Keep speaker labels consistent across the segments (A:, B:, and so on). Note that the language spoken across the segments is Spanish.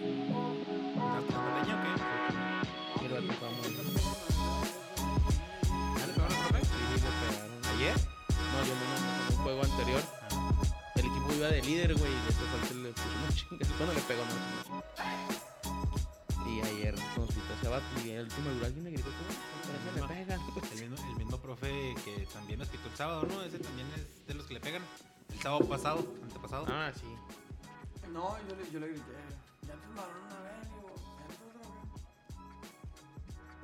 A: ¿Estás tomando leña o qué?
B: Mira, tocamos.
A: ¿Ya le pegaron otra vez?
B: Sí, le pegaron.
A: ¿Ayer?
B: No, yo no en un juego anterior.
A: ah,
B: El equipo iba de líder, güey, y le tocó el- le puso una chingada. Bueno, le pegó no. Y ayer nos pitó ese vato y el último lugar alguien le gritó, ¿cómo? ¿Por qué le pegan?
A: El mismo, el mismo profe que también nos quitó el sábado, ¿no? Ese también es de los que le pegan. El sábado pasado, antepasado.
B: Ah, sí.
C: No, yo le, yo le grité. Ya te tomaron una vez, digo. Ya te tomaron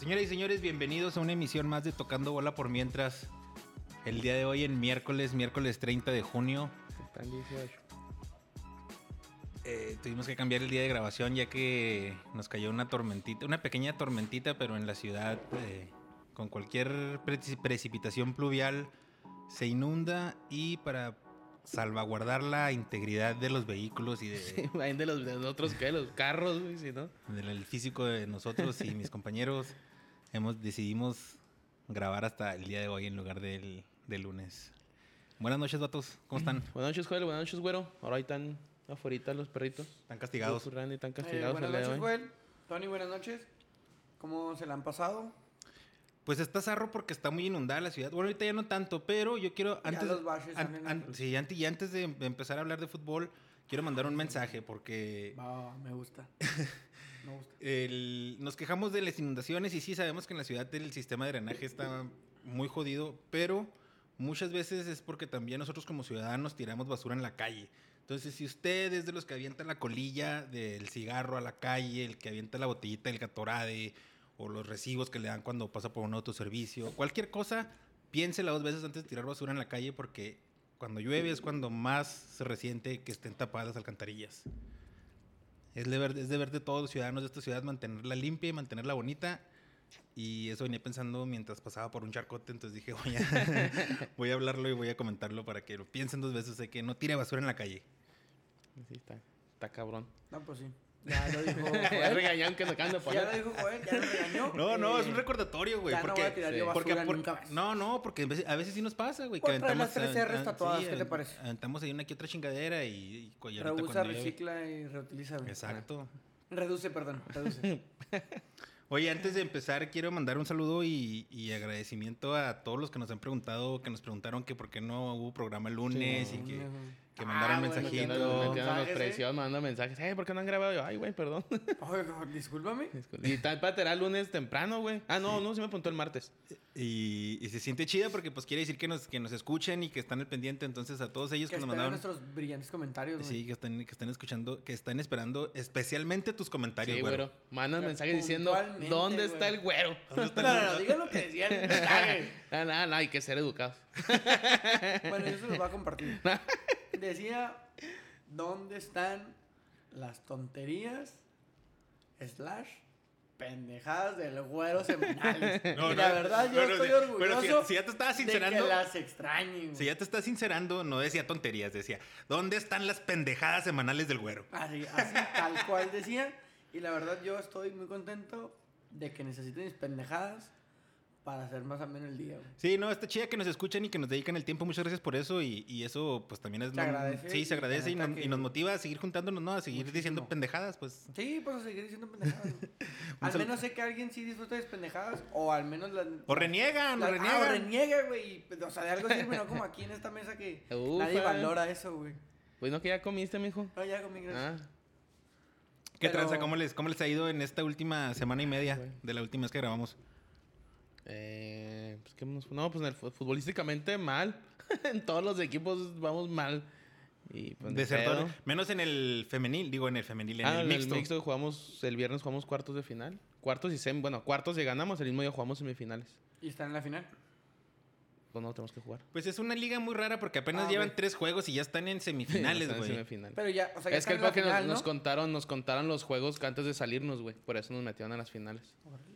A: Señoras y señores, bienvenidos a una emisión más de Tocando Bola por Mientras. El día de hoy en miércoles, miércoles 30 de junio.
B: Están 18.
A: Eh, tuvimos que cambiar el día de grabación ya que nos cayó una tormentita, una pequeña tormentita, pero en la ciudad eh, con cualquier preci- precipitación pluvial se inunda y para salvaguardar la integridad de los vehículos y de,
B: Sí, ahí de los de nosotros que los carros, güey, si no.
A: del físico de nosotros y mis compañeros, hemos decidimos grabar hasta el día de hoy en lugar del, del lunes. Buenas noches, vatos. ¿Cómo están?
B: Buenas noches, Joel, buenas noches, güero. Ahora ahí están afuera los perritos.
A: Están castigados.
B: Randy, están
C: una vez. Eh,
B: castigados
C: buenas
B: el día de
C: noches,
B: hoy.
C: Joel. Tony, buenas noches. ¿Cómo se la han pasado?
A: Pues está zarro porque está muy inundada la ciudad. Bueno, ahorita ya no tanto, pero yo quiero antes
C: los baches
A: an-
C: también
A: an-
C: andan.
A: sí, antes y antes de em- empezar a hablar de fútbol, quiero mandar un mensaje porque
C: Va, me gusta. Me gusta.
A: el- nos quejamos de las inundaciones y sí sabemos que en la ciudad el sistema de drenaje está muy jodido, pero muchas veces es porque también nosotros como ciudadanos tiramos basura en la calle. Entonces, si usted es de los que avienta la colilla del cigarro a la calle, el que avienta la botellita del Gatorade o los recibos que le dan cuando pasa por un autoservicio, cualquier cosa, piénsela dos veces antes de tirar basura en la calle porque cuando llueve es cuando más se resiente que estén tapadas las alcantarillas. Es deber, es deber de todos los ciudadanos de esta ciudad mantenerla limpia y mantenerla bonita. Y eso venía pensando mientras pasaba por un charcote, entonces dije, voy a, voy a hablarlo y voy a comentarlo para que lo piensen dos veces, de que no tire basura en la calle.
B: Sí, está, está cabrón.
C: No, pues sí. Ya lo dijo
B: Ya
C: Joel.
B: regañaron que nos acaban de
C: ya lo
B: poner.
C: dijo Joel, ya lo regañó.
A: No, no,
C: Eh,
A: es un recordatorio, güey.
C: ya no
A: porque,
C: voy a tirar yo
A: sí. porque-
C: basura
A: por-
C: nunca más.
A: No, no, porque a veces, a veces sí nos pasa, güey.
C: Voy a traer las
A: aventamos-
C: tres Rs
A: avent-
C: tatuadas, ¿qué te
A: avent-
C: parece?
A: Aventamos ahí una que otra chingadera y, y cu- y ahorita
C: Reusa,
A: cuando llueve-
C: recicla y reutiliza. güey.
A: Exacto.
C: Reduce, perdón. Reduce.
A: Oye, antes de empezar, quiero mandar un saludo y, y agradecimiento a todos los que nos han preguntado, que nos preguntaron que por qué no hubo programa el lunes
B: Sí,
A: y que, que
C: Ah,
A: mandaron
C: bueno,
A: mensajito.
C: mandaron-
B: Metiendo, metiendo los
C: Mensajes,
B: precios, mandando mensajes. Ay, ¿por qué no han grabado? Yo, ay, güey, perdón.
C: Oye, no, discúlpame.
B: y tal, para el lunes temprano, güey. Ah, no, no, sí me apuntó el martes.
A: Y, y se siente chida porque pues quiere decir que nos, que nos escuchen y que están al pendiente. Entonces a todos ellos
C: Que
A: que nos mandaron...
C: esperen nuestros brillantes comentarios, güey.
A: Sí, que están, que están escuchando, que están esperando especialmente tus comentarios,
B: Sí,
A: güero.
B: güero. Mandan
C: Ah, Ya,
B: mensajes diciendo,
C: puntualmente,
B: ¿dónde
C: güey.
B: está el güero?
A: ¿Dónde
C: No,
A: está el
C: no,
A: mundo?
C: no, digan lo que decían. en el mensaje.
B: Ah, nada, nada, hay que ser educados.
C: Bueno, yo se los voy a compartir. Decía, ¿dónde están las tonterías slash pendejadas del güero semanales?
A: No,
C: Y la
A: no,
C: verdad, yo
A: bueno,
C: estoy
A: si-
C: orgulloso
A: bueno, si ya- si ya te estabas
C: de
A: sincerando-
C: que las extrañen.
A: Si
C: güey.
A: ya te estás sincerando, no decía tonterías, decía, ¿dónde están las pendejadas semanales del güero?
C: Así, así, tal cual decía. Y la verdad, yo estoy muy contento de que necesiten mis pendejadas para hacer más o menos el día, güey.
A: Sí, no, está chida que nos escuchan y que nos dedican el tiempo. Muchas gracias por eso. Y, y eso, pues también es.
C: Se agradece
A: Sí, se
C: y
A: agradece
C: la
A: y,
C: neta
A: nos- y
C: que-
A: nos motiva a seguir juntándonos, ¿no? A seguir
C: Muchísimo.
A: diciendo pendejadas, pues.
C: Sí, pues a seguir diciendo pendejadas. güey. al
A: saludo.
C: menos sé que alguien sí disfruta de mis pendejadas o al menos las...
A: O reniegan,
C: La-
A: o
C: ah,
A: reniegan.
C: o reniega, güey. y, pues, O sea, de algo sirve, no como aquí en esta mesa que
B: Ufa.
C: nadie valora eso, güey.
B: Pues no, que ya comiste, mijo.
C: No, ya con mi gracia.
B: Ah,
A: ¿Qué
C: Pero-
A: tranza? ¿Cómo les, ¿Cómo les ha ido en esta última semana y media
B: Güey.
A: de la última vez que grabamos?
B: eh, pues que nos... No, pues en el fu- futbolísticamente mal. en todos los equipos vamos mal. Y pues, ni
A: Desertor-
B: pedo.
A: Menos en el femenil, digo en el femenil, en
B: Ah,
A: el
B: en
A: mixto.
B: el mixto jugamos, el viernes jugamos cuartos de final. Cuartos y sem, bueno, cuartos y ganamos, el mismo día jugamos semifinales.
C: Y están en la final.
B: Pues no tenemos que jugar.
A: Pues es una liga muy rara porque apenas
C: Ah,
A: llevan
C: güey.
A: tres juegos y ya están en semifinales,
B: Están en
A: güey.
B: semifinales.
C: Pero ya, o sea, ya
B: es que el
C: están en la
B: que nos,
C: final,
B: nos
C: ¿no?
B: contaron, nos contaron los juegos que antes de salirnos, güey. Por eso nos metieron a las finales.
C: Entonces,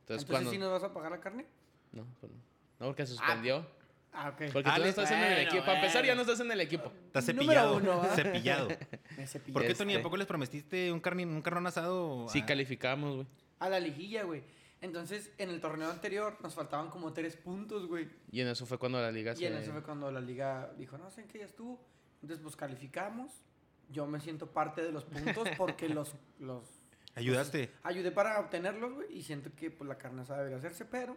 B: Entonces, cuando.
C: ¿sí nos vas a pagar la carne?
B: No, pues no. No, porque se suspendió.
C: Ah, ok.
B: Porque
A: Ah,
B: tú no
A: le-
B: estás en el
A: bueno,
B: equipo. Para empezar, ya
A: bueno.
B: no estás en el equipo.
A: Está
C: Número
A: cepillado.
C: uno, ¿ah?
A: cepillado.
C: Me cepillé.
A: ¿Por qué,
B: Este.
A: Tony? ¿A poco les prometiste un, carni- un carnón asado?
B: Sí
A: Ah,
B: calificamos, güey.
C: A la liguilla, güey. Entonces, en el torneo anterior nos faltaban como tres puntos, güey.
B: Y en eso fue cuando la liga
C: Y en
B: se-
C: eso fue cuando la liga dijo, no sé en qué ya estuvo. Entonces, pues calificamos. yo me siento parte de los puntos porque los, los
A: Ayudaste.
C: ayudé para obtenerlos, güey, y siento que pues la carne sabe debería hacerse, pero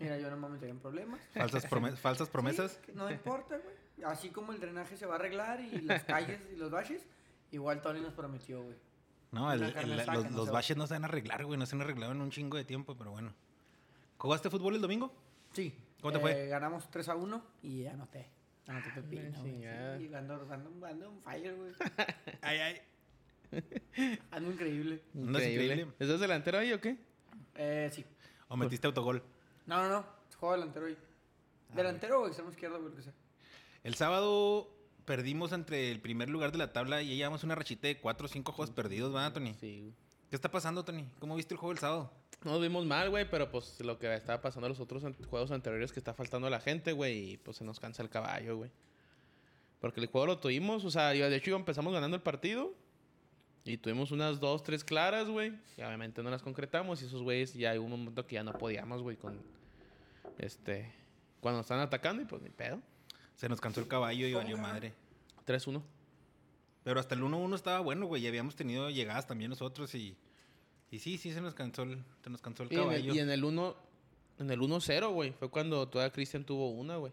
C: mira, yo no me metería en problemas.
A: Falsas, prome- falsas promesas.
C: Sí, que no importa, güey. Así como el drenaje se va a arreglar y las calles y los baches, igual Tony nos prometió, güey.
A: No, el-
C: La carne
A: el-
C: saca,
A: los,
C: no
A: los
C: se va.
A: baches no se van a arreglar, güey. No se han arreglado en un chingo de tiempo, pero bueno. ¿Jugaste fútbol el domingo?
C: Sí.
A: ¿Cómo te fue?
C: Eh, Ganamos 3 a 1 y anoté. Anoté Pepino, güey.
B: chingada.
C: Sí, ando, ando- ando on fire, güey.
A: Ay, ay.
C: Ando increíble.
A: No es increíble.
B: ¿Estás delantero ahí o qué?
C: Eh, sí.
A: ¿O metiste autogol?
C: No, no, no. Juego delantero hoy.
A: Ah,
C: ¿Delantero o extremo izquierdo, güey? Lo que sea.
A: El sábado perdimos entre el primer lugar de la tabla y ya llevamos una rachita de cuatro o cinco juegos perdidos, ¿verdad, Tony?
B: Sí, güey.
A: ¿Qué está pasando, Tony? ¿Cómo viste el juego el sábado?
B: Nos vimos mal, güey, pero pues lo que estaba pasando en los otros an- juegos anteriores que está faltando a la gente, güey, y pues se nos cansa el caballo, güey. Porque el juego lo tuvimos, o sea, yo- de hecho iba- empezamos ganando el partido y tuvimos unas dos, tres claras, güey, y obviamente no las concretamos y esos güeyes ya hubo un momento que ya no podíamos, güey, con este cuando nos están atacando y pues ni pedo.
A: Se nos cansó el caballo y valió madre.
B: 3-1.
A: Pero hasta el 1-1 estaba bueno, güey. Ya habíamos tenido llegadas también nosotros y... Y sí, sí, se nos cansó el, se nos cansó el
B: Y en
A: caballo.
B: el- Y en el 1 en el 1-0, güey, fue cuando toda Cristian tuvo una, güey.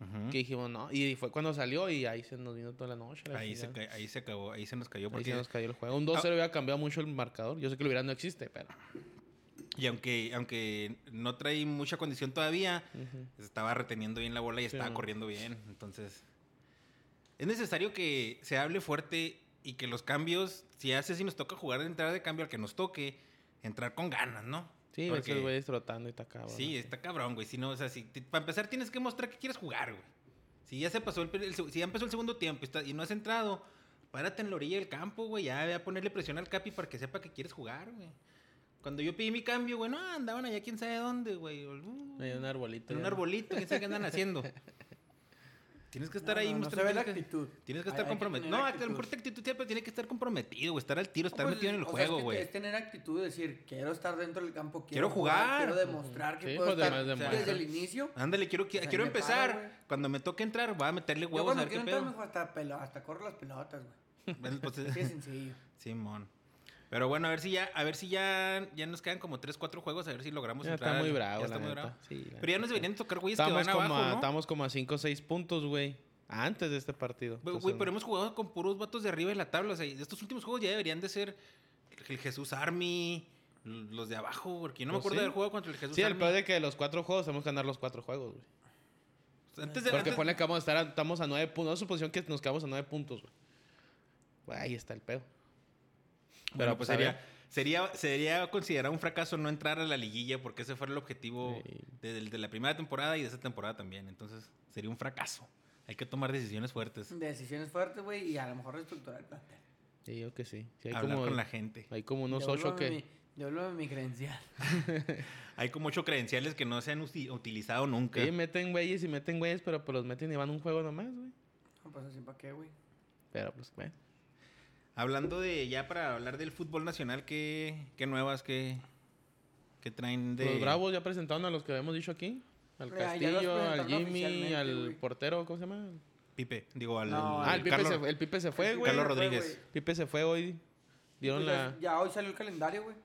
A: Ujú.
B: Que dijimos, no. Y fue cuando salió y ahí se nos vino toda la noche. la
A: ahí, se,
B: chingada.
A: ca- ahí se acabó, ahí se nos cayó.
B: Ahí
A: Porque Ah.
B: se nos cayó el juego. Un 2-0 hubiera cambiado mucho el marcador. Yo sé que lo hubiera no existe, pero.
A: Y aunque, aunque no trae mucha condición todavía, estaba reteniendo bien la bola y estaba
B: man.
A: corriendo bien. Entonces, es necesario que se hable fuerte y que los cambios, si hace, si nos toca jugar de entrada de cambio al que nos toque, entrar con ganas, ¿no?
B: Sí,
A: Porque-
B: esos güeyes trotando y tacaba.
A: Sí, está cabrón, güey. Si no, o sea, si, para empezar tienes que mostrar que quieres jugar, güey. Si ya se pasó el, pri- el seg- si ya empezó el segundo tiempo y, está- y no has entrado, párate en la orilla del campo, güey. Ya ve a ponerle presión al Capi para que sepa que quieres jugar, güey. Cuando yo pedí mi cambio, güey, no, andaban allá quién sabe dónde, güey. Uh,
B: Hay un arbolito.
A: en un
B: ya.
A: arbolito, quién sabe qué andan haciendo. Tienes que estar
C: No,
A: ahí
C: no, no se
A: mostrando.
C: ve la
A: tienes que-
C: actitud.
A: Tienes que
C: Hay-
A: estar
C: hay que
A: comprometido.
C: tener
A: No, a
C: actitud.
A: lo mejor tu actitud siempre tiene que estar comprometido, güey. Estar al tiro, estar
C: Pues,
A: metido en el
C: o sea, es
A: juego,
C: que
A: güey.
C: Es tener actitud, es decir, quiero estar dentro del campo,
A: Quiero
C: quiero,
A: jugar. Ah,
C: Quiero demostrar que
B: Sí,
C: puedo
B: pues,
C: estar
B: además
A: demuestra.
C: desde el inicio.
A: Ándale, quiero, qui-
C: O sea,
A: quiero
C: me paro,
A: empezar.
C: güey.
A: cuando me toque entrar, voy a meterle
C: Yo
A: huevos a
C: cuando
A: ver qué
C: quiero entrar,
A: pedo.
C: mejor hasta, pelo, hasta corro las pelotas, güey.
A: Bueno, pues,
C: Así de sencillo.
A: Simón. Pero bueno, a ver si ya, a ver si ya, ya nos quedan como 3, 4 juegos, a ver si logramos
B: Ya
A: entrar.
B: está muy
A: al-
B: bravo,
A: ya
B: la
A: está muy
B: neta.
A: bravo.
B: Sí, la
A: Pero ya nos
B: neta.
A: deberían tocar güeyes que
B: Estamos
A: van
B: como,
A: abajo,
B: a,
A: ¿no?
B: estamos como a 5 o 6 puntos, güey. Antes de este partido.
A: Güey,
B: Entonces,
A: güey, pero hemos jugado con puros vatos de arriba de la tabla. O sea, estos últimos juegos ya deberían de ser el Jesús Army, l- los de abajo, porque yo no me
B: Pues
A: acuerdo
B: sí.
A: del juego contra el Jesús
B: Sí, el
A: Army.
B: peor de que de los cuatro juegos tenemos que ganar los cuatro juegos, güey.
A: Antes de,
B: Porque
A: antes-
B: ponle que vamos a estar a- estamos a 9 puntos. No es suposición que nos quedamos a 9 puntos, güey. Güey, Ahí está el pedo.
A: Bueno,
B: Pero,
A: pues
B: pues, a
A: sería,
B: ver.
A: sería, sería considerado un fracaso no entrar a la liguilla porque ese fue el objetivo
B: Sí.
A: de, de la primera temporada y de esa temporada también. Entonces sería un fracaso. Hay que tomar decisiones fuertes.
C: Decisiones fuertes, güey, y a lo mejor reestructurar el plantel.
B: Sí, yo que sí. Sí, hay,
A: hablar
B: como,
A: con la gente.
B: hay como unos 8
C: Devuélvame
B: que.
C: mi- Devuélvame mi credencial.
A: Hay como ocho credenciales que no se han usi- utilizado nunca.
B: Sí, meten güeyes y meten güeyes, pero pues los meten y van un juego nomás, güey.
C: No, pues así, ¿para qué, güey?
B: Pero pues, bueno.
A: Hablando de, ya para hablar del fútbol nacional, ¿qué, qué nuevas que, traen de.
B: Los Bravos ya presentaron a los que habíamos dicho aquí. Al
C: Ya, ya los
B: Castillo, al
C: presentaron
B: Jimmy,
C: oficialmente,
B: al
C: güey.
B: portero, ¿cómo se llama?
A: Pipe, digo, al.
C: No,
B: ah, el Pipe,
A: Carlos- pues,
B: se, el Pipe se fue, güey.
A: Carlos
C: Fue,
A: Rodríguez.
C: güey.
B: Pipe se fue hoy. Dieron
C: Pues
B: la...
C: ya, ya hoy salió el calendario, güey.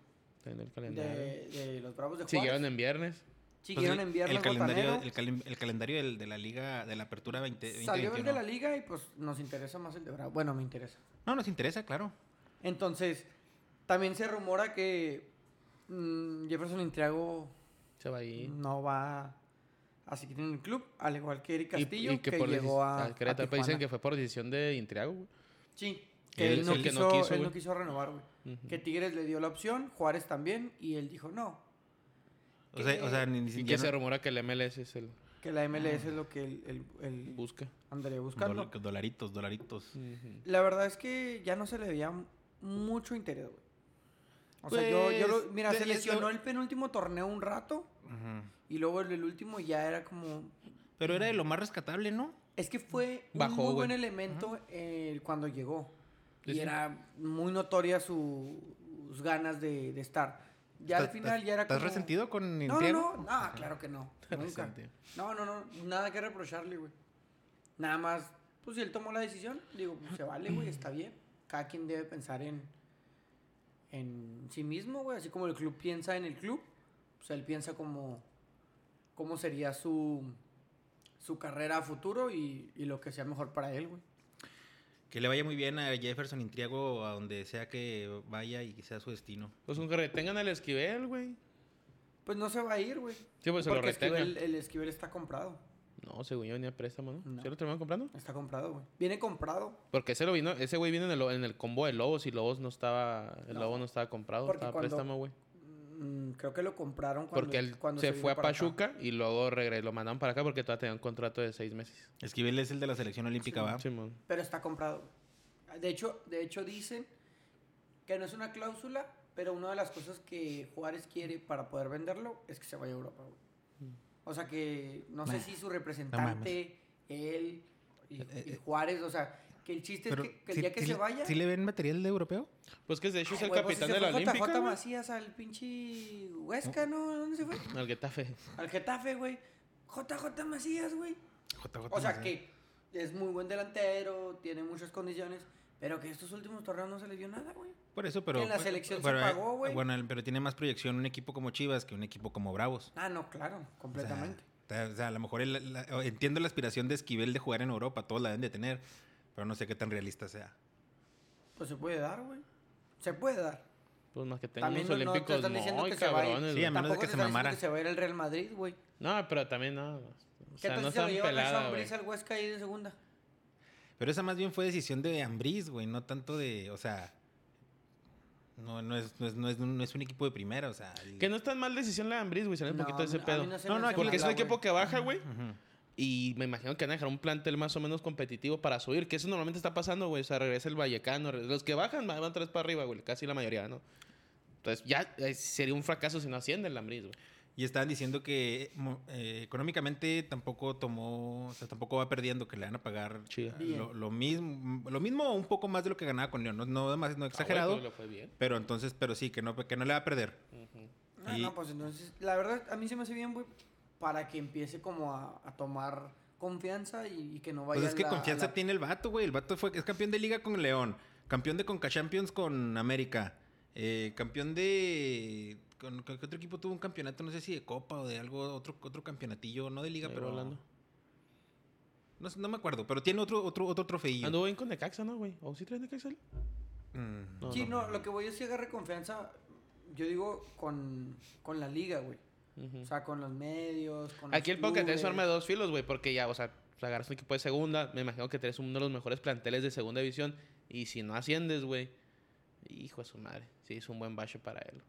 B: en el calendario.
C: De, de los Bravos de Juárez.
B: Siguieron en viernes.
A: Pues
C: Siguieron
A: el-
C: en viernes
A: el calendario,
C: botanero.
A: el, calen- el calendario del- de la liga de la apertura 20,
C: Salió el
A: 2021.
C: de la liga y pues nos interesa más el de Bravo. Bueno, me interesa.
A: No, nos interesa, claro.
C: Entonces, también se rumora que mm, Jefferson Intriago
B: Se va ahí.
C: no va a seguir en el club, al igual que Eric Castillo, que,
B: decis-
C: llegó a,
B: al Querétaro,
C: a
B: pero dicen que
C: Tijuana.
B: fue por decisión de Intriago, güey.
C: Sí, que
B: él
C: él,
B: es
C: no,
B: el que no
C: quiso,
B: quiso,
C: él no
B: güey.
C: quiso renovar, güey.
B: Ujú.
C: Que Tigres le dio la opción, Juárez también, y él dijo no.
A: O sea, o sea, ni, ni
B: Y
A: ya
B: que
A: no-
B: se rumora que el MLS es el...
C: Que la MLS es lo que él, él- él
B: Busca.
C: andaría buscando.
A: Dola- dolaritos, dolaritos.
B: Ujú.
C: La verdad es que ya no se le veía mucho interés, güey. O sea, yo, yo lo-
A: Pues,
C: mira,
A: de-
C: se
A: y es
C: lesionó
A: lo-
C: el penúltimo torneo un rato
A: Ujú.
C: y luego el, el último ya era como...
A: Pero era de lo más rescatable, ¿no?
C: Es que fue un
B: Bajó,
C: muy
B: güey.
C: buen elemento eh, cuando llegó.
B: Sí,
C: Y
B: sí.
C: era muy notoria su- sus ganas de, de estar. Ya al
A: ¿Estás-
C: final ya era
A: ¿Estás
C: como-
A: resentido con
C: No, no,
A: Intriago?
C: no, no, claro que no. Nunca.
B: Resentido.
C: No, no, no, nada que reprocharle, güey. Nada más Pues si él tomó la decisión, digo, pues, se vale, güey, está bien. Cada quien debe pensar en, en sí mismo, güey. Así como el club piensa en el club, pues él piensa como cómo sería su, su carrera a futuro y, y lo que sea mejor para él, güey.
A: Que le vaya muy bien a Jefferson Intriago a donde sea que vaya y que sea su destino.
B: Pues con que retengan al esquivel, güey.
C: Pues no se va a ir, güey.
B: Sí, pues se lo
C: Porque
B: retengan.
C: Esquivel- el esquivel está comprado.
B: No, según yo venía préstamo, ¿no?
C: No.
B: ¿Se lo terminaron comprando?
C: Está comprado, güey. Viene comprado.
B: Porque ese, lo vino, ese güey vino en el, en el combo de Lobos y Lobos no estaba. El
C: No.
B: Lobo no estaba comprado,
C: Porque
B: estaba
C: cuando-
B: préstamo, güey.
C: Mm, creo que lo compraron cuando,
B: Porque él
C: cuando
B: se
C: vino
B: fue a
C: para acá.
B: Pachuca y luego regre- lo mandaron para acá porque todavía tenía un contrato de seis meses.
A: Esquivel es el de la selección olímpica, ¿va?
B: Simón.
C: Pero está comprado. De hecho, de hecho dicen que no es una cláusula, pero una de las cosas que Juárez quiere para poder venderlo es que se vaya a Europa. güey. O sea que no sé
A: Nah,
C: si su representante, él y,
B: Eh,
C: y Juárez, o sea, que el chiste
A: Pero,
C: es que, que el
A: ¿sí-
C: día que
A: sí
C: se
A: le-
C: vaya...
A: ¿Sí le ven material de europeo?
B: Pues que de hecho es
C: Ay,
B: el
C: güey, pues,
B: capitán
C: si se
B: de la
C: fue
B: Olímpica.
C: JJ
B: güey.
C: Macías al pinche Huesca, ¿no? ¿A ¿Dónde se fue?
B: Al Getafe.
C: Al Getafe, güey. JJ Macías, güey.
A: JJ
C: O sea
A: Macías.
C: que es muy buen delantero, tiene muchas condiciones, pero que estos últimos torneos no se le dio nada, güey.
A: Por eso, pero.
C: en la
A: pues,
C: selección se
A: pero, eh,
C: pagó, güey.
A: Bueno, el- pero tiene más proyección un equipo como Chivas que un equipo como Bravos.
C: Ah, no, claro,
A: O sea,
C: completamente.
A: ta- O sea, a lo mejor el- la- o- entiendo la aspiración de Esquivel de jugar en Europa, todos la deben de tener, pero no sé qué tan realista sea.
C: pues se puede dar, güey. Se puede dar.
B: Pues más que tengan
C: También
B: los
C: no- no te
B: olímpicos.
C: están
B: No,
C: diciendo
B: ay,
C: que se va a ir.
B: cabrones.
A: Sí,
B: güey.
A: a menos de
C: Tampoco
A: que
C: te
A: se
C: está diciendo
A: mamara.
C: que se va a ir al Real Madrid, güey.
B: No, pero también no. O
C: ¿Qué
B: sea,
C: tal
B: no
C: si se lo
B: están
C: llevan a
B: peladas, güey.
C: Zambriz al Huesca ahí de segunda?
A: Pero esa más bien fue decisión de Ambriz, güey, no tanto de. O sea. No, no, es, no, es, no, es, no es un equipo de primera, o sea. el-
B: Que no es tan mal decisión la de Ambriz, güey. Se le un
C: No,
B: poquito de ese
C: a mí
B: pedo.
C: no se
A: No,
C: me
A: no,
C: hace
A: porque
B: Porque
C: mala,
B: es un
C: güey.
B: equipo que baja, güey.
A: Ujú.
B: Y me imagino que van a dejar un plantel más o menos competitivo para subir, que eso normalmente está pasando, güey. O sea, regresa el Vallecano. re- Los que bajan van van tres para arriba, güey. Casi la mayoría, ¿no? Entonces, ya eh, sería un fracaso si no asciende el Lambris, güey.
A: Y estaban diciendo que mo- eh, económicamente tampoco tomó, o sea, tampoco va perdiendo, que le van a pagar
B: Chido.
A: eh,
C: Bien.
A: lo, lo mismo, lo mismo o un poco más de lo que ganaba con León, no, no, demas- no exagerado,
B: Ah, güey, pero le fue bien.
A: pero entonces, pero sí, que no, que no le va a perder.
B: Ujú.
C: Ah,
A: Y-
C: no, pues entonces, la verdad, a mí se me hace bien, güey, para que empiece como a, a tomar confianza y, y que no vaya
A: Pues es
C: a
A: que
C: la- a
A: confianza
C: la-
A: tiene el vato, güey. El vato fue, es campeón de liga con León, campeón de Conca Champions con América, eh, campeón de... Con, con- ¿qué otro equipo tuvo un campeonato? No sé si de Copa o de algo, otro, otro campeonatillo, no de liga,
B: Ahí
A: pero...
B: volando.
A: No, sé, no me acuerdo, pero tiene otro, otro, otro trofeillo.
B: Anduvo bien con Necaxa, ¿no, güey? ¿O sí trae Necaxa? él?
A: Mm.
B: No,
C: Sí,
B: no.
C: no, lo que voy es que agarre confianza, yo digo, con, con la liga, güey.
B: Ujú.
C: O sea, con los medios, con
B: Aquí el
C: los
B: podcast es
C: clubes.
B: un arma de dos filos, güey, porque ya, o sea, pues, agarras un equipo de segunda, me imagino que tenés uno de los mejores planteles de segunda división, y si no asciendes, güey, hijo de su madre, sí, es un buen bache para él.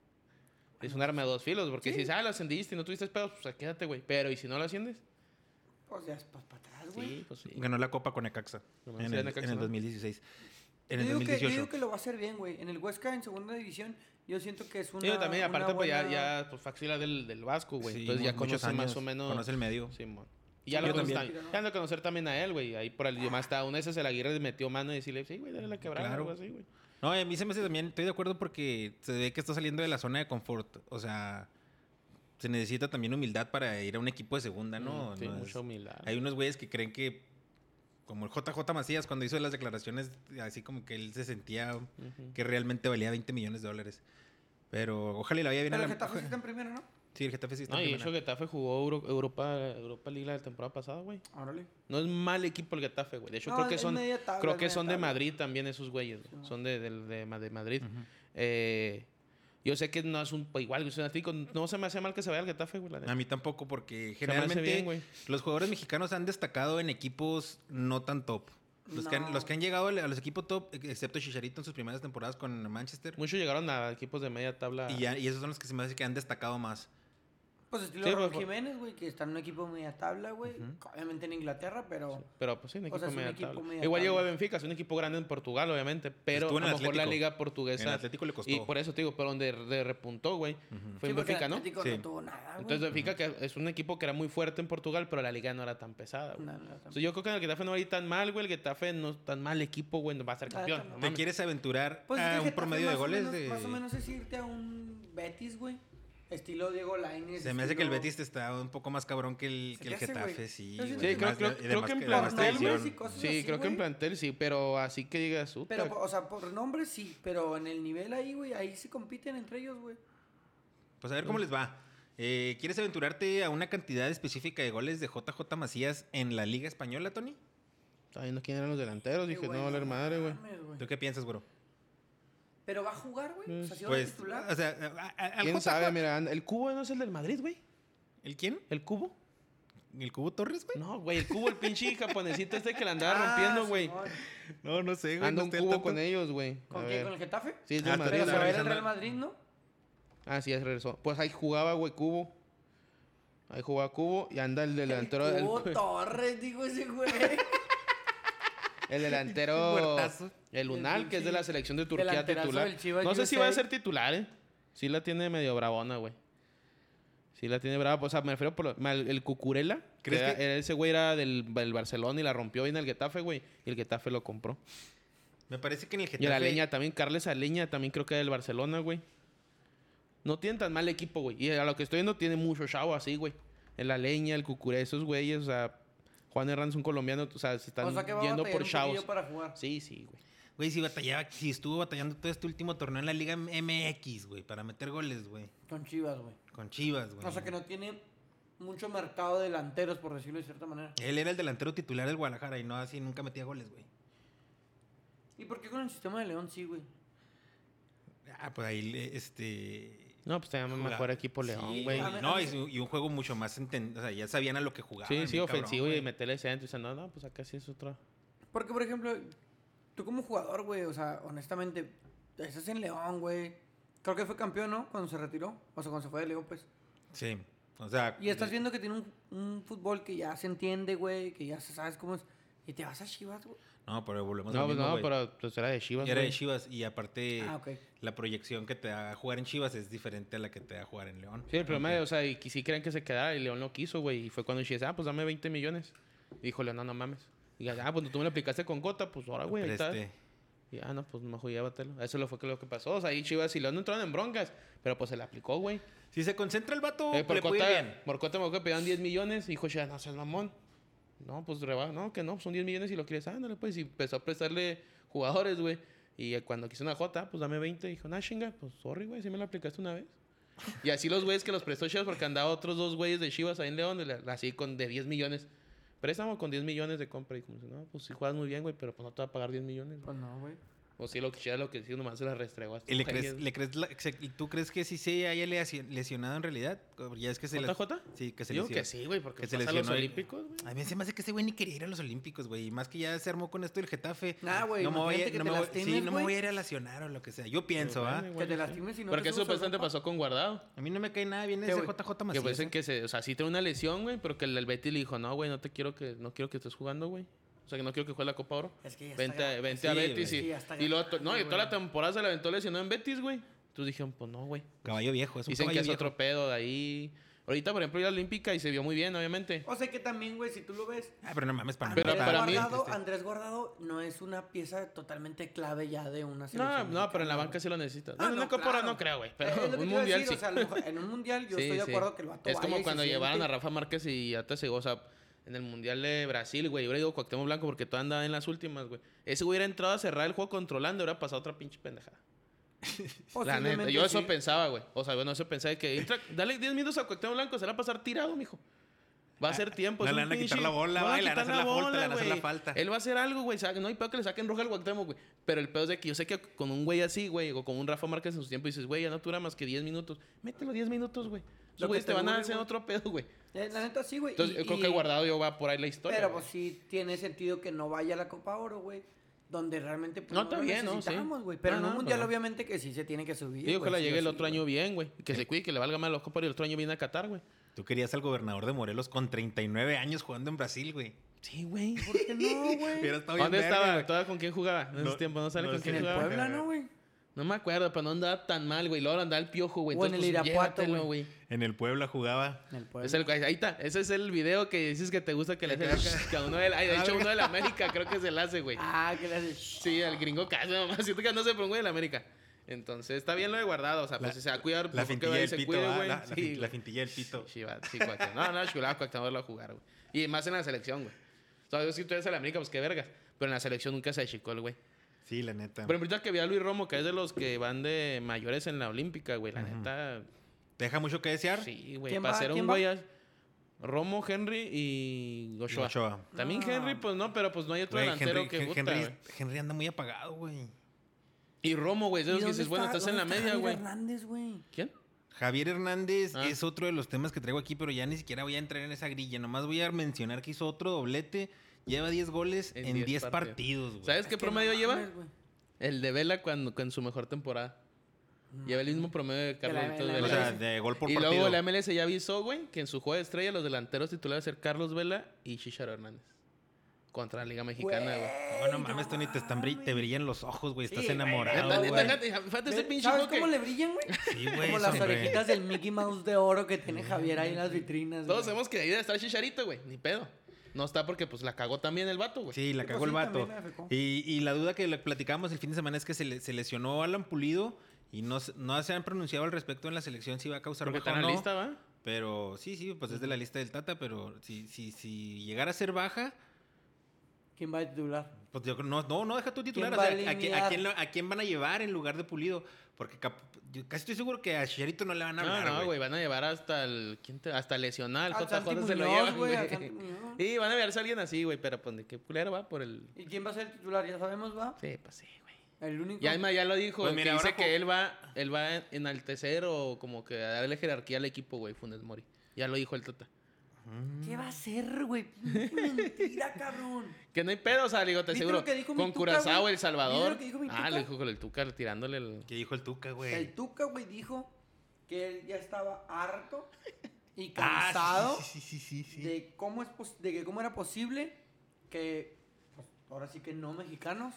B: Es un arma de dos filos, porque si ah, lo ascendiste y no tuviste pedos, pues quédate, güey. Pero, ¿y si no lo asciendes?
C: Pues ya es para atrás, güey.
B: Sí, pues sí.
A: Ganó la Copa con Necaxa
B: Nomás
A: en
B: era
A: el,
B: Necaxa,
A: en el
B: ¿no?
A: 2016. En
C: Yo
A: el
C: digo, que, yo
A: 2018.
C: digo que lo va a hacer bien, güey. En el Huesca, en segunda división, yo siento que es una.
B: Sí, yo también,
C: una
B: aparte, pues ya,
C: buena-
B: ya, pues factura del, del Vasco, güey.
A: Sí,
B: Entonces ya
A: muchos
B: conoce más
A: años,
B: o menos.
A: Conoce el medio.
B: Simón. Y ya
A: Yo
B: lo
A: también.
B: también. Ya han de conocer también a él, güey. Ahí por el idioma está. Una de esas el Aguirre le metió mano y decirle, sí, güey, dale la quebrada
A: Claro.
B: o algo así, güey.
A: No, y a mí se me hace también, estoy de acuerdo porque se ve que está saliendo de la zona de confort. O sea, se necesita también humildad para ir a un equipo de segunda, ¿no?
B: Mm, Sí,
A: No es-
B: mucha humildad.
A: Hay unos güeyes que creen que, como el JJ Macías cuando hizo las declaraciones, así como que él se sentía
B: Ujú.
A: que realmente valía 20 millones de dólares. Pero ojalá y le vaya bien
C: Pero
A: a
C: el
A: la...
C: Getafe sí está en primero, ¿no?
A: Sí, el Getafe sí está
B: No, y
A: en
B: de hecho
A: primera.
B: Getafe jugó Euro- Europa, Europa League la temporada pasada, güey.
C: Órale.
B: No es mal equipo el Getafe, güey. De hecho,
C: No,
B: creo que
C: es
B: son,
C: media tabla,
B: creo
C: es
B: que
C: media
B: son de
C: tabla.
B: Madrid también esos güeyes. güey.
C: Simón.
B: Son de, del- de Ma- de Madrid. Eh, yo sé que no es un... Igual, güey, es un atletico. no se me hace mal que se vaya al Getafe, güey. la neta.
A: A mí tampoco, porque
B: Se me hace
A: generalmente
B: bien, güey.
A: los jugadores mexicanos han destacado en equipos no tan top. Los, que, han,
C: No.
A: los que han llegado a los equipos top, excepto Chicharito en sus primeras temporadas con Manchester,
B: Muchos llegaron a equipos de media
C: ah.
B: tabla.
A: y, ya- y esos son los que se me hace que han destacado más.
C: Pues estilo
B: Sí,
C: Raúl
B: pues,
C: Jiménez, güey, que está en un equipo media tabla, güey. Obviamente en Inglaterra, pero.
B: Pero pues sí, un
C: O
B: equipo
C: sea, es un
B: media
C: equipo
B: tabla.
C: media
B: Igual llegó a
C: tabla.
B: Benfica, es un equipo grande en Portugal, obviamente. Pero
A: Estuvo
B: a
A: en
B: lo
A: el
B: mejor la
A: Atlético.
B: liga
A: En
B: portuguesa.
A: Atlético le costó.
B: Y por eso te digo, pero donde re- repuntó, güey, fue
C: Sí,
B: en
C: porque el
B: Benfica, ¿no?
C: Atlético
A: Sí.
C: no tuvo nada, güey.
B: Entonces Benfica que es un equipo que era muy fuerte en Portugal, pero la liga no era tan pesada, güey.
C: No, no, no,
B: Entonces, yo creo que en el Getafe no va a ir tan mal, güey. El Getafe no es tan mal equipo, güey. No va a ser
C: Ah,
B: campeón.
C: tampoco.
B: no
A: ¿Te
B: mames.
A: quieres aventurar
B: Eh,
C: Pues es que
A: a
C: el
A: un
C: Getafe
A: promedio de
C: más o
A: goles
C: menos-
A: de...?
C: Más o menos es irte a un Betis, güey. Estilo Diego Lainez.
A: Se me hace que el
C: estilo-
A: Betis está un poco más cabrón que el,
C: Se
A: que el
C: te hace, güey.
A: Getafe, sí.
C: Yo
A: güey,
C: siento
B: Sí,
A: de
C: que-
B: creo,
A: más-
B: creo-
A: de- de
B: creo
A: más
B: que en
A: que- de más
B: plantel,
A: tradición.
C: güey, sí, cosas
B: Sí,
C: así,
B: creo que en
C: güey.
B: plantel sí, pero así que digas, "Uta,
C: Pero, o sea, por nombre sí, pero en el nivel ahí, güey, ahí se compiten entre ellos, güey.
A: Pues a ver cómo les va. Eh, ¿Quieres aventurarte a una cantidad específica de goles de JJ Macías en la Liga Española, Tony?
B: estaba viendo quién eran los delanteros,
C: Qué
B: dije,
C: güey,
B: no, valer madre, güey.
C: mames, güey.
A: ¿Tú qué piensas, bro?
C: Pero va a jugar, güey. O
B: Mm,
C: sea, si va a
A: Pues,
C: titular.
A: o sea, a- a- al
B: ¿Quién
A: JJ
B: sabe? Mira, anda- el cubo no es el del Madrid, güey.
A: ¿El quién?
B: ¿El cubo?
A: ¿El Cubo Torres, güey?
B: No, güey, el cubo, el pinche japonesito este que la andaba
C: Ah,
B: rompiendo, güey.
C: Simón.
A: No, no sé,
B: Anda
A: no
B: un
A: estoy al
B: cubo
A: tanto.
B: con ellos, güey. A
C: ¿Con quién?
B: ver.
C: ¿Con el Getafe?
B: Sí, es del
A: Ah,
B: Madrid.
C: Pero se
A: la
C: va a ir al
A: revisando-
C: Real Madrid, ¿no?
B: Ah, sí, ya regresó. Pues ahí jugaba, güey, Cubo. Ahí jugaba Cubo y anda el delantero. El,
C: Hugo Torres, digo ese güey.
B: el delantero.
A: Huertazo.
B: el Lunal, que es de la selección de Turquía
C: Delanterazo
B: titular.
C: del Chivas
B: No sé si va a
C: USA.
B: ser titular, ¿eh? Sí la tiene medio bravona, güey. Sí la tiene brava. O sea, me refiero por lo- ma- el Cucurella. que
A: ¿Crees
B: era-
A: que-
B: era- ese güey era del, del Barcelona y la rompió bien el Getafe, güey. Y el Getafe lo compró.
A: Me parece que en el
B: Y
A: Getafe...
B: a la leña también, Carles Aleña también creo que del Barcelona, güey. No tienen tan mal equipo, güey. Y a lo que estoy viendo tiene mucho chavo así, güey. El Aleña, el Cucuré, esos güeyes, o sea, Juan Hernández, un colombiano, o sea, se están
C: O sea que va a
B: yendo
C: batallar
B: por
C: un poquillo
B: chavos.
C: para jugar.
B: Sí, sí, güey.
A: Güey, si batallaba, si estuvo batallando todo este último torneo en la Liga MX, güey, para meter goles, güey.
C: Con Chivas, güey.
A: Con Chivas, güey.
C: O sea que no tiene mucho mercado de delanteros, por decirlo de cierta manera.
A: Él era el delantero titular del Guadalajara y no así nunca metía goles, güey.
C: ¿Y por qué con el sistema de León sí, güey?
A: Ah, pues ahí, le- este...
B: No, pues teníamos
A: Jugaba.
B: mejor equipo
A: Sí,
B: León, güey.
C: a ver,
A: No,
C: a
A: y,
C: ver.
A: su- y un juego mucho más entendido. O sea, ya sabían a lo que jugaban.
B: Sí, sí,
A: bien cabrón,
B: ofensivo
A: güey.
B: y meterle ese adentro. Y dice, no, no, pues acá sí es otra.
C: Porque, por ejemplo, tú como jugador, güey, o sea, honestamente, estás en León, güey. Creo que fue campeón, ¿no? Cuando se retiró. O sea, cuando se fue de León, pues.
A: Sí. O sea...
C: Y estás viendo que tiene un, un fútbol que ya se entiende, güey, que ya se sabes cómo es. Y te vas a Chivas, güey.
A: No, pero volvemos a
B: No,
A: lo
B: pues
A: mismo,
B: no,
A: güey.
B: pero pues era de Chivas,
A: Era de
B: güey.
A: Chivas y aparte
C: Ah, ok.
A: la proyección que te da jugar en Chivas es diferente a la que te da jugar en León.
B: Sí, el problema, es, o sea, y que sí creen que se quedara y León no quiso, güey. Y fue cuando Chivas, ah, pues dame 20 millones. Y dijo León, no, no mames. Y ya, ah, cuando tú me lo aplicaste con Cota, pues ahora, güey, ahí está.
A: Preste.
B: Y ah, no, pues mejor llévatelo. Eso lo fue que lo que pasó. O sea, ahí Chivas y León no entraron en broncas, pero pues se le aplicó, güey.
A: Si se concentra el vato,
B: Eh, por,
A: le puede ir
B: Cota,
A: bien.
B: por Cota me acuerdo que pedían 10 millones. Y dijo, ya, no seas mamón. No, pues reba, no, que no, son 10 millones y lo quieres. Ah, no le puedes. Y empezó a prestarle jugadores, güey. Y eh, cuando quiso una J, pues dame 20. Dijo, nah, chinga, pues sorry, güey, si me lo aplicaste una vez. Y así los güeyes que los prestó Chivas, porque andaba otros dos güeyes de Chivas ahí en León, y le- así con de 10 millones. Préstamo con 10 millones de compra. Y como, no, pues si juegas muy bien, güey, pero pues no te va a pagar 10 millones. güey".
C: Pues no, güey.
B: O sí, lo que Chivas lo que sí, nomás se la restregó. a estos
A: ¿Y le
B: güeyes,
A: crees, le crees la- se- ¿Tú crees que sí se haya lesio- lesionado en realidad? Ya es que se les-
B: ¿JJ?
A: Sí, que se
B: Digo
A: lesionó.
B: que sí, güey, porque
A: que se
B: pasa a los
A: lesionó el-
B: olímpicos, güey.
A: A mí se me hace que ese güey ni quería ir a los Olímpicos, güey. Y más que ya se armó con esto el Getafe.
B: Ah,
C: Nah, güey,
A: No me voy a,
C: imagínate que
A: no
C: te
A: me voy-
C: lastimes,
A: sí, no me
C: güey.
A: voy a ir a lesionar o lo que sea. Yo pienso, ¿ah?
B: Bueno,
C: Que
B: igual
C: te
B: y sí.
C: lastimes y no
B: Porque
C: te
B: eso
C: subes al
B: supuestamente
C: barco.
B: pasó con Guardado.
A: A mí no me cae nada bien
C: ¿Qué,
A: ese
C: güey?
A: JJ
B: Que
A: Macías.
B: pues
A: ¿eh?
B: que se, o sea, sí tiene una lesión, güey, pero que el, el Betty le dijo, no, güey, no te quiero que, no quiero que estés jugando, güey. O sea, que no quiero que juegue la Copa Oro.
C: Es que ya está
B: Vente, a-
C: grande.
B: vente a
A: Sí,
B: Betis
A: güey.
B: y,
C: Sí, ya está
B: y luego, to-
C: grande,
B: no, y toda
C: güey.
B: la temporada se la aventó lesionado en Betis, güey. Entonces dijeron, pues no, güey.
A: Caballo viejo, es un
B: Dicen que
A: caballo
B: es
A: viejo.
B: otro pedo de ahí. Ahorita, por ejemplo, ir a la Olímpica y se vio muy bien, obviamente.
C: O sea que también, güey, si tú lo ves,
A: Ah, pero no mames, para
B: Pero
A: mí.
C: Andrés,
B: para mí- este
C: Guardado, Andrés Guardado no es una pieza totalmente clave ya de una
B: No,
C: selección.
B: no, pero en la
C: mexicana,
B: banca sí lo necesitas. No,
C: Ah,
B: en una
C: no,
B: Copa Oro
C: claro. Eh,
B: no creo, güey.
C: Es
B: Pero
C: lo que te
B: un
C: iba a
B: mundial
C: decir,
B: sí.
C: o sea, a lo mejor en un mundial yo
B: Sí,
C: estoy de
B: sí.
C: acuerdo que el vato
B: Es
C: vaya y
B: como
C: se
B: cuando llevaron a
C: siente.
B: Rafa Márquez y ya te cegó, o sea, en el Mundial de Brasil, güey. Yo hubiera ido Cuauhtémoc Blanco porque todo andaba en las últimas, güey. Ese güey hubiera entrado a cerrar el juego controlando y hubiera pasado otra pinche pendejada. La
C: Posiblemente
B: neta, yo eso
C: sí.
B: pensaba, güey. O sea, bueno, eso pensaba de que entra, dale 10 minutos a Cuauhtémoc Blanco, se la va a pasar tirado, mijo. Va a ser tiempo.
A: no
B: es
A: le
B: un
A: van Ah, a quitar
B: pinche-
A: la bola,
B: no
A: va, y le van a
B: quitar
A: hacer la falta, le van a
B: bola,
A: hacer la
B: güey.
A: falta.
B: Él va a hacer algo, güey. o sea, No hay peor que le saquen roja al Cuauhtémoc, güey. Pero el pedo es de que yo sé que con un güey así, güey, o con un Rafa Márquez en su tiempo, dices, güey, ya no dura más que 10 minutos. Mételo 10 minutos, güey.
C: Lo que
B: Los güeyes te
C: te
B: van a
C: dure,
B: hacer
C: güey.
B: otro pedo, güey.
C: Eh, La neta sí, güey.
B: Entonces,
C: y-
B: yo creo
C: y-
B: que guardado yo va por ahí la historia.
C: Pero
B: güey.
C: pues sí tiene sentido que no vaya a la Copa Oro, güey. Donde realmente pues,
B: No, está
C: lo
B: bien, ¿no? Sí.
C: necesitamos, güey. Pero
B: No,
C: en un
B: no,
C: mundial
B: pero-
C: obviamente que sí se tiene que subir.
B: Digo que
C: güey,
B: la
C: sí
B: llegue
C: o
B: el
C: sí,
B: otro
C: güey.
B: año bien, güey. Que se cuide, que le valga más los copas y el otro año viene a Qatar, güey.
A: Tú querías al gobernador de Morelos con 39 años jugando en Brasil, güey.
B: Sí, güey.
C: ¿Por qué no,
A: Hubiera
C: güey?
A: estado bien
B: ¿Dónde
A: verga,
B: estaba?
A: güey.
B: ¿Todavía con quién jugaba? En
A: No-
B: ese tiempo no sale
A: no
B: con
A: sé.
B: quién
C: En el
B: jugaba.
C: Puebla, ¿no, güey?
B: No me acuerdo, pero no andaba tan mal, güey. Luego andaba el piojo, güey.
C: O en
B: Entonces,
C: el
B: pues,
C: Irapuato,
B: llévatelo,
C: güey.
A: En el Puebla jugaba.
C: En el
B: Es
C: Puebla.
B: el- ahí está, ese es el video que dices que te gusta que le haces que a uno de, ay,
A: Ah,
B: de hecho uno de la América creo que se le hace, güey.
C: Ah, que le hace...
B: Sí, al gringo casi nomás, siento que no se un güey de la América. Entonces, está bien lo de guardado. O sea, pues se va a cuidar.
A: La
B: porque
A: fintilla
B: va y
A: del
B: se
A: pito,
B: cuide,
A: ¿va?
B: güey.
A: La, la
B: Sí,
A: fin- la
B: güey.
A: fintilla del pito.
B: Chiva- sí, cuate. No, no, chulada Cuauhtémoc a jugar, güey. Y más en la selección, güey. O sea, yo si tú eres a la América, pues qué vergas. Pero en la selección nunca se achicó el güey.
A: Sí, la neta.
B: Pero ahorita que vi a Luis Romo, que es de los que van de mayores en la Olímpica, güey. La
A: Ujú.
B: neta.
A: Deja mucho que desear.
B: Sí, güey.
C: ¿Quién
B: Para
C: va?
B: ser un
C: ¿Quién va?
B: güey. as- Romo, Henry y Ochoa.
A: Ochoa.
B: También
C: No.
B: Henry, pues no, pero pues no hay otro
A: Güey,
B: delantero
A: Henry,
B: que
A: Hen-
B: gusta,
A: Henry-
B: güey.
A: Henry anda muy apagado, güey.
B: Y Romo, güey, es de los
C: ¿Y
B: que
C: dónde
B: dices, bueno,
C: está-
B: estás en la
C: dónde está
B: media,
C: Javier
B: güey.
C: Hernández, güey.
B: ¿Quién?
A: Javier Hernández
B: Ah.
A: es otro de los temas que traigo aquí, pero ya ni siquiera voy a entrar en esa grilla. Nomás voy a mencionar que hizo otro doblete. Lleva 10 goles
B: En
A: en
B: 10
A: 10,
B: partidos.
A: partidos, güey.
B: ¿Sabes qué
C: Es que
B: promedio
C: no
B: lleva?
C: mames, güey.
B: El de Vela cuando, con su mejor temporada. Lleva el mismo promedio de
C: la-
B: Carlos
C: la-
B: Vela.
A: O sea, de gol por
B: y
A: partido.
B: luego la MLS ya avisó, güey, que en su juego de estrella los delanteros titulares ser Carlos Vela y Chicharo Hernández. Contra la Liga Mexicana, güey.
A: No, no mames, Tony, te, están brill- te brillan los ojos, güey. Estás
C: Sí, güey,
A: enamorado,
B: Neta,
A: güey.
B: neta, neta, Fíjate ese
C: Ve,
B: pinche
C: ¿Sabes
B: coque.
C: cómo le brillan, güey?
A: Sí, güey.
C: Como las
A: sonríe.
C: orejitas del Mickey Mouse de oro que tiene Javier ahí en las vitrinas.
B: Todos
C: güey.
B: sabemos que ahí debe estar Chicharito, güey. Ni pedo. No está porque pues la cagó también el vato, güey.
A: Sí, la
C: Sí,
A: cagó
C: pues
A: el
C: sí,
A: vato.
C: también me afectó.
A: Y, y la duda que le platicamos el fin de semana es que se, le- se lesionó Alan Pulido y no, se- no se han pronunciado al respecto en la selección si va a causar
B: Porque
A: baja
B: está
A: o
B: en la
A: no.
B: lista, ¿va?
A: Pero sí, sí, pues es de la lista del Tata, pero si, si, si llegara a ser baja,
C: ¿Quién va a titular?
A: pues yo creo- no, no, no deja tú titular.
C: ¿Quién
A: o
C: va
A: sea,
C: a
A: ¿a, qui- a
C: alinear?
A: quién, lo- a quién van a llevar en lugar de Pulido? Porque cap- yo casi estoy seguro que a Chicharito no le van a
B: No,
A: hablar,
B: no,
A: güey.
B: güey. Van a llevar hasta el... ¿quién te- Hasta lesionar.
C: Al
B: Jota
C: Santi
B: Juárez se lo
C: Muñoz,
B: llevan,
C: güey, al
B: güey.
C: Santi Muñoz.
B: Y van a llevarse a alguien así, güey. Pero pues de qué culero va por el...
C: ¿Y quién va a ser el titular? Ya sabemos, va.
B: Sí, pues sí, güey.
C: El único.
B: Ya, ya lo dijo,
A: Pues
B: que
A: mira,
B: dice
A: ahora
B: que
A: ju-
B: él va, él va a enaltecer o como que a darle jerarquía al equipo, güey, Funes Mori. Ya lo dijo el Tata.
C: ¿Qué va a ser, güey? Pinche mentira, cabrón.
B: Que no hay pedo, o sea, le digo, te
C: ¿Viste
B: aseguro.
C: lo que dijo mi
B: Con
C: Tuca,
B: Curazao,
C: güey?
B: El Salvador.
C: ¿Viste lo que dijo mi
B: Ah,
C: Tuca?
B: lo dijo con el Tuca tirándole el.
A: ¿Qué dijo el Tuca, güey?
C: El Tuca, güey, dijo que él ya estaba harto y
A: Ah, sí,
C: cansado
A: sí, sí, sí, sí, sí.
C: de cómo es pos- de que cómo era posible que pues, ahora sí que no mexicanos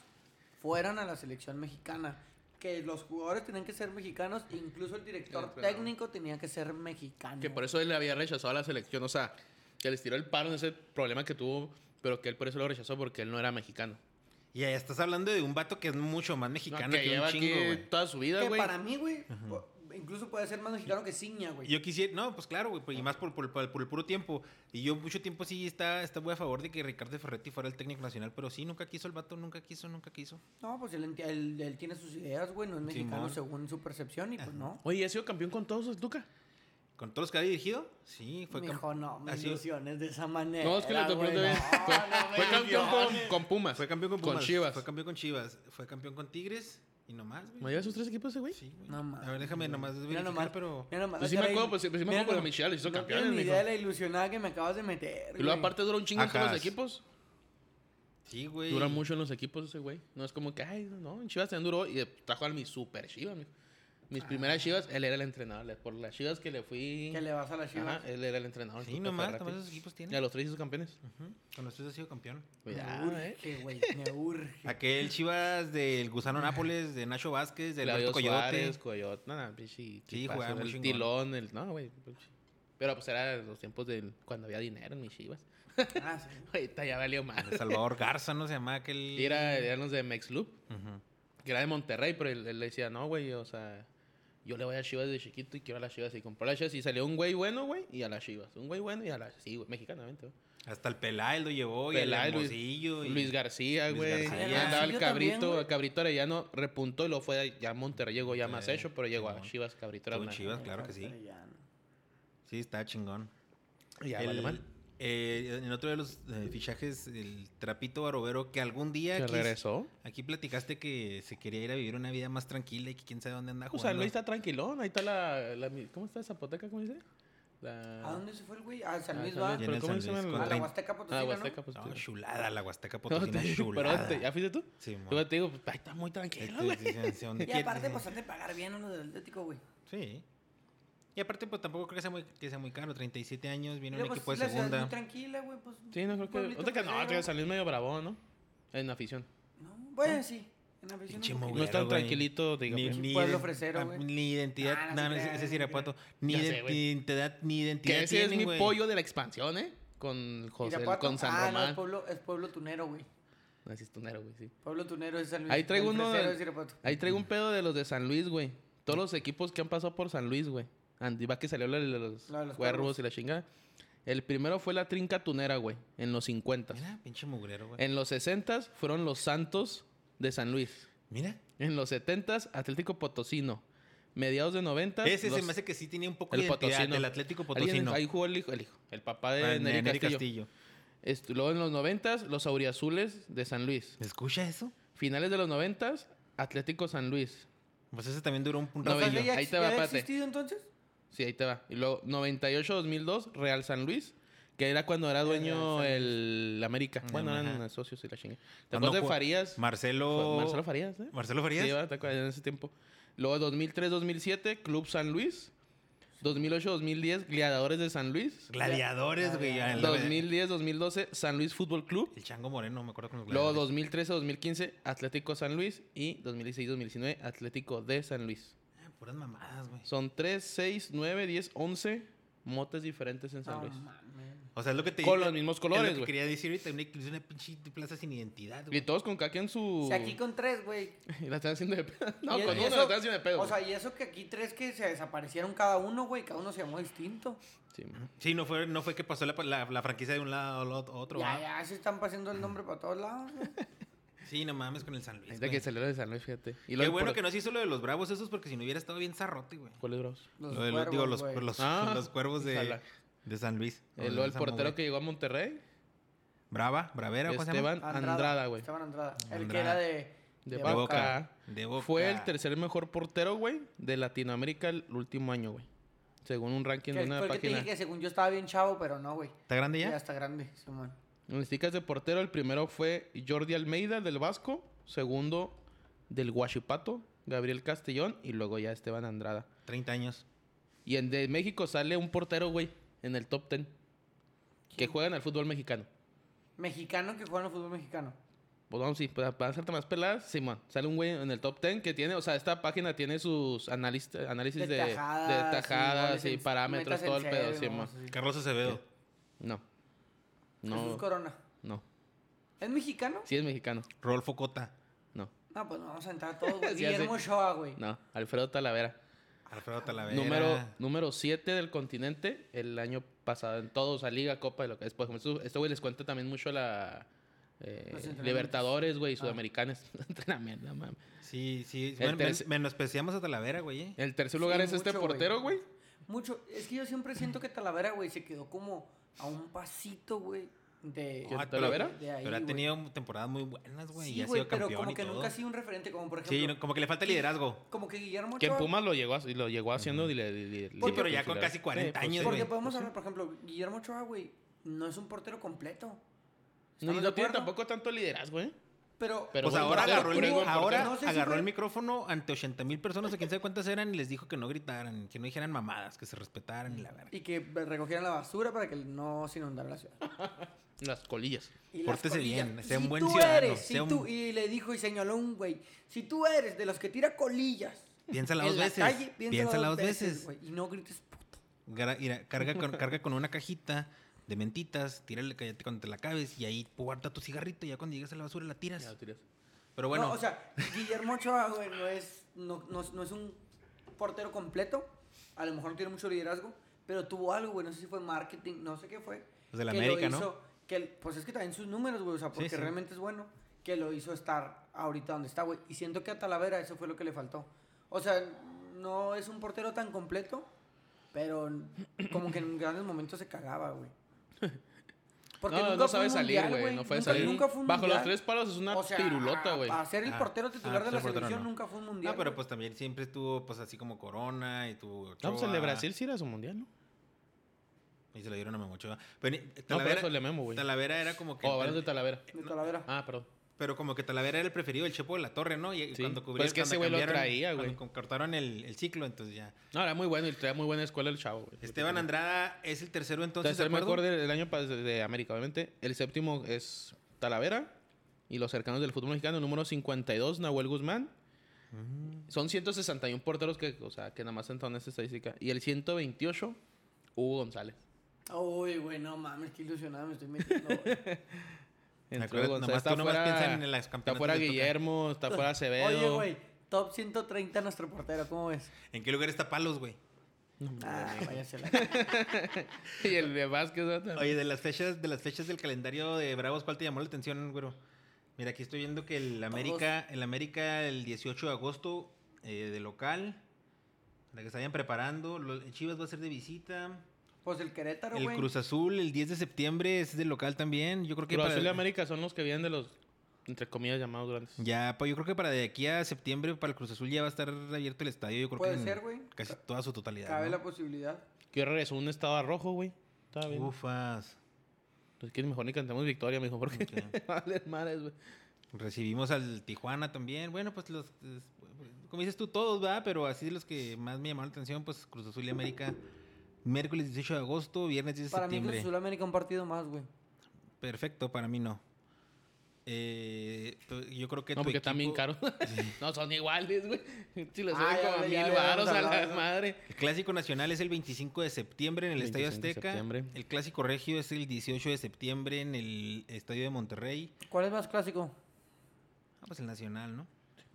C: fueran a la selección mexicana que los jugadores tenían que ser mexicanos incluso el director
B: El entrenador.
C: técnico tenía que ser mexicano
B: Que por eso él le había rechazado a la selección, o sea, que les tiró el paro en ese problema que tuvo, pero que él por eso lo rechazó porque él no era mexicano.
A: Y ya estás hablando de un vato que es mucho más
B: No,
A: mexicano
B: que
A: que
B: lleva
A: un
B: aquí
A: chingo, güey.
B: toda su vida,
C: que
B: güey.
C: para mí güey o- incluso puede ser más mexicano que Ciña güey
A: Yo quisiera, no, pues claro, güey, y más por, por- por- por el puro tiempo. Y yo mucho tiempo sí está, está muy a favor de que Ricardo Ferretti fuera el técnico nacional, pero sí, nunca quiso el vato, nunca quiso, nunca quiso.
C: no pues él, enti- él- él tiene sus ideas güey no es mexicano
A: Simón.
C: según su percepción y pues no
B: Oye, ¿ha sido campeón con todos el Tuca?
A: Con todos los que ha dirigido, sí, fue cam-
C: Mijo, no, me
A: ha sido-
C: ilusiones de esa manera.
B: No, es que lo te
C: güey,
B: pregunto bien.
C: no,
B: Fue,
C: no me
B: fue campeón con,
C: ilusiones.
B: con Pumas.
A: Fue campeón con
B: Con
A: Pumas,
B: Chivas.
A: Fue campeón con Chivas, fue campeón con Tigres y nomás,
B: ¿Me
A: güey.
B: lleva sus tres equipos ese güey?
A: Sí, güey.
C: No mames,
A: a ver, déjame nomás
C: Mira
A: verificar,
C: nomás,
A: pero...
C: mira nomás.
B: Pues sí
C: la
B: me
C: cara
B: acuerdo,
C: de-
B: pues sí- pues sí me
C: mira
B: acuerdo,
C: nomás.
B: Michelle los hizo
C: No
B: campeones,
C: tienes ni
B: mijo.
C: idea de la ilusionada que me acabas de meter.
B: Y luego
C: güey.
B: aparte dura un chingo en todos los
A: Ajas.
B: equipos.
A: Sí, güey.
B: Dura mucho en los equipos ese güey. No es como que, ay, no, en Chivas también duró y trajo a mi super Chivas, mijo. Mis primeras Chivas, él era el entrenador. le- Por las Chivas que le fui...
C: Ah. Que le vas a la Chivas.
B: Ajá, él era el entrenador.
A: Sí, nomás, nomás esos equipos
B: Ya
A: tienen.
B: los tres hizo campeones.
A: Ujú, Con los tres ha sido campeón.
C: Me
B: Cuidado, eh.
C: urge, güey, me urge.
A: Aquel Chivas del Gusano Nápoles, de Nacho Vázquez, del
B: Claudio
A: Alberto Coyote.
B: Suárez, Coyote, no, no, pinche equipazo,
A: jugaba muy
B: el
A: chingón.
B: tilón, el, no, güey, pinche. pero pues era los tiempos de cuando había dinero en mis chivas.
C: Ah, sí.
B: Ahorita ya valió más.
A: Salvador Garza, ¿no? Se llamaba aquel...
B: Y era, eran los de Mexloop,
A: Ujú.
B: que era de Monterrey, pero él, él le decía, no, güey, o sea, yo le voy a Chivas de chiquito y quiero a las Chivas. Y compró las Chivas y salió un güey bueno, güey, y a las Chivas. Un güey bueno y a las, sí, güey, mexicanamente, güey.
A: Hasta el Pelay lo llevó y
B: Pelay,
A: el
B: Luis-
A: Hermosillo. y-
B: Luis García,
A: Luis
B: güey.
A: García.
B: Ya andaba el
C: Hermosillo
B: cabrito,
C: también, güey.
B: el cabrito Arellano repuntó y lo fue, a- ya a Monterrey llegó ya más
A: Monterrey,
B: hecho, pero llegó a
A: Simón.
B: Chivas, cabrito era
A: Estuvo en
B: una-
A: Chivas, claro que sí. Sí, está chingón.
B: Ya
A: el,
B: vale mal.
A: eh, en otro de los eh, fichajes, el Trapito Barovero, que algún día
B: ¿Se
A: aquí,
B: regresó?
A: aquí platicaste que se quería ir a vivir una vida más tranquila y que quién sabe dónde anda
B: O sea,
A: jugando.
B: Pues, Luis Ah, está tranquilón. Ahí está la, la- ¿Cómo está Zapoteca? ¿Cómo dice? La,
C: ¿A dónde se fue el güey? A
B: Ah,
C: San Luis
B: San
C: va.
B: Luis, pero
A: Viene
B: ¿cómo
A: San
B: se llama?
A: Luis,
B: la-
C: A la
A: Trin-
C: Huasteca
B: Ah,
C: Potosina,
B: Huasteca,
C: Huasteca.
B: pues,
A: No,
B: sí.
A: chulada la Huasteca
B: No,
A: Potosina,
B: te-
A: chulada.
B: pero te- ¿Ya fuiste tú?
A: Sí, mo.
B: Yo te digo, pues, ahí está muy
A: Este,
B: tranquilo, güey.
A: sí, sí, sí, donde
C: Y aparte,
A: quiera.
C: pues han de pagar bien a los del Atlético, güey.
A: Sí. Y aparte, pues tampoco creo que sea muy, que sea muy caro. 37 años,
C: Y
A: viene un
C: luego,
A: equipo
C: pues,
A: de
C: la ciudad es muy
A: segunda.
C: tranquila, güey, pues.
B: Sí, no creo que.
C: pueblito
B: Otra que no,
C: pesero.
B: creo que salió medio bravo, ¿no? En afición.
C: No, bueno, sí. En la afición
A: Pinche
C: no-
A: Muy
B: No es tan
A: güero, güey.
B: tranquilito, digo.
A: Ni,
B: pues.
A: ni,
C: pueblo
A: ident-
C: fresero,
A: ah,
C: güey.
A: ni identidad,
C: Ah,
A: no,
C: no se
A: no, ese,
C: crean,
A: ese es
C: no se
A: Irapuato. Ni,
B: Ya
A: ident-
B: sé, güey.
A: ni identidad, ni identidad.
B: Que ese es
A: tienen,
B: mi
A: güey.
B: pollo de la expansión, ¿eh? Con José,
C: Irapuato.
B: con San
C: ah, no, es
B: Román.
C: pueblo, es pueblo tunero, güey.
B: No, ese es tunero, güey, sí.
C: Pablo Tunero es San Luis.
B: Ahí traigo
C: el
B: uno
C: fresero
B: de-
C: de Irapuato.
B: Ahí traigo un pedo de los de San Luis, güey. Todos los equipos que han pasado por San Luis, güey. Andy va que salió lo de los,
C: Lo de los
B: cuervos, y la chingada. El primero fue la trinca tunera, güey, en los 50.
A: Mira, pinche mugrero, güey.
B: En los 60 fueron los Santos de San Luis.
A: Mira.
B: En los 70 Atlético Potosino. Mediados de 90
A: Ese
B: los-
A: se me hace que sí tenía un poco
B: el
A: de identidad.
B: Potosino.
A: El Atlético
B: Alguien-
A: Potosino.
B: Ahí jugó el hijo, el hijo, el papá
A: Ah,
B: de
A: en-
B: Nery
A: en Nery Castillo.
B: Castillo. Est- Luego en los 90 los Auriazules de San Luis.
A: ¿Escucha eso?
B: Finales de los 90 Atlético San Luis.
A: Pues ese también duró un punto.
C: O sea,
B: Novello.
C: ¿ya-
B: Ahí te va,
C: ¿Ya ha
B: espérate.
C: existido entonces?
B: Sí, ahí te va. Y luego 98-2002 Real San Luis, que era cuando era dueño
C: Real San
B: el América.
A: Mm,
B: Bueno,
A: ajá.
B: eran socios y la chinga. ¿Te
A: Cuando
B: acuerdas de
A: jugó-
B: Farías?
A: Marcelo.
B: Marcelo Farías, ¿eh?
A: Marcelo Farías.
B: Sí, va, te acuerdas en ese tiempo. Luego 2003-2007, Club San Luis. 2008-2010, Gladiadores de San Luis.
A: Gladiadores, güey. ya en la-
B: 2010-2012, San Luis Fútbol Club.
A: El Chango Moreno, me acuerdo con los
B: Luego
A: gladiadores.
B: 2013-2015, Atlético San Luis. Y 2016-2019, Atlético de San Luis.
A: Ah, Puras mamadas, güey.
B: Son 3, 6, 9, 10, 11 motes diferentes en San
C: No,
B: Luis.
C: mames.
A: O sea, es lo que te
B: Con
A: digo-
B: los mismos
A: es lo
B: colores,
A: que
B: güey.
A: quería decir ahorita, una, es una pinche plaza sin identidad,
B: Y
A: güey.
B: todos con caca en su...
C: Si aquí con tres, güey.
B: La están haciendo de pedo. No,
C: Y-
B: con
C: y
B: uno
C: eso-
B: la están haciendo de pedo.
C: O
B: güey.
C: sea, y eso que aquí tres que se desaparecieron cada uno, güey. Cada uno se llamó distinto.
B: Sí,
C: pues,
B: man.
A: Sí, no fue, no fue que pasó la, la- la franquicia de un lado al ot- otro.
C: Ya,
A: ¿verdad?
C: ya se están pasando el nombre para todos lados. güey.
A: Sí, no mames con el San Luis.
B: Ahorita que
A: güey.
B: salió de San Luis, fíjate. Y
A: Qué
B: luego
A: bueno
B: por-
A: que no se hizo lo de los bravos esos, porque si no hubiera estado bien zarrote, güey.
B: ¿Cuál es, bros?
C: Los
A: Lo de los-
C: cuervos,
A: digo, los,
C: güey.
A: los-
B: Ah,
A: los cuervos de,
B: ojalá.
A: de San Luis.
B: Eh, luego el portero que llegó a Monterrey.
A: Brava, Bravera, ¿cómo se llama?
B: Esteban Andrada, güey.
C: Esteban Andrada. El que
A: Andrada.
C: era de...
B: De
A: De
B: Boca.
A: Boca. De Boca.
B: Fue el tercer mejor portero, güey, de Latinoamérica el último año, güey. Según un ranking
C: Que
B: de
C: fue
B: una
C: el que te
B: página.
C: dije que según yo estaba bien chavo, pero no, güey.
A: ¿Está grande
C: Ya
A: ya?
C: está grande, Simón.
B: En las chicas de portero, el primero fue Jordi Almeida, del Vasco. Segundo, del Guachipato, Gabriel Castellón. Y luego ya Esteban Andrada.
A: 30 años.
B: Y en de México sale un portero, güey, en el top 10. Que juega en el fútbol mexicano.
C: Mexicano que juega en el fútbol mexicano.
B: Pues vamos, sí, para, para hacerte más peladas, Simón. Sale un güey en el top 10 que tiene, o sea, esta página tiene sus analista- análisis de, de tajadas,
C: goles
B: y
C: en-
B: parámetros,
C: metas en
B: todo el pedo,
C: cero,
B: Simón.
C: sí.
A: Carlos Acevedo.
B: No.
C: Jesús
B: No.
C: Corona.
B: No.
C: ¿Es mexicano?
B: Sí es mexicano.
A: Rolfo Cota.
B: No.
C: No, pues no vamos a entrar todos, güey.
B: Sí, ya sé.
C: Guillermo Ochoa, güey.
B: No. Alfredo Talavera.
A: Alfredo Talavera.
B: Número número 7 del continente el año pasado en todos, a Liga, Copa y lo que es. Por ejemplo, esto- esto, güey, les cuenta también mucho la... eh,
C: entrenamientos.
B: libertadores, güey, y
C: Ah.
B: sudamericanas. Entrenamiento, no mames.
A: Sí, sí.
B: El
A: Men- men-
B: tercer-
A: menospreciamos a Talavera, güey. eh.
B: El tercer
C: Sí,
B: lugar es este
C: mucho, güey.
B: portero, güey.
C: Mucho. Es que yo siempre siento que Talavera, güey, se quedó como a un pasito, güey, de...
B: ¿Quién,
A: Ah, pero-
B: Talavera?
C: De ahí,
A: pero ha
C: güey.
A: tenido temporadas muy buenas, güey. y
C: Sí,
A: ha
C: güey,
A: sido
C: pero
A: campeón
C: como
A: y
C: que
A: todo.
C: nunca ha sido un referente, como por ejemplo...
A: Sí, no, como que le falta liderazgo.
C: Como que Guillermo
B: Que en
C: Ochoa-
B: Pumas lo llegó, a- lo llegó haciendo y le- le- le-
A: Sí, pero
B: le-
A: ya con casi 40
B: Sí, pues,
A: años,
B: sí.
A: güey.
C: Porque podemos hablar, por ejemplo, Guillermo Ochoa, güey, no es un portero completo.
B: No,
C: ¿Estamos
B: no
C: de
B: tiene
C: acuerdo?
B: tampoco tanto liderazgo, ¿eh?
C: Pero,
B: Pero
A: pues
B: bueno,
A: ahora
B: portero,
A: agarró, el,
B: puro
A: mic-
B: buen portero.
A: ahora
C: No sé si
A: agarró
C: fue-
A: el micrófono ante 80 mil personas, o quién sabe cuántas eran, y les dijo que no gritaran, que no dijeran mamadas, que se respetaran y la verga.
C: Y que recogieran la basura para que no se inundara la ciudad.
B: Las colillas.
C: Y las
A: Pórtese
C: colillas.
A: bien, sea un
C: Si
A: buen
C: tú
A: ciudadano,
C: Eres, si
A: sea un-
C: tú, y le dijo y señaló un güey, si tú eres de los que tira colillas
A: Piénsala
C: en
A: dos
C: la
A: veces.
C: calle, piénsala,
A: piénsala dos veces.
C: güey, y no grites puto.
A: Gra- mira, carga, con, carga con una cajita de mentitas, tírale cállate cuando te la acabes y ahí guarda tu cigarrito y ya cuando llegas a la basura la tiras.
B: Ya
C: Pues,
B: lo tiras.
A: Pero bueno,
C: No, o sea, Guillermo Ochoa, güey, no es, no, no, no es un portero completo. A lo mejor no tiene mucho liderazgo, pero tuvo algo, güey. No sé si fue marketing, no sé qué fue.
B: Pues
A: Los del
C: que lo
A: América, ¿no?
C: que el- pues es que también sus números, güey. O sea, porque
A: sí.
C: realmente es bueno que lo hizo estar ahorita donde está, güey. Y siento que a Talavera eso fue lo que le faltó. O sea, no es un portero tan completo, pero como que en grandes momentos se cagaba, güey. Porque
B: no,
C: nunca
B: no
C: fue un
B: sabe salir,
C: mundial,
B: güey. No puede
C: Nunca-
B: salir.
C: Nunca fue un
B: Bajo los
C: mundial.
B: tres palos es una
C: O sea,
B: pirulota, güey.
C: A ser el
A: Ah,
C: portero titular
A: ah,
C: de la
A: ser portero,
C: selección
A: no.
C: nunca fue un mundial.
A: ah, pero
C: güey.
A: pues también siempre estuvo pues así como Corona y tu Ochoa.
B: No, pues el de Brasil sí era su mundial, ¿no?
A: Y se lo dieron a Memo Ochoa. Pero, eh,
B: No, pero
A: Talavera,
B: eso le memo, güey.
A: Talavera era como que...
B: Oh, hablando de Talavera.
C: de Talavera.
B: Ah, perdón.
A: Pero como que Talavera era el preferido del Chepo de la Torre, ¿no? Y y
B: Sí.
A: cuando
B: Pues
A: cubrieron,
B: es que ese
A: cuando
B: güey lo
A: cambiaron-
B: traía, güey.
A: Cuando cortaron el, el ciclo, entonces ya.
B: No, era muy bueno y traía muy buena escuela el chavo, güey.
A: Esteban Andrada es el tercero entonces,
B: Entonces, el
A: ¿de acuerdo?
B: mejor del del año pas- de, de América, obviamente. El séptimo es Talavera. Y los cercanos del fútbol mexicano, número 52, Nahuel Guzmán.
A: Mm.
B: Son 161 porteros que, o sea, que nada más entran en esta estadística. Y el 128, Hugo González.
C: Uy, güey, no mames, qué ilusionado me estoy metiendo. güey.
B: Entró
A: Acuérdate,
B: González.
A: nomás
B: Está
A: tú nomás piensa
B: fuera,
A: en las
B: está
A: campeonatas
B: fuera
A: que te
B: Guillermo, está fuera Acevedo.
C: Oye, güey, top 130 nuestro portero, ¿cómo ves?
A: ¿En qué lugar está Palos, güey?
C: Ah, váyase la-
B: Y el de Vázquez. ¿no?
A: Oye, de las fechas, de las fechas del calendario de Bravos, ¿cuál te llamó la atención, güero? Mira, aquí estoy viendo que el América, el América el 18 de agosto eh, de local, la que se vayan preparando, lo- el Chivas va a ser de visita,
C: Pues el Querétaro,
A: el
C: güey.
A: Cruz Azul el 10 de septiembre es de local también, yo creo que
B: Cruz
A: para-
B: Azul y América son los que vienen de los, entre comillas, llamados grandes.
A: ya, pues yo creo que para de aquí a septiembre para el Cruz Azul ya va a estar abierto el estadio, yo creo
C: Puede
A: que en
C: ser, güey.
A: casi toda su totalidad.
C: Cabe
A: ¿no?
C: la posibilidad.
B: Que regresó un estado a rojo, güey. Estaba bien.
A: Ufas.
B: Pues que mejor ni cantemos victoria, mijo, porque
A: Ok.
B: vale madres, güey.
A: Recibimos al Tijuana también. Bueno, pues los. es- Como dices tú, todos, ¿verdad? Pero así los que más me llamaron la atención, pues Cruz Azul y América. Miércoles 18 de agosto, viernes 10 de
C: Para mí,
A: septiembre.
C: Cruz Azul América un partido más, güey.
A: Perfecto, para mí no. Eh, tú- yo creo que.
B: No,
A: tu
B: porque están bien
A: equipo-
B: caros. no, son iguales, güey. Si los
C: Ah,
B: suben
C: ya,
B: como a
C: ya,
B: mil
C: ya,
B: varos
C: ya,
B: a
C: ya,
B: la
C: ya.
B: madre.
A: El clásico nacional es el 25 de septiembre en el Estadio
B: 25 de
A: Azteca.
B: septiembre.
A: El clásico regio es el 18 de septiembre en el Estadio de Monterrey.
C: ¿Cuál es más clásico?
A: Ah, pues el nacional, ¿no?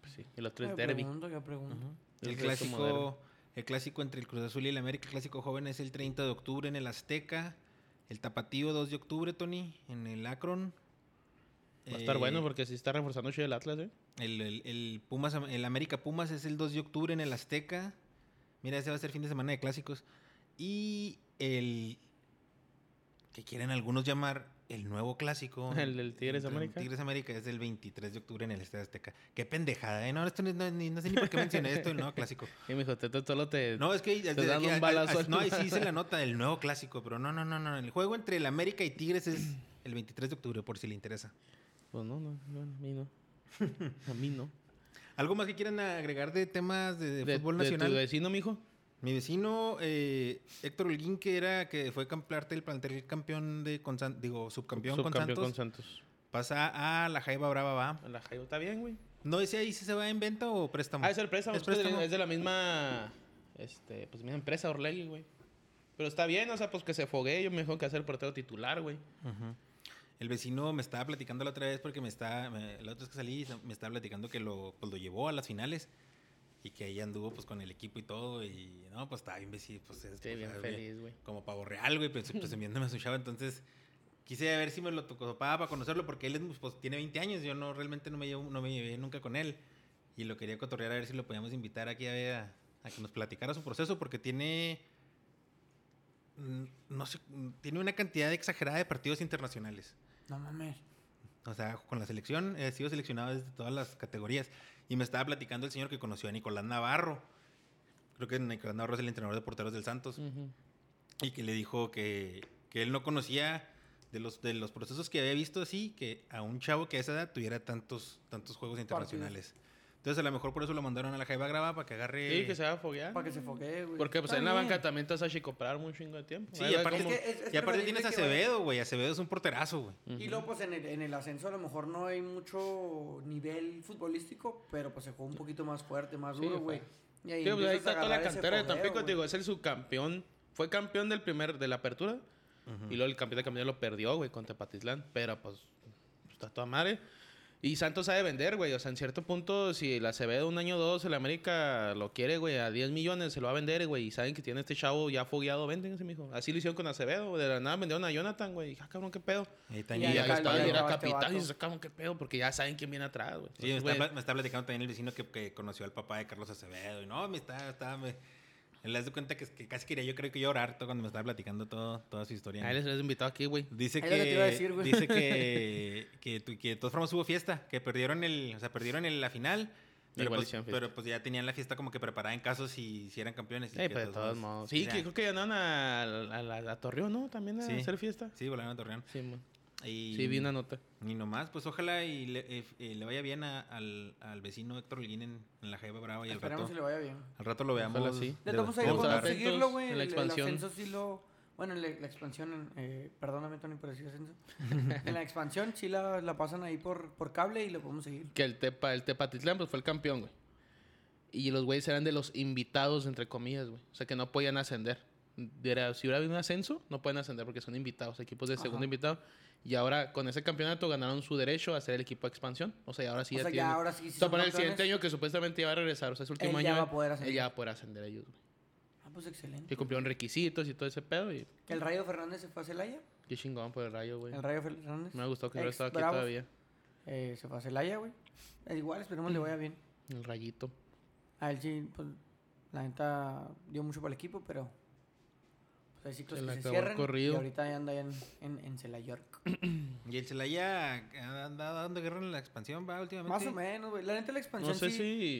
B: Pues sí, y los tres
C: Yo
B: derby.
C: pregunto, yo pregunto.
B: El
A: El
B: resto moderno.
A: clásico, el clásico entre el Cruz Azul y el América, el clásico joven es el 30 de octubre en el Azteca. El Tapatío 2 de octubre, Tony, en el Akron.
B: Va a estar
A: Eh,
B: bueno porque sí está reforzando chido el Atlas, ¿eh?
A: El, el- el Pumas, el América Pumas es el 2 de octubre en el Azteca. Mira, ese va a ser fin de semana de clásicos. Y el que quieren algunos llamar el nuevo clásico.
B: El del Tigres
A: entre
B: América.
A: Tigres América es el 23 de octubre en el Estadio Azteca. Qué pendejada, ¿eh? No, esto no, no- ni- no sé ni por qué mencioné esto, el nuevo clásico.
B: Y mi hijo, Teto solo te...
A: No, es que desde
B: dan
A: aquí-
B: un
A: a- a-
B: balazo
A: a-
B: al-
A: no, ahí sí hice la nota del nuevo clásico, pero no, no, no, no. El juego entre el América y Tigres es el 23 de octubre, por si le interesa.
B: Pues no, no, no, a mí no. A mí no.
A: ¿Algo más que quieran agregar de temas de,
B: De-
A: fútbol
B: de
A: nacional?
B: tu vecino, mijo?
A: Mi vecino, eh, Héctor Holguín, que era que fue campearte del plantel campeón de con San- digo, subcampeón,
B: Subcampeón
A: con Santos,
B: con Santos.
A: pasa a la Jaiba Brava va.
B: La Jaiba está bien, güey.
A: No dice ahí si se va en venta o préstamo.
B: Ah, es el préstamo.
A: ¿Es
B: Es, que es de-
A: préstamo?
B: es de la misma, este, pues, misma empresa, Orlegui, güey. Pero está bien, o sea, pues que se fogue. Yo mejor que hacer el portero titular, güey.
A: Ujú. El vecino me estaba platicando la otra vez porque me está, me- la otra vez que salí, se- me estaba platicando que lo, pues, lo llevó a las finales y que ahí anduvo pues con el equipo y todo y no, pues estaba bien vecino, pues es
B: Estoy
A: pues,
B: bien
A: es, güey,
B: feliz, güey.
A: como pavo real, güey, pues, presumiéndome a su chava, entonces quise ver si me lo tocó para conocerlo porque él es, pues, tiene 20 años, yo no realmente no me, llevo- no me llevé nunca con él y lo quería cotorrear a ver si lo podíamos invitar aquí a, ver a, a que nos platicara su proceso porque tiene mm, no sé, mm, tiene una cantidad exagerada de partidos internacionales.
C: No mames.
A: O sea, con la selección, he sido seleccionado desde todas las categorías. Y me estaba platicando el señor que conoció a Nicolás Navarro. Creo que Nicolás Navarro es el entrenador de porteros del Santos.
B: Ujú.
A: Y que le dijo que, que él no conocía de los, de los procesos que había visto así, que a un chavo que a esa edad tuviera tantos, tantos juegos internacionales. Entonces, a lo mejor por eso lo mandaron a la Jaiba Grava para que agarre.
B: Sí, que se va a foguear.
C: Para que se foquee, güey.
B: Porque pues
C: Está
B: en la
C: bien.
B: banca también te vas a chicoprar un chingo de tiempo.
A: Sí,
B: Ahí va
A: aparte,
B: como-
C: Es que es- es
A: y aparte
C: preferible
A: tienes a
C: que vaya-
A: Acevedo, güey. Acevedo es un porterazo, güey.
C: Y luego, pues en el, en el ascenso a lo mejor no hay mucho nivel futbolístico, pero pues se juega un poquito más fuerte, más
B: Sí,
C: duro,
B: fue.
C: güey. Y ahí,
B: Sí, pues, ahí
C: empiezas a
B: está toda la
C: agarrar ese
B: cantera de
C: fogueo,
B: Tampico, te
C: güey.
B: digo, es el subcampeón. Fue campeón del primer, de la apertura. Y luego el campeón de campeones lo perdió, güey, con Tepatitlán. Pero pues, está toda madre. Y Santos sabe vender, güey. O sea, en cierto punto, si la CB de un año o dos, el América lo quiere, güey, a 10 millones, se lo va a vender, güey. Y saben que tiene este chavo ya fogueado, venden ese mijo. Así lo hicieron con Acevedo, güey. De la nada vendieron a Jonathan, güey. Y, ah, cabrón, qué pedo.
A: Ahí está
B: Y,
C: Y
A: Nicolás.
B: ya
C: acá-
B: estaba,
C: ya
B: y era
C: acaba este
B: capitán. Y
C: vato.
B: se cabrón, qué pedo, porque ya saben quién viene atrás, güey.
A: Sí, me
B: Entonces,
A: está,
B: güey,
A: pla- me está platicando también el vecino que, que conoció al papá de Carlos Acevedo. Y no, me está. está me, le das de cuenta que, que casi quería yo creo que llorar todo cuando me estaba platicando todo, toda su historia.
B: Ahí les les invitado aquí, güey.
A: Dice
C: Es
A: que,
C: lo que te iba a decir, güey.
A: dice que, que, tu- que de todas formas hubo fiesta, que perdieron el, o sea, perdieron el- la final, pero
B: Igual
A: pues,
B: hicieron fiesta.
A: pero pues ya tenían la fiesta como que preparada en caso si, si eran campeones. y
B: Eh,
A: que
B: pero de todos modos. Sí,
A: o sea,
B: que creo que ganaron a, a, la- a Torreón, ¿no? También a
A: Sí.
B: hacer fiesta.
A: sí, volaron a Torreón.
B: Sí, mo.
A: Y,
B: sí, vi una nota.
A: y nomás, pues ojalá y le, eh, eh, le vaya bien a- al, al vecino Héctor Holguín en, en la Jaiba Brava y al rato.
C: Esperemos que le vaya bien.
A: Al rato lo veamos.
B: sí.
C: De todos modos, ahí
B: Vamos a
C: podemos
B: estar
C: seguirlo,
B: atentos
C: güey.
B: en la
C: El-
B: expansión.
C: El ascenso sí lo... Bueno, en la, la expansión, eh, perdóname, Tony, por decir ascenso. en la expansión sí la, la pasan ahí por, por cable y lo podemos seguir.
B: Que el Tepa, el Tepatitlán, pues fue el campeón, güey. Y los güeyes eran de los invitados, entre comillas, güey. O sea, que no podían ascender. Era- si hubiera habido un ascenso, no pueden ascender porque son invitados, equipos de segundo
C: Ajá.
B: invitado. Y ahora con ese campeonato ganaron su derecho a ser el equipo de expansión. O sea, y ahora sí
C: O
B: ya
C: sea, ya
B: tienen-
C: ahora sí, si
B: O sea,
C: son
B: para el
C: campeones,
B: siguiente año que supuestamente iba a regresar, o sea, su último
C: él
B: año.
C: ya va a poder ascender.
B: Él ya va a poder ascender ellos, güey.
C: Ah, pues excelente.
B: Que cumplieron requisitos y todo ese pedo y
C: ¿El Rayo Fernández se fue a Celaya?
B: qué chingón por el rayo, güey.
C: ¿El Rayo Fernández?
B: Me ha gustado que hubiera
C: Ex
B: estado aquí
C: Bravos.
B: todavía.
C: Eh, se fue a Celaya, güey. Eh, Igual, esperemos le vaya bien.
B: El rayito.
C: A él sí, pues, la neta dio mucho para el equipo, pero pues, hay ciclos
B: Se le
C: que se
B: acabó el
C: cierran.
B: corrido.
C: Y ahorita ya anda ya en, en, en Celayork.
A: Y el Celaya ha andado dando guerra en la expansión, va, últimamente.
C: Más o menos, güey. La neta la expansión
B: No sé
C: sí,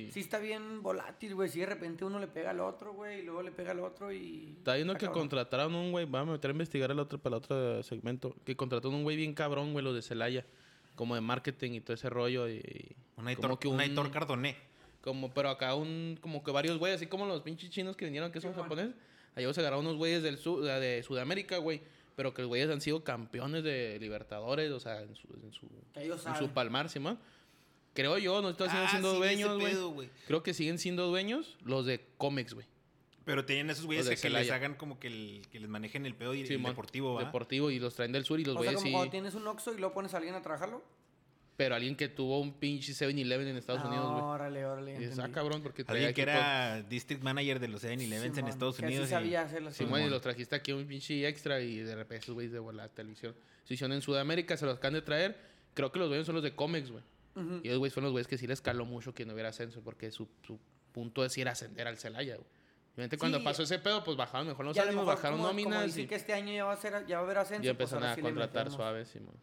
B: si.
C: sí está bien volátil, güey. Si de repente uno le pega al otro, güey, y luego le pega al otro y...
B: Hay uno
C: está
B: que
C: cabrón.
B: contrataron un güey, vamos a meter a investigar el otro para el otro segmento, que contrataron un güey bien cabrón, güey, los de Celaya, como de marketing y todo ese rollo y...
A: Un
B: como
A: Aitor,
B: que
A: un
B: un-
A: Aitor Cardoné.
B: Como, pero acá un, como que varios güeyes, así como los pinches chinos que vinieron, que son
C: Simón.
B: japoneses, allá se agarraron unos güeyes del sur, de Sudamérica, güey, pero que los güeyes han sido campeones de Libertadores, o sea, en su, en su,
C: Que ellos
B: en
C: saben.
B: su palmar, sí, man. Creo yo, no estoy
A: Ah,
B: siendo
A: sí, vi ese
B: dueños, güey.
A: pedo, güey.
B: Creo que siguen siendo dueños los de Comex, güey.
A: Pero tienen esos güeyes
B: Los de
A: que, que les
B: Celaya.
A: hagan como que, el- que les manejen el pedo y el
B: Simón.
A: deportivo, ¿va?
B: Deportivo, y los traen del sur y los
C: O sea,
B: güeyes
C: como
B: sí...
C: cuando tienes un Oxxo y luego pones a alguien a trabajarlo.
B: Pero alguien que tuvo un pinche 7-Eleven en Estados
C: No,
B: Unidos, güey.
C: Ah, Órale, órale. ya
B: Y dices, ah,
C: entendí.
B: cabrón, porque traía
A: Alguien que
B: equipo-
A: era district manager de los 7-Elevens en
C: Simón,
A: Estados
C: que así
A: Unidos. y-
C: sabía hacer las
B: Sí,
C: cosas.
B: güey, y los trajiste aquí un pinche extra y de repente esos güeyes de volar televisión. Se hicieron en Sudamérica, se los acaban de traer. Creo que los dueños son los de Comex, güey.
C: Ujú.
B: Y esos güeyes fueron los güeyes que sí les caló mucho que no hubiera ascenso, porque su, su punto es ir a ascender al Celaya, güey. Obviamente cuando
C: Sí. eh,
B: pasó ese pedo, pues bajaron mejor los
C: Y a lo
B: ánimos,
C: mejor,
B: bajaron
C: como- Como
B: nóminas
C: dicen
B: y,
C: que este año ya va a, ser, ya va a haber ascenso.
B: ya empezaron
C: pues ahora
B: a
C: sí le
B: contratar
C: metemos.
B: suave, Simón.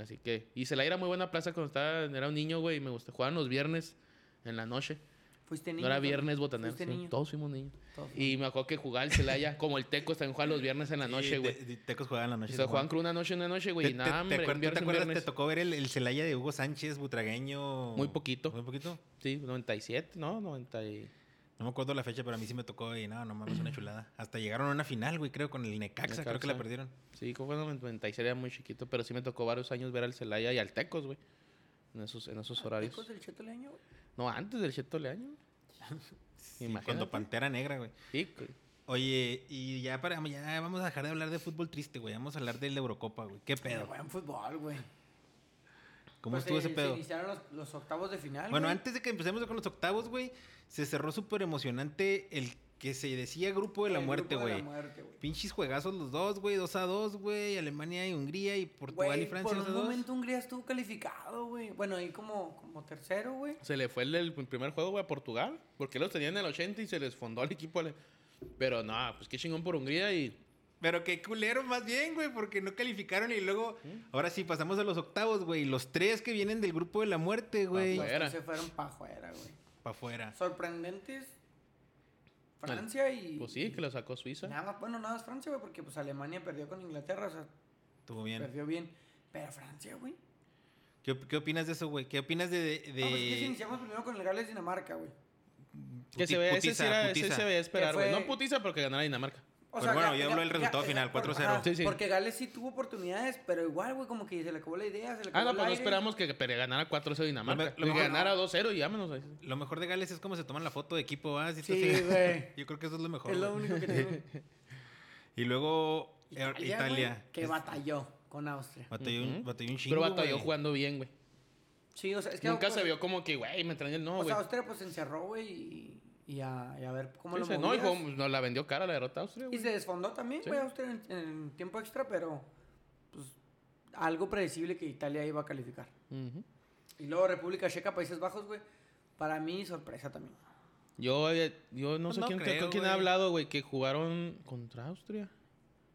B: Así que, y Celaya era muy buena plaza cuando estaba, era un niño, güey, y me gustó. Jugaban los viernes en la noche.
C: Fuiste niño.
B: No era
C: también.
B: viernes botanero.
C: Fuiste
B: sí,
C: niño.
B: Todos fuimos niños.
C: Todos fuimos.
B: Y me acuerdo que jugaba el Celaya, como el Tecos también jugaba los viernes en la
A: Sí,
B: noche, güey.
A: te- te- Tecos jugaban en la
B: O
A: noche.
B: sea,
A: Simón.
B: jugaban con una noche, una noche, güey.
A: ¿Te,
B: y
A: te-
B: nada,
A: te
B: hombre,
A: acuer-
B: un
A: ¿tú te
B: viernes, un
A: acuerdas? ¿Te
B: viernes.
A: tocó ver el, el Celaya de Hugo Sánchez, butragueño?
B: Muy poquito.
A: Muy poquito.
B: Sí, 97, ¿no? 90 y...
A: No me acuerdo la fecha, pero a mí sí me tocó y no, no mames, una chulada. Hasta llegaron a una final, güey, creo, con el Necaxa, creo que la
B: Necaxa.
A: perdieron.
B: Sí, como fue en 96, era muy chiquito, pero sí me tocó varios años ver al Celaya y al Tecos, güey. En esos, en esos horarios.
C: ¿Tecos del Cheto Leaño, güey?
B: No, antes del Cheto Leaño.
A: Sí, cuando Pantera Negra, güey.
B: Sí, güey.
A: Oye, y ya, para, ya vamos a dejar de hablar de fútbol triste, güey. Vamos a hablar de la Eurocopa, güey. ¿Qué
C: Qué
A: pedo?
C: buen fútbol, güey.
A: ¿Cómo
C: Pues
A: estuvo
C: se-
A: ese pedo?
C: Se iniciaron los, los octavos de final.
A: Bueno,
C: güey.
A: antes de que empecemos con los octavos, güey, se cerró súper emocionante el que se decía grupo de la
C: El
A: muerte,
C: grupo de la
A: güey.
C: muerte, güey.
A: Pinches juegazos los dos, güey, 2 a 2, güey, Alemania y Hungría y Portugal
C: Güey,
A: y Francia
C: Por
A: 2 a
C: un
A: 2.
C: momento Hungría estuvo calificado, güey. Bueno, ahí como, como tercero, güey.
B: Se le fue el, del primer juego, güey, a Portugal. Porque los tenían en el 80 y se les fondó al equipo. ale- Pero no, pues qué chingón por Hungría y...
A: Pero qué culero más bien, güey, porque no calificaron y luego, ahora sí, pasamos a los octavos, güey, los tres que vienen del grupo de la muerte, güey,
B: Afuera.
C: Los que se fueron para afuera, güey.
A: para afuera.
C: Sorprendentes. Francia y.
B: Pues sí, que lo sacó Suiza.
C: Nada más, bueno, nada más Francia, güey, porque pues Alemania perdió con Inglaterra, o sea,
A: Estuvo bien.
C: perdió bien. Pero Francia, güey.
A: ¿Qué, op- qué opinas de eso, güey? ¿Qué opinas de... de, de-
C: No, pues es que si iniciamos primero con el Gales Dinamarca, güey.
B: Que
A: puti-
B: se vea, ese,
A: putiza,
B: sí era, ese
A: putiza?
B: se veía esperar,
C: Que fue-
B: güey. No putiza porque ganara Dinamarca.
C: O
A: Pero Pues bueno, yo hablo
C: habló
A: del resultado final, 4-0.
B: Sí, sí.
C: Porque Gales sí tuvo oportunidades, pero igual, güey, como que se le acabó la idea, se le acabó
B: Ah, no,
C: el
B: pues no
C: aire.
B: esperamos que pere- ganara 4-0 Dinamarca.
A: Lo me- lo
B: que
A: mejor-
B: ganara 2-0 y vámonos. ahí.
A: Lo mejor de Gales es cómo se toman la foto de equipo, ¿ah? ¿va? Si tú
C: Sí,
A: te-
C: güey.
A: Yo creo que eso es lo mejor.
C: Es lo
A: güey.
C: único que tiene.
A: Y luego eh,
C: Italia,
A: Italia. Este.
C: güey, que batalló con Austria.
A: Batalló, un-
B: Ujú.
A: batalló un chingo.
B: Pero batalló
A: güey.
B: jugando bien, güey.
C: Sí, o sea, es que
B: Nunca
C: pues,
B: se vio como que, güey, me traen el no,
C: O
B: güey.
C: sea, Austria pues se encerró, güey, y, y a, y a ver cómo
B: Sí,
C: lo
B: se-
C: movías.
B: No, y jugó- nos la vendió cara la derrota a Austria,
C: Y
B: güey.
C: se desfondó también,
B: Sí.
C: güey, Austria en, en tiempo extra, pero pues algo predecible que Italia iba a calificar.
B: Ujú.
C: Y luego República Checa, Países Bajos, güey, para mí sorpresa también.
B: Yo, eh, yo no
A: Pues
B: sé
A: no
B: quién,
A: creo,
B: con quién
A: güey.
B: ha hablado, güey, que jugaron contra Austria.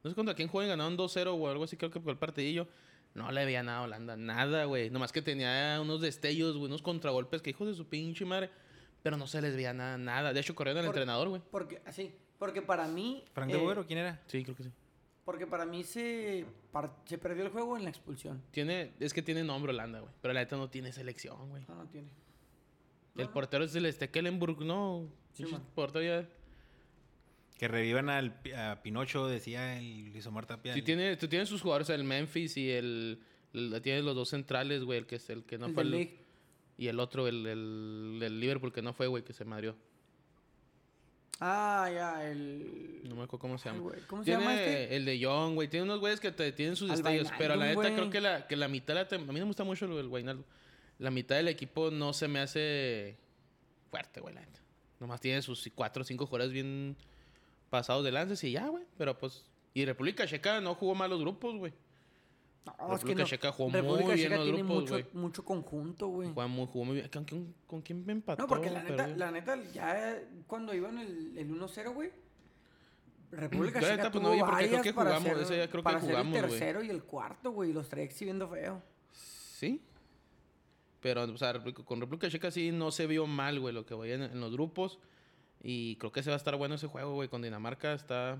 B: No sé contra quién jugaron, ganaron 2-0 o algo así, creo que por el partidillo. No le veía nada a Holanda, nada, güey. Nomás que tenía unos destellos, güey, unos contragolpes que hijos de su pinche madre. Pero no se les veía nada, nada. De hecho, corrieron al
C: Por-
B: entrenador, güey.
C: Porque, así, porque para mí...
A: ¿Frank
C: eh,
A: de Boer o quién era?
B: Sí, creo que sí.
C: Porque para mí se, par- se perdió el juego en la expulsión.
B: Tiene, es que tiene nombre Holanda, güey. Pero la neta no tiene selección, güey.
C: No, no tiene.
B: El portero es el Stekelenburg, no.
C: Ah. Sí,
B: Pinche
C: man.
B: portero ya.
A: Que revivan al, Pi- a Pinocho, decía el Luis Omar Tapia.
B: Sí,
A: el-
B: tiene, tú tienes sus jugadores, el Memphis y el. el- tienes los dos centrales, güey. El que, es- el que no
C: El
B: fue.
C: del
B: el-
C: League.
B: y el otro, el, el, el Liverpool, que no fue, güey, que se madrió.
C: Ah, ya, el.
B: No me acuerdo cómo se
C: Ay,
B: llama.
C: güey, ¿Cómo se
B: Tiene
C: llama este?
B: el de John, güey. Tiene unos güeyes que te tienen sus
C: Al
B: destellos. pero la
C: Wijnaldum,
B: neta, creo
C: güey.
B: que la, que la mitad... La tem- a mí no me gusta mucho lo del Guainaldo. La mitad del equipo no se me hace fuerte, güey, la neta. Nomás tiene sus cuatro o cinco jugadores bien pasados de lances y ya, güey. Pero pues... Y República Checa no jugó malos grupos, güey.
C: No, es que
B: República
C: no.
B: Checa jugó
C: República
B: muy
C: Checa
B: bien los
C: tiene
B: grupos,
C: mucho,
B: güey.
C: mucho conjunto, güey.
B: Jugó muy, jugó muy bien. ¿Con, quién- con quién me empató?
C: No, porque la neta,
B: Perdió.
C: la neta, ya cuando iban el, el 1-0, güey. República
B: Yo la
C: Checa
B: neta, pues, no
C: tuvo
B: vi, porque creo
C: varias
B: que
C: para
B: jugamos,
C: hacer-
B: ese día creo que
C: para
B: jugamos,
C: hacer
B: güey.
C: el tercero y el cuarto, güey. y Los tres exhibiendo feo.
B: Sí. Pero, o sea, República- con República Checa sí no se vio mal, güey, lo que voy en, en los grupos. Y creo que se va a estar bueno ese juego, güey. Con Dinamarca está.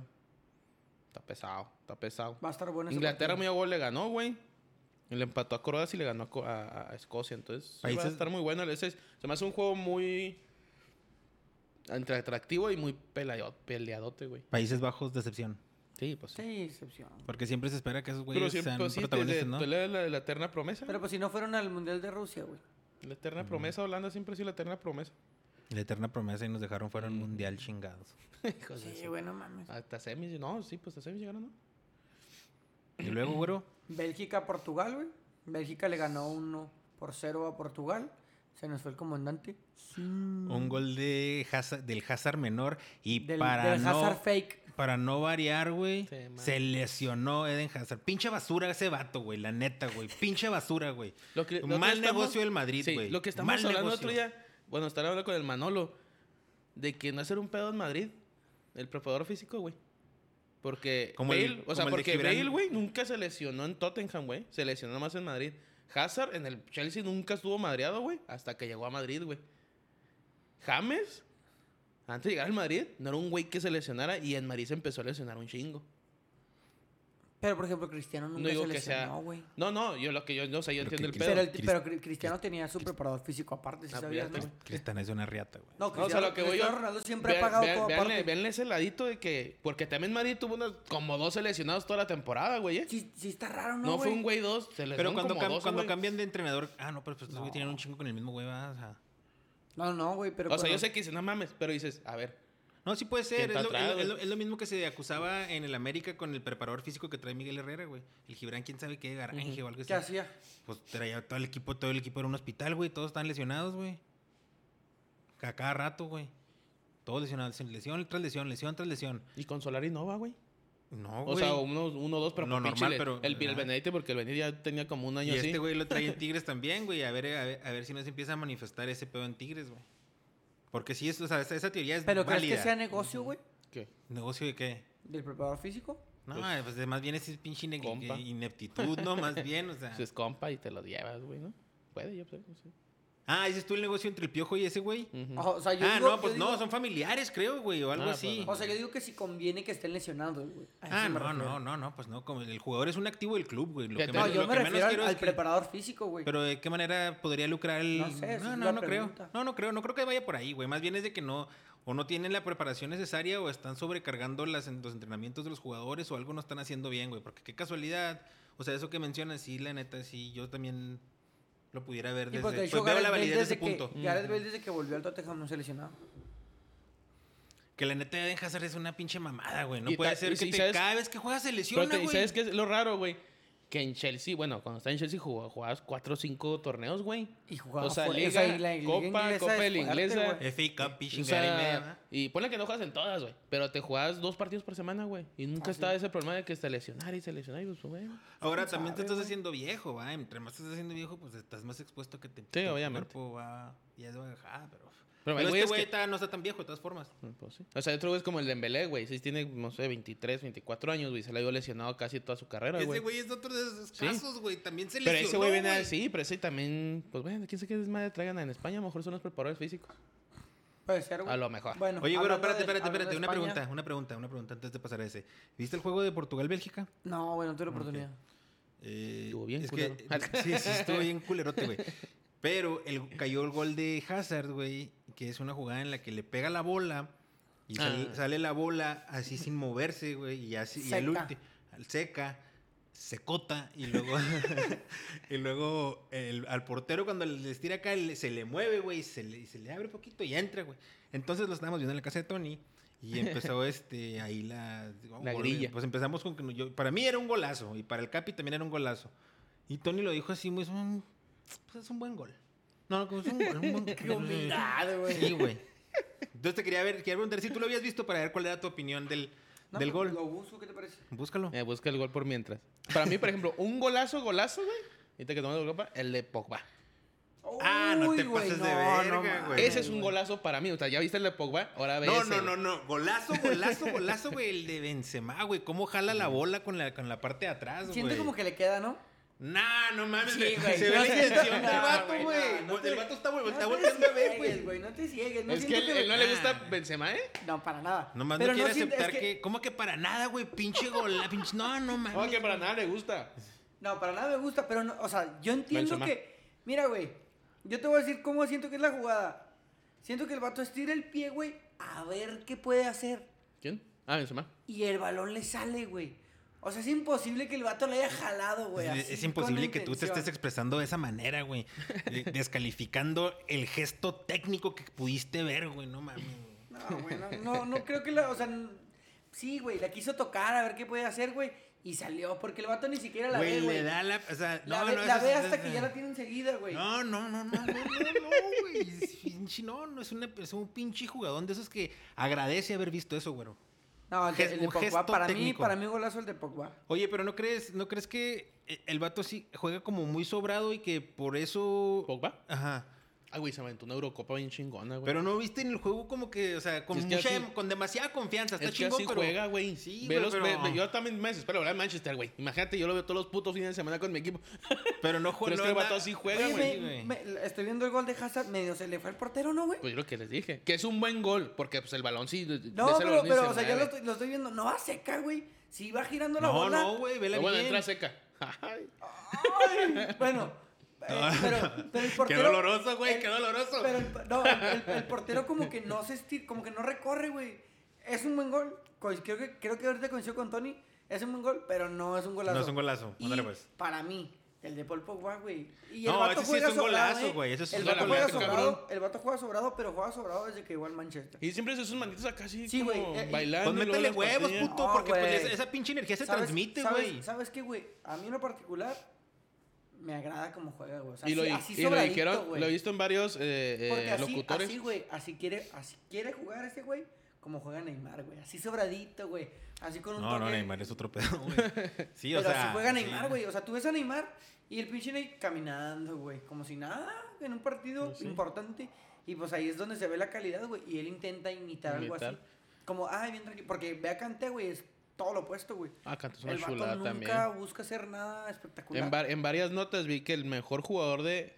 B: Está pesado, está pesado.
C: Va a estar bueno ese
B: Inglaterra,
C: partido.
B: medio gol, le ganó, güey. Y Le empató a Croacia y le ganó a Co- a, a- a Escocia. Entonces, sí va a
A: Países-
B: estar muy bueno. Ese es- se me hace un juego muy. entre atractivo y muy peleo- peleadote, güey.
A: Países Bajos, decepción.
B: Sí, pues sí.
C: Sí, excepción.
A: Porque siempre se espera que esos
B: Pero
A: güeyes
B: siempre
A: sean
B: pues, sí, te-
A: protagonistas,
B: te-
A: ¿no?
B: te la, la- la eterna promesa.
C: Pero pues si no fueron al Mundial de Rusia, güey.
B: la eterna promesa, Holanda siempre ha sido la eterna promesa.
A: La eterna promesa y nos dejaron fuera
B: Mm.
A: un mundial chingados.
B: Hijos de
C: Sí,
B: su-
C: güey, no mames.
B: Hasta semis, no, sí, pues hasta semis llegaron, ¿no?
A: Y luego, güero,
C: Bélgica, Portugal, güey. Bélgica le ganó 1 por 0 a Portugal. Se nos fue el comandante.
A: un gol de Hazard- del Hazard menor y
C: Del,
A: para
C: del
A: no...
C: Hazard fake.
A: Para no variar, güey,
B: Se ma-
A: se lesionó Eden Hazard. Pinche basura ese vato, güey, la neta, güey. Pinche basura, güey.
B: Lo que- Eh, lo que
A: Mal
B: estamos-
A: negocio del Madrid,
B: Sí,
A: güey.
B: lo que estamos
A: Mal
B: hablando
A: negocio.
B: otro día, bueno, estar hablando con el Manolo, de que no hacer un pedo en Madrid, el preparador físico, güey. Porque
A: Como
B: Bale,
A: el-
B: o sea,
A: como el de
B: porque
A: Gibran.
B: Bale, güey, nunca se lesionó en Tottenham, güey. Se lesionó nomás en Madrid. Hazard en el Chelsea nunca estuvo madreado, güey, hasta que llegó a Madrid, güey. James, antes de llegar al Madrid, no era un güey que se lesionara y en Madrid se empezó a lesionar un chingo.
C: Pero por ejemplo, Cristiano
B: no
C: nunca
B: digo
C: se
B: que sea.
C: lesionó, güey.
B: No, no, yo lo que yo no sé, yo
A: Pero
B: entiendo el
A: que
B: pedo.
C: Pero, el-
A: Crist-
C: pero Cri- Cristiano tenía su preparador físico aparte, si
B: Ah, pues
C: sabías,
B: ya
C: ¿no?
B: está.
C: güey?
A: Cristian es una riata, güey.
C: No,
B: No, o sea,
C: Cristiano,
B: lo que voy yo.
C: Cristiano Ronaldo siempre
B: vean-
C: ha pagado
B: vean-
C: todo
B: veanle-
C: aparte.
B: veanle ese ladito de que. Porque también Madrid tuvo unos, como dos seleccionados toda la temporada, güey. ¿eh?
C: Sí, sí está raro, ¿no,
B: no fue
C: güey?
B: un güey dos, se les
A: Pero
B: dieron
A: cuando,
B: como
A: cam-
B: dos,
A: cuando
B: güey.
A: cambian de entrenador. Ah, no, pero pues estos güey
C: No.
A: tienen un chingo con el mismo güey. va, o sea.
C: No, no, güey, pero...
B: O sea, yo
C: cuando-
B: sé que dices, no mames, pero dices, a ver.
A: No, sí puede
B: ¿Quién
A: ser.
B: está
A: Es lo,
B: atrás,
A: es lo-
B: güey?
A: es lo- es lo mismo que se acusaba en el América con el preparador físico que trae Miguel Herrera, güey. El Gibran, quién sabe qué, Garanje o algo
C: ¿Qué
A: así.
C: hacía?
A: Pues traía todo el equipo, todo el equipo era un hospital, güey. Todos estaban lesionados, güey. A cada rato, güey. Todos lesionados. Lesión tras lesión, lesión tras lesión.
B: Y con Solari no va, güey.
A: No,
B: O
A: güey.
B: sea, uno, uno dos, pero
A: No,
B: por pinche
A: normal,
B: le-
A: pero-
B: El, el
A: ajá.
B: Benedicto, porque el Benedicto ya tenía como un
A: y
B: año así.
A: este güey lo trae en Tigres también, güey. A ver, a ver, a ver si no se empieza a manifestar ese pedo en Tigres, güey. Porque sí, es, o sea, esa, esa teoría es
C: ¿Pero crees
A: válida.
C: que sea negocio, güey?
B: ¿Qué?
A: ¿Negocio de qué?
C: ¿Del preparador físico?
A: No,
B: Pues-
A: pues, además bien es pinche ine- eh,
B: Compa.
A: ineptitud, ¿no? Más bien, o sea.
B: Si es compa y te lo llevas, güey, ¿no? Puede, yo sé. no sé.
A: Ah, dices tú el negocio entre el piojo y ese güey.
B: Ujú.
C: O sea, yo
A: Ah,
C: digo-
A: no,
C: yo
A: pues
C: digo-
A: no, son familiares, creo, güey, o algo
B: Mm. Ah, pues,
A: así.
B: no.
C: O sea, yo digo que si conviene que estén lesionados, güey. A eso
A: Ah,
C: me
A: no,
C: refiero.
A: no, no, no, pues no. Como el jugador es un activo del club, güey. Lo que
B: Fíjate,
C: No,
A: menos-
C: yo
A: lo
C: me
A: que menos
C: refiero al,
A: quiero es
C: al
A: que-
C: preparador físico, güey.
A: Pero ¿de qué manera podría lucrar el...?
C: No sé, esa
A: no,
C: es
A: no,
C: la
A: no creo.
C: pregunta.
A: No, no creo. No creo que vaya por ahí, güey. Más bien es de que no... O no tienen la preparación necesaria o están sobrecargando las, en- los entrenamientos de los jugadores o algo no están haciendo bien, güey. Porque qué casualidad. O sea, eso que mencionas, sí, la neta, sí, yo también lo pudiera ver
C: Y
A: desde...
C: porque de
A: Pues veo
C: hecho
A: la
C: Gareth Bale
A: validez de
C: desde
A: ese
C: que-
A: punto. Mm.
C: Gareth Bale desde que volvió al Tottenham no se lesionaba.
A: Que la neta de Hazard es una pinche mamada, güey. No
B: Y
A: puede
B: ta-
A: ser
B: y
A: que
B: sí,
A: te-
B: ¿sabes?
A: cada vez que juegas se
B: Pero
A: lesiona,
B: te- ¿y
A: güey.
B: ¿Sabes qué es lo raro, güey? Que en Chelsea, bueno, cuando estaba en Chelsea jugaba, jugabas cuatro o cinco torneos, güey.
C: Y jugaba
B: O sea,
C: fuera.
B: Liga,
C: O sea, y la Liga
B: Copa,
C: inglesa
B: Copa
C: es
B: de la
C: fuerte,
B: Inglesa.
C: güey.
A: FA Cup,
B: Eh, O
A: pinche
B: sea,
A: y media, ¿verdad?
B: y ponle que no juegas en todas, güey. Pero te juegas dos partidos por semana, güey. Y nunca
C: Ah,
B: está
C: sí.
B: ese problema de que se lesionara y se lesionara. Y pues, güey.
A: Ahora también te
C: sabe,
A: estás
C: güey?
A: haciendo viejo, va. Entre más te estás haciendo viejo, pues estás más expuesto a que te.
B: Sí,
A: tu
B: obviamente.
A: cuerpo va. Ya es bajada, pero. Pero
B: Pero hay
A: este
B: güeyes
A: güey
B: que-
A: ta- no está tan viejo, de todas formas.
B: Pues, sí. O sea, otro güey es como el Dembélé, güey. Sí, tiene, no sé, 23, 24 años, güey. Se le ha ido lesionado casi toda su carrera,
A: Ese
B: güey.
A: güey es otro de esos
B: Sí.
A: casos, güey. También se
B: Pero
A: lesionó.
B: ese güey viene así, pero ese también... Pues, bueno, quién sabe qué desmadre traigan en España. A lo mejor son los preparadores físicos.
C: Puede ser, güey.
B: A lo mejor.
C: Bueno,
A: Oye, güey,
C: hablando
A: espérate,
C: de-
A: espérate,
C: hablando
A: espérate.
C: de
A: Una
C: España-
A: pregunta, una pregunta, una pregunta antes de pasar a ese. ¿Viste el juego de Portugal-Bélgica?
C: No, güey, no tuve la oportunidad.
A: Eh,
B: Estuvo bien
A: es
B: culero.
A: que, sí, sí, estuvo bien culerote, güey. Pero el, cayó el gol de Hazard, güey, que es una jugada en la que le pega la bola y sale,
B: Ah.
A: sale la bola así sin moverse, güey, y así y al
C: Seca.
A: ulti- al seca, secota y luego y luego el- al portero cuando le estira acá le- se le mueve, güey, y se le, y se le abre poquito y entra, güey. Entonces lo estábamos viendo en la casa de Tony Y empezó este, ahí la... digo,
B: La
A: órale,
B: grilla.
A: Pues empezamos con que no- yo- para mí era un golazo y para el Capi también era un golazo. Y Tony lo dijo así, muy, "Mm, pues es un buen gol. No, como es un gol, un buen gol.
C: Qué humildad, güey.
A: Sí, güey. Entonces te quería ver, quería preguntar si tú lo habías visto para ver cuál era tu opinión del,
C: No,
A: del gol.
C: pues, Lo busco, ¿qué te parece?
A: Búscalo.
B: Eh, busca el gol por mientras. Para mí, por ejemplo, un golazo, golazo, güey. Ahorita que tomamos la copa, el de Pogba.
A: Ah, no te
C: Uy, güey,
A: pases de verga, güey.
B: Ese es un golazo para mí. O sea, ya viste el de Pogba, ahora ve
A: No,
B: ese,
A: no,
B: güey.
A: no, no. Golazo, golazo, golazo, güey. El de Benzema, güey. ¿Cómo jala la bola con la, con la parte de atrás, güey?
C: Siente como que le queda, ¿no?
A: Nah, no mames.
C: Sí,
A: güey.
C: güey.
A: Se ve la
C: No,
A: intención
C: no,
A: del vato,
C: güey,
A: güey.
C: no, no te-
A: el vato está, vol- está
C: te
A: volteando a ver,
C: ciegues,
A: güey.
C: No te ciegues. No
B: Es que
C: siento
B: él, él no le gusta
A: Ah.
B: Benzema, ¿eh?
C: No, para nada.
A: Nomás
C: Pero
A: no quiere
C: siento- es
A: aceptar que... ¿Cómo que para nada, güey? Pinche golazo. Pinche... No, no
C: Ah,
B: No,
A: mames.
B: que para nada le gusta.
C: No, para nada me gusta, pero no, o sea, yo entiendo
B: Benzema.
C: que. Mira, güey, yo te voy a decir cómo siento que es la jugada. Siento que el vato estira el pie, güey, a ver qué puede hacer.
B: ¿Quién? Ah, Benzema.
C: Y el balón le sale, güey. O sea, es imposible que el vato le haya jalado, güey.
A: Es,
C: así,
A: es
C: con
A: imposible
C: la
A: que tú te
C: intención.
A: estés expresando de esa manera, güey. De- Descalificando el gesto técnico que pudiste ver, güey. No mames. güey.
C: No, güey, no, no, no creo que la. O sea, n- sí, güey, la quiso tocar a ver qué puede hacer, güey. Y salió, porque el vato ni siquiera la
A: Güey,
C: ve,
A: le
C: güey.
A: da la... O sea,
C: la
A: no,
C: ve,
A: no,
C: la
A: eso
C: ve
A: es-
C: hasta
A: es-
C: que ya la tiene enseguida, güey.
A: No, no, no, no, no, no, no, no, güey. Es pinche- No, no, es, una, es un pinche jugadón de esos que agradece haber visto eso, güero.
C: No, el de,
A: Ges-
C: el de
A: un
C: Pogba,
A: gesto
C: para mí,
A: técnico.
C: para mí golazo el de Pogba.
A: Oye, pero ¿no crees, no crees que e- el vato sí juega como muy sobrado y que por eso...
B: ¿Pogba?
A: Ajá.
B: Ah, güey, se aventó una Eurocopa bien chingona, güey.
A: Pero no viste en el juego como que, o sea, con,
B: Es que
A: mucha- em,
B: así-
A: con demasiada confianza. Está
B: es que
A: chingón,
B: así
A: pero...
B: juega, güey.
A: Sí,
B: Ve
A: güey,
B: los-
A: pero-
B: ve- ve- yo también me desespero hablar de Manchester, güey. Imagínate, yo lo veo todos los putos fines de semana con mi equipo.
A: Pero no
B: Pero
A: juega...
B: es
A: no
B: que el
A: anda-
B: vato así juega,
C: Oye,
B: güey.
A: sí,
C: me-
A: güey.
C: me- estoy viendo el gol de Hazard, medio se le fue el portero, ¿no, güey?
B: Pues yo lo que les dije. Que es un buen gol, porque pues el balón sí...
C: No, pero, pero, o sea, yo
B: ya
C: lo estoy, lo estoy viendo. No va seca, güey. Sí va girando la
A: No,
C: bola.
A: no, güey, vela
B: Bueno,
A: bien.
B: entra seca. Ay.
C: Ay, bueno, eh, pero, pero el portero...
A: Qué doloroso, güey,
C: el-
A: qué doloroso.
C: Pero el, no, el, el- el portero como que no se estir, como que no recorre, güey. Es un buen gol. Co- Creo que, creo que ahorita coincido con Tony. Es un buen gol, pero no es un golazo.
A: No es un golazo.
C: Y
A: Ándale, pues.
C: para mí, el de Paul Pogba, güey. Y el
A: No,
C: vato
A: ese sí
C: juega
A: es un
C: sobrado,
A: golazo,
C: eh.
A: güey, ese es
C: el
A: un
C: vato
B: golazo,
C: juega
B: cabrón.
C: sobrado, el vato juega sobrado, pero juega sobrado desde que llegó al Manchester.
B: Y siempre hace sus manitos acá así
C: Sí,
B: como
C: güey, eh, y-
B: bailando.
A: Pues
B: y luego
A: métele
B: las
A: huevos,
B: patillas.
A: puto,
C: No,
A: porque pues,
C: güey.
A: esa, esa pinche energía se
C: ¿Sabes-
A: transmite,
C: sabes-
A: güey.
C: ¿Sabes qué, güey? A mí en lo particular me agrada cómo juega, güey. O sea,
B: Y lo,
C: así,
B: y-
C: así
B: y lo
C: sobradito,
B: dijeron,
C: güey.
B: lo he visto en varios eh, eh,
C: Porque así,
B: locutores.
C: así, güey, así quiere, así quiere jugar ese güey como juega Neymar, güey. Así sobradito, güey. Así con un
A: No,
C: toque.
A: no, Neymar es otro pedo, güey. Sí, o
C: Pero
A: sea.
C: así juega
A: sí.
C: Neymar, güey. O sea, tú ves a Neymar y el pinche Ney caminando, güey. Como si nada, en un partido importante. Y pues ahí es donde se ve la calidad, güey. Y él intenta imitar,
B: Imitar.
C: algo así. Como, ay, bien tranquilo. Porque ve a Kanté, güey, es todo lo opuesto, güey.
B: Ah, Kanté es una
C: El vato
B: chulada
C: nunca
B: también.
C: busca hacer nada espectacular.
B: En, var- en varias notas vi que el mejor jugador de,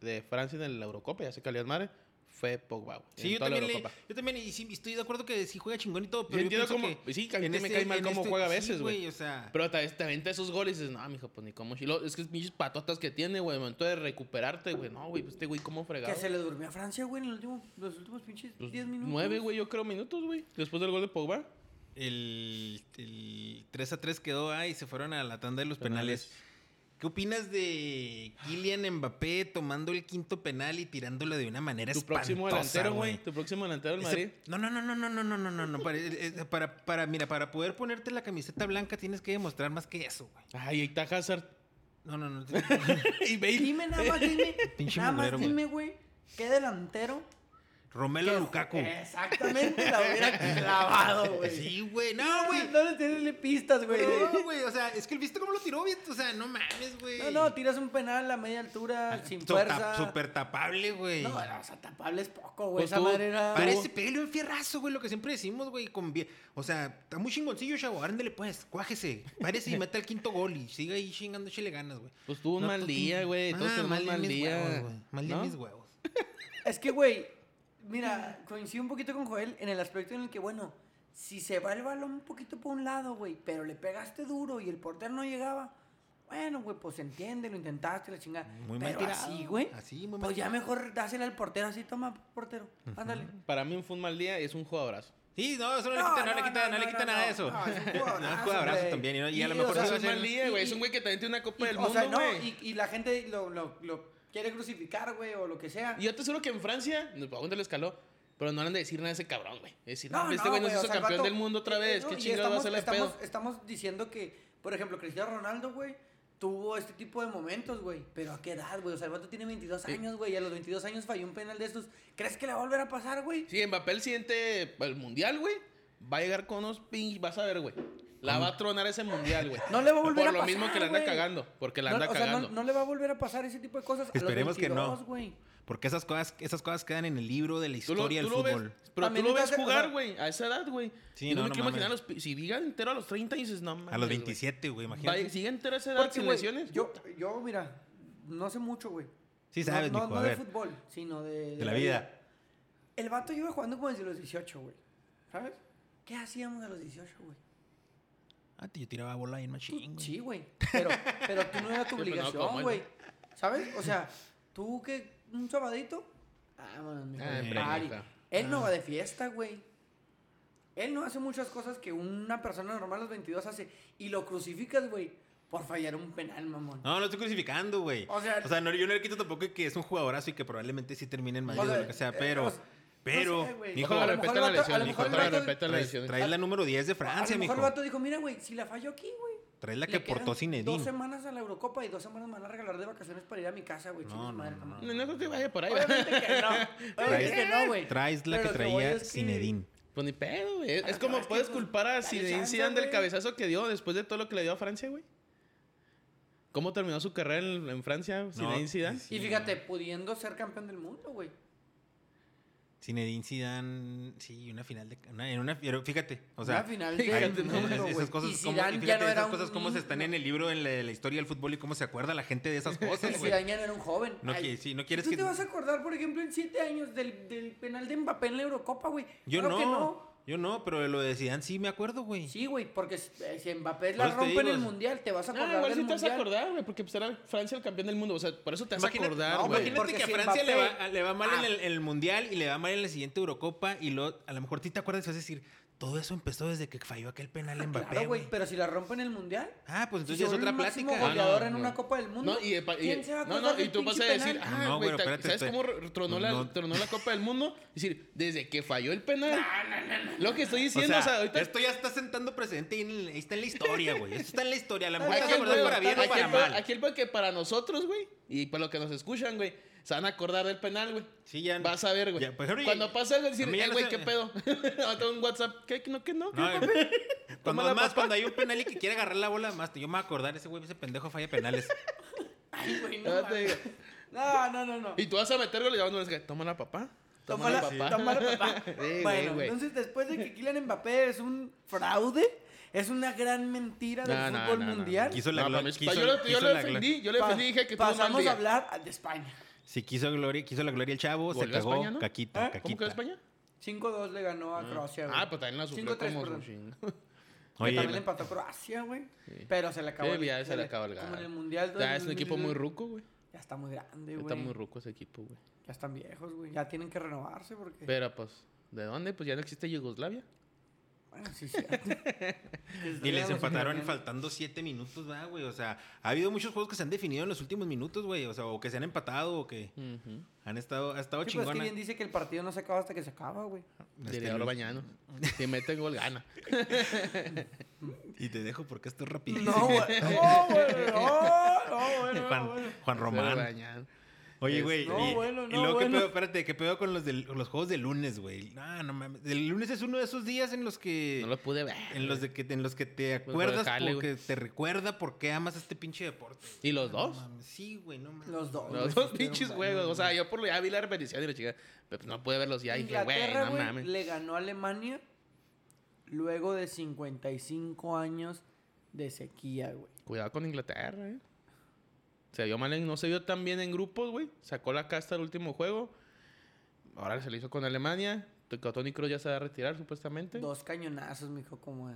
B: de Francia en la Eurocopa, ya sé que alias madre, fue Pogba. güey,
A: Sí,
B: en
A: yo
B: toda la
A: también, le-
B: Eurocopa.
A: yo también y sí, estoy de acuerdo que sí juega chingón y todo, pero
B: Yo
A: yo
B: entiendo
A: pienso
B: cómo-
A: que
B: sí, que a mí
A: en este
B: también me cae mal cómo juega a veces, güey.
A: o sea,
B: Pero te, te avienta esos goles y dices, no, mijo, pues ni cómo. Y luego, es que es pinches patotas que tiene, güey. Momento de recuperarte, güey. No, güey, pues este güey, ¿cómo fregado?
C: Que se le durmió a Francia, güey, en el último- los últimos pinches
B: Pues,
C: 10 minutos.
B: Nueve, güey, yo creo, minutos, güey. Después del gol de Pogba.
A: el, el 3 a 3 quedó ahí y se fueron a la tanda de los penales. ¿Qué opinas de Kylian Mbappé tomando el quinto penal y tirándolo de una manera
B: Tu
A: espantosa,
B: próximo delantero, güey. Tu próximo delantero del
A: Ese-
B: Madrid.
A: No, no, no, no, no, no, no, no, no, no. Para, eh, para, para, mira, para poder ponerte la camiseta blanca tienes que demostrar más que eso, güey.
B: Ay, ahí está Hazard.
A: No, no, no.
B: y Bale.
C: Dime nada más, dime.
A: Pinche
C: nada más,
A: mugrero, güey.
C: dime, güey. ¿Qué delantero?
A: Romelo
C: que-
A: Lukaku.
C: Exactamente, la hubiera clavado, güey.
A: Sí, güey. No, güey.
C: No le tienes pistas, güey.
A: No, güey, o sea, es que viste cómo lo tiró bien, o sea, no mames, güey.
C: No, no, tiras un penal a media altura, sin
A: Ah, So-
C: fuerza.
A: tap- Súper tapable, güey.
C: No, o sea, tapable es poco, güey.
B: Pues
C: Esa
B: tú-
C: madre era...
A: Parece pégale un fierrazo, güey, lo que siempre decimos, güey, con bien. O sea, está muy chingoncillo, chavo. Ándale, pues, cuájese. Parece y mete el quinto gol y sigue ahí chingando échale ganas, güey.
B: Pues tuvo un
A: No,
B: mal
A: tú-
B: día, güey. Todos
A: Ah,
B: tenemos un mal
A: mis
B: día.
A: huevos, güey. mal día
B: ¿no?
A: mis huevos.
C: Es que, güey, mira, coincido un poquito con Joel en el aspecto en el que, bueno, si se va el balón un poquito por un lado, güey, pero le pegaste duro y el portero no llegaba, bueno, güey, pues entiende, lo intentaste, la chingada.
A: Muy mal
C: pero
A: tirado.
C: así, güey.
A: Así, muy mal
C: Pues ya
A: tirado.
C: mejor dásela al portero así, toma, portero, ándale.
B: Para mí fue un mal día y es un jugadorazo.
A: Sí, no, eso no, le quita, no, le quita, no, le quita nada de eso.
C: No, es un
A: No, es
C: jugadorazo,
A: jugadorazo
C: güey.
A: también, y no- y a lo
C: o
A: mejor
C: sea,
A: sí va
B: es
A: a
B: un
A: ser-
B: mal día, güey. Es
C: y-
B: un güey que también tiene una Copa
C: y-
B: del
C: o
B: Pues Mundo,
C: sea, no,
B: güey.
C: y, y la gente lo, lo, lo quiere crucificar, güey, o lo que sea.
B: pues, Y yo te aseguro que en Francia, no, ¿a dónde le escaló? Pero no han de decir nada a ese cabrón, güey. Es decir,
C: No,
B: no, este güey no
C: güey,
B: se
C: o
B: hizo
C: sea, el
B: campeón
C: vato- eh,
B: del mundo otra vez.
C: No,
B: ¿Qué
C: y
B: chingado va a
C: estamos-
B: hacer el
C: estamos,
B: pedo?
C: estamos diciendo que, por ejemplo, Cristiano Ronaldo, güey, tuvo este tipo de momentos, güey. Pero ¿a qué edad, güey? O sea, el vato tiene 22
B: Sí.
C: años, güey. Y a los 22 años falló un penal de estos. ¿Crees que le va a volver a pasar, güey?
B: Sí, Mbappé el siguiente, el mundial, güey, va a llegar con unos ping, vas a ver, güey. La va a tronar ese mundial, güey.
C: No le va a volver
B: Por
C: a
B: lo
C: pasar,
B: mismo que la anda
C: güey.
B: cagando, porque la
C: No,
B: anda
C: o sea, no-
B: cagando.
C: no, le va a volver a pasar ese tipo de cosas.
A: Esperemos
C: a los
A: que no.
C: 22, güey.
A: Porque esas cosas, esas cosas quedan en el libro de la
B: Tú lo-
A: historia
B: tú
A: del
B: lo ves-
A: fútbol.
B: pero tú
C: También
B: lo
C: te
B: ves
C: hace- o
B: jugar,
C: sea-
B: güey, a esa edad, güey.
A: Sí,
B: Yo
A: no,
B: me
A: no
B: quiero imaginar
A: mames.
B: a los- si Vigan entero a los 30 y dices, no mames.
A: A los
B: güey.
A: 27, güey,
B: Va-
A: imagínate.
B: Sigue entero a esa edad
C: Porque,
B: sin
C: güey,
B: lesiones.
C: yo, yo, mira, no sé mucho, güey.
A: Sí
C: No-
A: sabes,
C: no,
A: mijo,
C: no
A: a
C: de
A: ver.
C: fútbol, sino de...
A: De la vida.
C: El vato iba jugando como desde los 18, güey. ¿Sabes? ¿Qué hacíamos a los 18, güey?
A: Ah, yo tiraba bola en machín, güey.
C: Sí, güey. Pero, pero tú no era tu
B: Sí, pero no como
C: obligación,
B: él.
C: güey. ¿Sabes? O sea, tú que un sabadito. Vámonos, mi
B: Ah,
A: en
B: prepa.
C: Él
A: Ah.
C: no va de fiesta, güey. Él no hace muchas cosas que una persona normal a los 22 hace. Y lo crucificas, güey, por fallar un penal, mamón.
A: No, lo estoy crucificando, güey.
C: O
A: O
C: sea-
A: sea, no, yo no le quito tampoco que es un jugadorazo y que probablemente sí termine en Madrid
C: O
A: o,
C: sea,
A: lo que sea,
C: eh,
A: pero.
C: o sea,
A: pero,
C: no sé, güey.
A: mijo,
C: Ojo, a lo mejor
B: respeta
C: el
B: la
C: vato- a lo
B: lesión, hijo.
C: mejor el
B: Ojalá
C: vato-
B: respeta la
A: traes,
B: lesión.
A: traes la número 10 de
C: a
A: Francia,
C: lo mejor el
A: mijo.
C: vato dijo, mira, güey, si la fallo aquí, güey.
A: Traes la
C: le
A: que
C: quedan
A: portó
C: Dos
A: Zinedine.
C: semanas a la Eurocopa y dos semanas me van a regalar de vacaciones para ir a mi casa, güey.
A: No,
C: chingue su
A: no,
C: madre,
A: no,
C: mamá.
B: No, no creo que vaya por ahí.
C: Obviamente que no. Obviamente
A: Traes-
C: que no, güey.
A: Traes la
C: Pero
A: que
C: lo voy
A: traía
C: es que-
A: Zinedine.
B: Pues ni pedo, güey. Es,
C: A lo que
B: como
C: vas,
B: puedes
C: que, pues,
B: culpar a
C: dale
B: Zinedine
C: chance,
B: Zidane del
C: güey.
B: cabezazo que dio después de todo lo que le dio a Francia, güey. ¿Cómo terminó su carrera en, en Francia, Zinedine Zidane?
A: sí,
C: Y fíjate, pudiendo ser campeón del mundo, güey.
A: Zinedine Zidane, sí, una final de una, en una pero fíjate, o sea,
C: Una final
B: de-
A: hay-
B: Fíjate, no,
A: eh, esas-
C: güey.
A: esas cosas
C: Y
A: cómo,
C: Zidane
A: y
C: ya
A: fíjate
C: no era
A: esas
C: un
A: cosas cómo se están
C: niño.
A: en el libro en la, de la historia del fútbol y cómo se acuerda la gente de esas
C: Si
A: cosas, güey.
C: Zidane ya no era un joven.
A: No que- sí, no quieres
C: ¿Tú
A: que-
C: te vas a acordar, por ejemplo, en siete años del, del penal de Mbappé en la Eurocopa, güey?
A: Yo
C: Claro
A: no,
C: que no.
A: yo no, pero de lo de Zidane sí me acuerdo, güey.
C: Sí, güey, porque eh, si Mbappé
A: Por
C: la
A: eso te digo,
C: rompe en el
A: o sea-
C: Mundial, te vas a acordar
B: Ah, igual
C: del
B: sí te vas a
C: Mundial.
B: acordar, güey, porque pues era Francia el campeón del mundo. O sea, por eso te vas
A: Imagina-
B: a acordar,
A: no,
B: güey.
A: imagínate
C: Porque
A: que a
C: si
A: Francia le
C: Mbappé-
A: va, le va mal
C: Ah.
A: en el, en el Mundial y le va mal en la siguiente Eurocopa y luego a lo mejor ti te acuerdas y vas a decir, todo eso empezó desde que falló aquel penal en Mbappé,
C: Ah, Claro,
A: güey.
C: güey, pero si la rompe en el Mundial...
A: Ah, pues entonces
C: si
A: ya es
C: se
A: otra
C: vuelve el máximo
A: plática.
B: gol-
C: goleador
B: Ah, no,
C: en
B: no.
C: una Copa del Mundo.
B: No, y, de pa- y-
C: ¿Quién se va a
B: no,
C: acordar
B: no, y
C: del
B: tú vas a
C: pinche
B: decir,
C: penal?
A: No,
B: ah,
A: no,
B: güey,
A: güey,
B: ta-
A: espérate,
B: ¿sabes cómo
A: espérate.
B: r- tronó, la,
A: No.
B: tronó la Copa del Mundo? Es decir, desde que falló el penal. Lo que estoy
A: O
B: diciendo,
A: sea,
B: o sea, ahorita.
A: esto ya está sentando precedente y en el- ahí está en la historia, güey. Esto está en la historia. A lo mejor te vas
B: Aquí
A: a
B: el
A: acordar
B: pedo-
A: para bien o
B: aquí el
A: para
B: pedo-
A: mal.
B: Aquí el pedo que para nosotros, güey, y para los que nos escuchan, güey, se van a acordar del penal, güey.
A: Sí, ya.
B: Vas a ver, güey.
A: Ya, por ejemplo,
B: Cuando
A: ya-
B: pasa algo,
A: a
B: decir,
A: mí ya
B: eh,
A: no
B: güey,
A: se-
B: ¿qué pedo? Ahorita un WhatsApp, ¿qué? ¿No? ¿Qué no?
A: No, cuando
B: Tómala,
A: más,
B: papá.
A: cuando hay un penal y que quiere agarrar la bola, más te- yo me voy a acordar, ese güey, ese pendejo falla penales.
C: Ay, güey, no,
B: Ya te digo.
C: mames. no, no, no, no.
B: Y tú vas a meter gol y ya van a decir, tómala, papá.
C: Tómala,
B: papá.
C: tómala, papá.
B: Sí, güey,
C: bueno,
B: güey.
C: entonces después de que Kylian Mbappé es un fraude, es una gran mentira del
B: No, no,
C: fútbol
B: no, no.
C: mundial,
A: Quiso la
B: No,
A: gloria.
B: mames,
A: quiso-
B: yo lo, yo
A: quiso
B: lo
A: la
B: defendí,
A: gloria.
B: yo lo
C: pa-
B: defendí, dije que tuvo un mal
C: pasamos
B: día.
C: a hablar de España.
A: Si quiso gloria, quiso la gloria el chavo, se
B: ¿Volvió a
A: cagó.
B: España, no?
A: Caquita,
C: ¿Eh?
A: caquita.
B: ¿Cómo quedó España?
C: 5-2 le ganó a Croacia, güey.
B: Ah, pues también la sufrió
C: 5-3,
B: como
C: perdón.
B: su chingo.
C: Que
A: Oye,
C: también le empató a Croacia, güey. Pero se le acabó.
B: Sí, ya se le acabó el
C: Como en
B: gas.
C: el mundial.
B: Ya es un equipo muy
C: 2022,
B: ruco, güey.
C: Ya está muy grande, güey.
B: Está muy ruco ese equipo, güey.
C: Ya están viejos, güey. Ya tienen que renovarse
A: Eh.
C: porque.
B: Pero pues, ¿de dónde? Pues ya no existe Yugoslavia.
C: Bueno, sí, sí. y
A: Y les empataron faltando siete minutos, ¿verdad, güey. O sea, ha habido muchos juegos que se han definido en los últimos minutos, güey. O sea, o que se han empatado o que
B: Ujú.
A: han estado, ha estado
C: Sí, pues es que
A: chingona.
C: bien dice que el partido no se acaba hasta que se acaba, güey.
A: Este,
B: Diría
A: Luis,
B: lo bañano. Si mete gol, gana.
A: y te dejo porque esto es rapidísimo.
C: No, güey. No, güey. No, no, güey. no,
A: Juan,
C: güey.
A: Juan Román.
B: Lo bañano.
A: Oye,
B: Es-
A: güey.
C: No,
A: y,
C: bueno,
A: y
C: no,
A: luego,
C: bueno.
A: ¿qué pedo? Espérate, ¿qué pedo con los, del- los juegos de lunes, güey? No, no mames. El lunes es uno de esos días en los que.
B: No lo pude ver.
A: en los de que en los que te
B: por
A: acuerdas
B: jale,
A: porque te recuerda por qué amas este pinche deporte.
B: ¿Y los
A: No
B: dos?
A: mames, Sí, güey, no mames.
C: Los dos. güey,
B: Los dos
C: sí
B: pinches
C: estuvieron
B: juegos. O
C: buenos,
B: sea,
C: güey.
B: yo por lo ya vi la repetición y la chica. Pero pues, no pude verlos ya. Y dije, güey,
C: Inglaterra,
B: no
C: güey,
B: mames.
C: le ganó a Alemania luego de 55 años de sequía, güey.
B: Cuidado con Inglaterra, eh. Se vio mal, en- no se vio tan bien en grupos, güey. Sacó la casta el último juego. Ahora se le hizo con Alemania. Tony Kroos ya se va a retirar, supuestamente.
C: Dos cañonazos, mijo, como,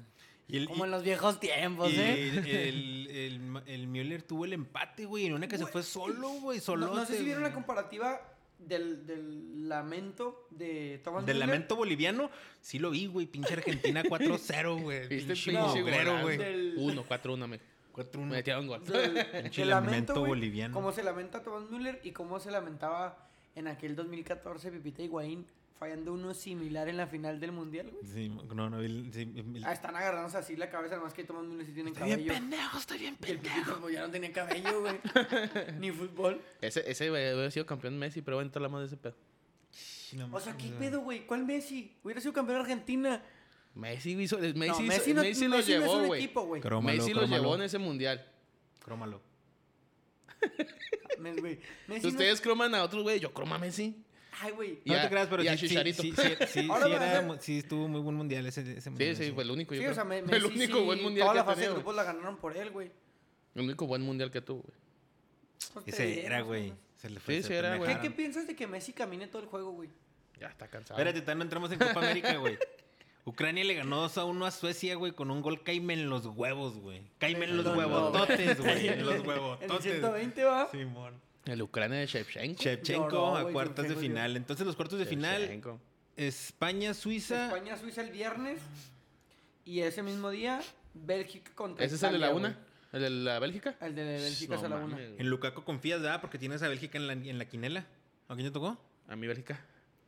A: Y el,
C: como
A: y-
C: en los viejos tiempos,
A: y
C: ¿eh?
A: el, el, el- el Müller tuvo el empate, güey, en una que se fue solo, güey, solo.
C: No, no sé si vieron la comparativa del, del lamento de Thomas
A: Del
C: Müller.
A: lamento boliviano, sí lo vi, güey. Pinche Argentina 4-0, güey.
B: ¿Viste el
A: Pinche
B: pinche
A: mugrero,
B: golazo?
A: güey.
C: Del-
B: 1, 4, 1, me,
A: 4-1.
B: me metieron gol.
C: Del,
A: Pinche
C: del
A: lamento
C: güey,
A: boliviano.
C: Cómo se lamenta Thomas Müller y cómo se lamentaba en aquel 2014 Pipita Higuaín fallando uno similar en la final del mundial, güey.
A: Sí, no, no, el- sí, el-
C: Ah, están agarrándose así la cabeza, nomás que Tomás Müller sí tienen
A: Estoy bien
C: cabello.
A: pendejo, estoy bien
C: Y el
A: pendejo.
C: Piquito pues, ya no tenía cabello, güey. Ni fútbol.
B: Ese, ese güey, hubiera sido campeón Messi, pero va a entrar la madre de ese pedo.
A: No
C: O sea, ¿qué
A: mames,
C: pedo, güey? ¿Cuál Messi? Hubiera sido campeón de Argentina.
B: Messi hizo. Messi,
C: No,
B: hizo-
C: Messi no,
B: Messi lo
C: Messi no es
B: llevó,
C: un
B: güey.
C: equipo, güey.
A: Crómalo,
B: Messi lo
A: crómalo,
B: llevó en ese mundial.
A: Crómalo.
C: Mes- güey. Messi
B: Si
C: no-
B: ustedes croman a otros, güey, yo croma a Messi.
C: Ay, güey.
B: Y
A: No
B: a-
A: te creas, pero
B: y a
A: sí, sí, sí,
B: Chicharito.
A: sí, sí, sí,
C: Ahora,
A: sí era
C: pero-
A: mu- sí estuvo muy buen mundial ese, ese
B: Sí,
A: mundial.
B: sí, fue el único. yo
C: Sí,
B: creo.
C: o sea, me-
B: el
C: Messi
B: único
C: sí,
B: buen mundial
C: Toda
B: que
C: la
B: ha
C: fase de
B: tenido, güey.
C: grupos la ganaron por él, güey.
B: El único buen mundial que tuvo, güey.
C: Pues, te
A: Ese
C: diré,
A: era,
C: más o
A: güey.
C: menos.
A: Se le fue.
B: Sí,
A: se
B: sí era, güey.
C: ¿Qué,
A: apendejaron.
C: ¿Qué piensas de que Messi camine todo el juego, güey?
B: Ya está cansado.
A: Espérate, todavía no entramos en Copa América, güey. Ucrania le ganó 2 a 1 a Suecia, güey, con un gol caime en los huevos, güey. Caime en los
C: No, no,
A: huevototes, güey. En los
C: En
A: huevototes.
C: el 120 va.
A: Simón.
B: El Ucrania de Shevchenko.
A: Shevchenko
C: Lloró,
A: a
C: güey,
A: cuartos de
C: Shevchenko
A: final. Entonces, los cuartos de final,
B: Shevchenko.
A: España, Suiza.
C: España, Suiza el viernes. Y ese mismo día, Bélgica contra.
B: ¿Ese es el de la
C: Italia,
B: una? ¿El de la Bélgica?
C: güey. El de Bélgica es
B: No
C: a la una.
B: mames, güey.
A: En Lukaku confías, ¿verdad? Porque tienes a Bélgica en la, en la quinela. ¿A quién te tocó?
B: A mi Bélgica.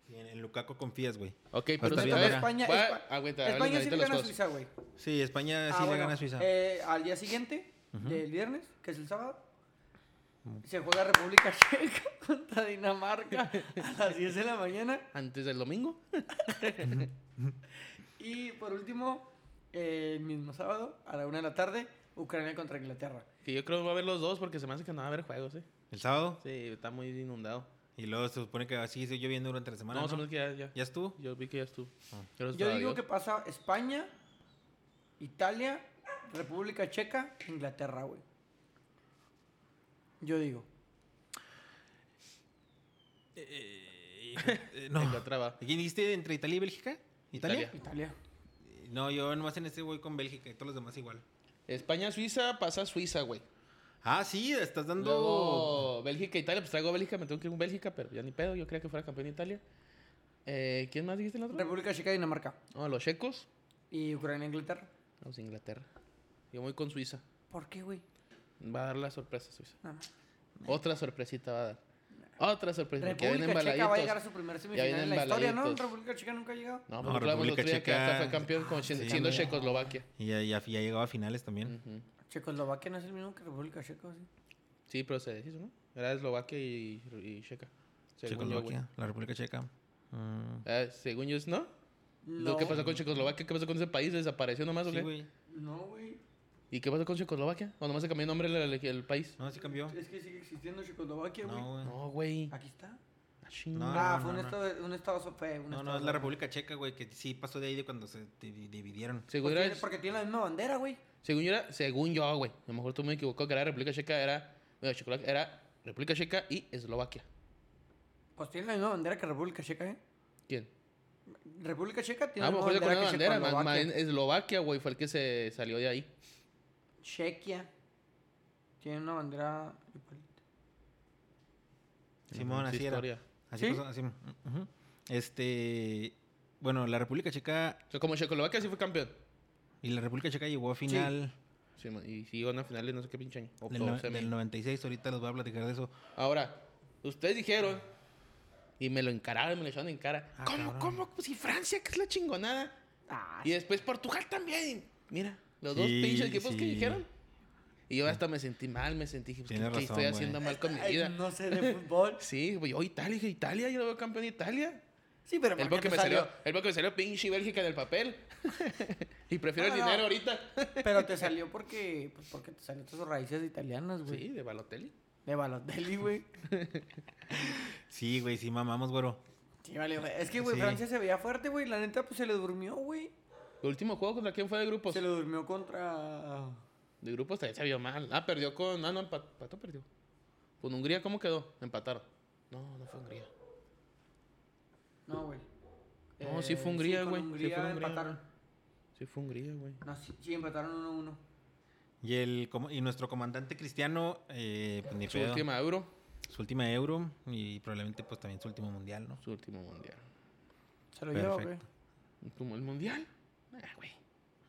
A: Sí, en, en Lukaku confías, güey.
B: Ok,
A: Está
B: pero
A: bien,
B: a ver,
A: ahora.
C: España,
B: va-
C: Espa-
B: aguanta,
C: España
B: háblenme
C: sí
B: ahorita
C: le
B: los
C: gana a
B: dos.
C: Suiza, güey.
A: Sí, España sí
C: Ah,
A: le
C: bueno,
A: gana a Suiza.
C: eh, al día siguiente, del viernes, que es el sábado,
A: Mm.
C: se juega República Checa contra Dinamarca a las 10 de la mañana.
B: Antes del domingo.
C: Y por último, eh, el mismo sábado, a la 1 de la tarde, Ucrania contra Inglaterra.
B: Que yo creo que va a haber los dos porque se me hace que no va a haber juegos, eh.
A: El sábado.
B: Sí, está muy inundado.
A: Y luego se supone que así siguió lloviendo durante la semana.
B: no,
A: No,
B: se me hace que ya, ya.
A: ¿Ya estuvo?
B: Yo vi que ya estuvo.
A: Ah.
B: Yo,
C: Yo digo que pasa España, Italia, República Checa, Inglaterra, güey. Yo digo.
A: Eh, eh,
B: No.
A: no. ¿Quién dijiste entre Italia y Bélgica? ¿Italia?
B: Italia.
C: Italia.
A: Eh, No, yo nomás en este voy con Bélgica y todos los demás igual.
B: España, Suiza, pasa Suiza, güey.
A: Ah, sí, estás dando.
B: Luego, Bélgica, Italia. Pues traigo a Bélgica, me tengo que ir con Bélgica, pero ya ni pedo. Yo creía que fuera campeón de Italia. Eh, ¿Quién más dijiste el otro?
C: República Checa, Dinamarca.
B: No, los checos.
C: Y Ucrania, Inglaterra.
B: Vamos, Inglaterra. Yo voy con Suiza.
C: ¿Por qué, güey?
B: Va a dar la sorpresa Suiza.
C: Nada más.
B: Otra sorpresita va a dar. Otra sorpresa. Pues porque ya vienen
C: República Checa va a
B: baladitos.
C: llegar a su primer semifinal en
B: vienen
C: la historia, ¿no?
B: baladitos.
C: República Checa nunca ha llegado.
B: No, pues,
A: No,
B: pero hablamos el otro
A: República
B: día que hasta
A: Checa- Ah,
B: fue campeón con-
A: Sí,
B: siendo
A: güey.
B: Checoslovaquia.
A: Y ya, ya, ya llegaba a finales también.
B: Ujú.
C: Checoslovaquia no es el mismo que República Checa, ¿o ¿sí?
B: Sí, pero se deshizo, ¿no? Era Eslovaquia y, y Checa. Según yo, güey.
A: Checoslovaquia, la República Checa. Mm.
B: Ah, según yo, es- ¿no?
C: No.
B: ¿Qué pasó con Checoslovaquia? ¿Qué pasó con ese país? ¿Desapareció nomás o
A: Sí,
B: qué?
A: güey.
C: No, güey.
B: ¿Y qué pasó con Checoslovaquia? ¿O nomás se cambió el nombre del del país?
A: No, sí cambió.
C: Es que sigue existiendo Checoslovaquia, güey.
A: No, güey.
B: No, güey.
C: Aquí está.
B: Ah, ching.
A: No,
C: ah,
A: no,
C: fue
A: no,
C: un,
A: no.
C: Estado, un estado so- fue un
A: No, no,
C: estado
A: es la
C: so-
A: República Checa, güey, que sí pasó de ahí de cuando se divi- dividieron.
B: Según,
C: Porque,
B: era,
C: Pues tiene- porque tiene la misma bandera, güey.
B: según yo, era, según yo, güey. A lo mejor tú me equivocó que era República Checa, era... bueno, Checoslovaquia, era República Checa y Eslovaquia.
C: Pues tiene la misma bandera que República Checa, ¿eh?
B: ¿Quién?
C: República Checa tiene
B: Ah,
C: la
B: pues
C: misma
B: fue con
C: bandera
B: una bandera.
C: que
B: más- más
C: Checoslovaquia.
B: bien Eslovaquia, güey, fue el que se salió de ahí.
C: Chequia tiene una bandera igualita.
A: Simón,
B: Sí,
A: así era.
B: historia.
A: Así
C: ¿Sí?
A: pasó, así. ujú. Este. Bueno, la República Checa
B: O sea, como Checoslovaquia sí fue campeón.
A: y la República Checa llegó a final
B: Sí, man, y si iban a finales no sé qué pinche año. O
A: del,
B: o
A: no-
B: semi.
A: del 96. Ahorita les voy a platicar de eso.
B: Ahora, ustedes dijeron, y me lo encararon, me lo echaron en cara.
A: Ah,
B: ¿Cómo,
A: cabrón.
B: cómo? Pues si Francia, que es la chingonada.
C: Ah,
B: Y después Portugal también. Mira, los dos
A: Sí,
B: pinches equipos que
A: sí.
B: dijeron. Y yo hasta me sentí mal, me sentí, pues, ¿qué,
A: Tienes
B: qué
A: razón,
B: estoy
A: güey.
B: haciendo mal con mi
C: ay,
B: vida?
C: no sé de fútbol.
B: Sí, pues yo Italia, dije Italia, yo lo veo campeón de Italia.
C: Sí, pero
B: El
C: ¿por
B: porque
C: qué
B: me
C: te
B: salió, el porque me salió pinche Bélgica en el papel. y prefiero
C: No,
B: el
C: no,
B: dinero
C: no.
B: ahorita.
C: Pero te salió porque, pues porque te salió tus raíces italianas, güey.
B: Sí, de Balotelli.
C: De Balotelli, güey.
A: Sí, güey, sí, mamamos, güero.
C: Sí, vale, güey. Es que, güey,
A: Sí.
C: Francia se veía fuerte, güey. La neta, pues se le durmió, güey.
B: ¿El último juego contra quién fue de
A: Pues
B: grupos?
C: Se le durmió contra.
B: De grupos también se vio mal. Ah, perdió con. Ah, no, empa- empató, perdió. Con Hungría, ¿cómo quedó? Empataron. No, no fue Hungría.
C: No, güey. Eh,
B: No, sí fue Hungría,
C: con
B: güey. Sí
C: Hungría
B: fue Hungría,
C: empataron.
B: Sí, fue Hungría, güey.
C: No, sí, sí, empataron 1-1.
A: Y, el, com- y nuestro comandante cristiano, eh, pues ni
B: Su
A: pedo.
B: última euro,
A: Su última euro y probablemente pues también su último mundial, ¿no?
B: su último mundial.
C: Se lo lleva, güey.
A: Perfecto.
B: ¿Como el mundial? Ah, güey.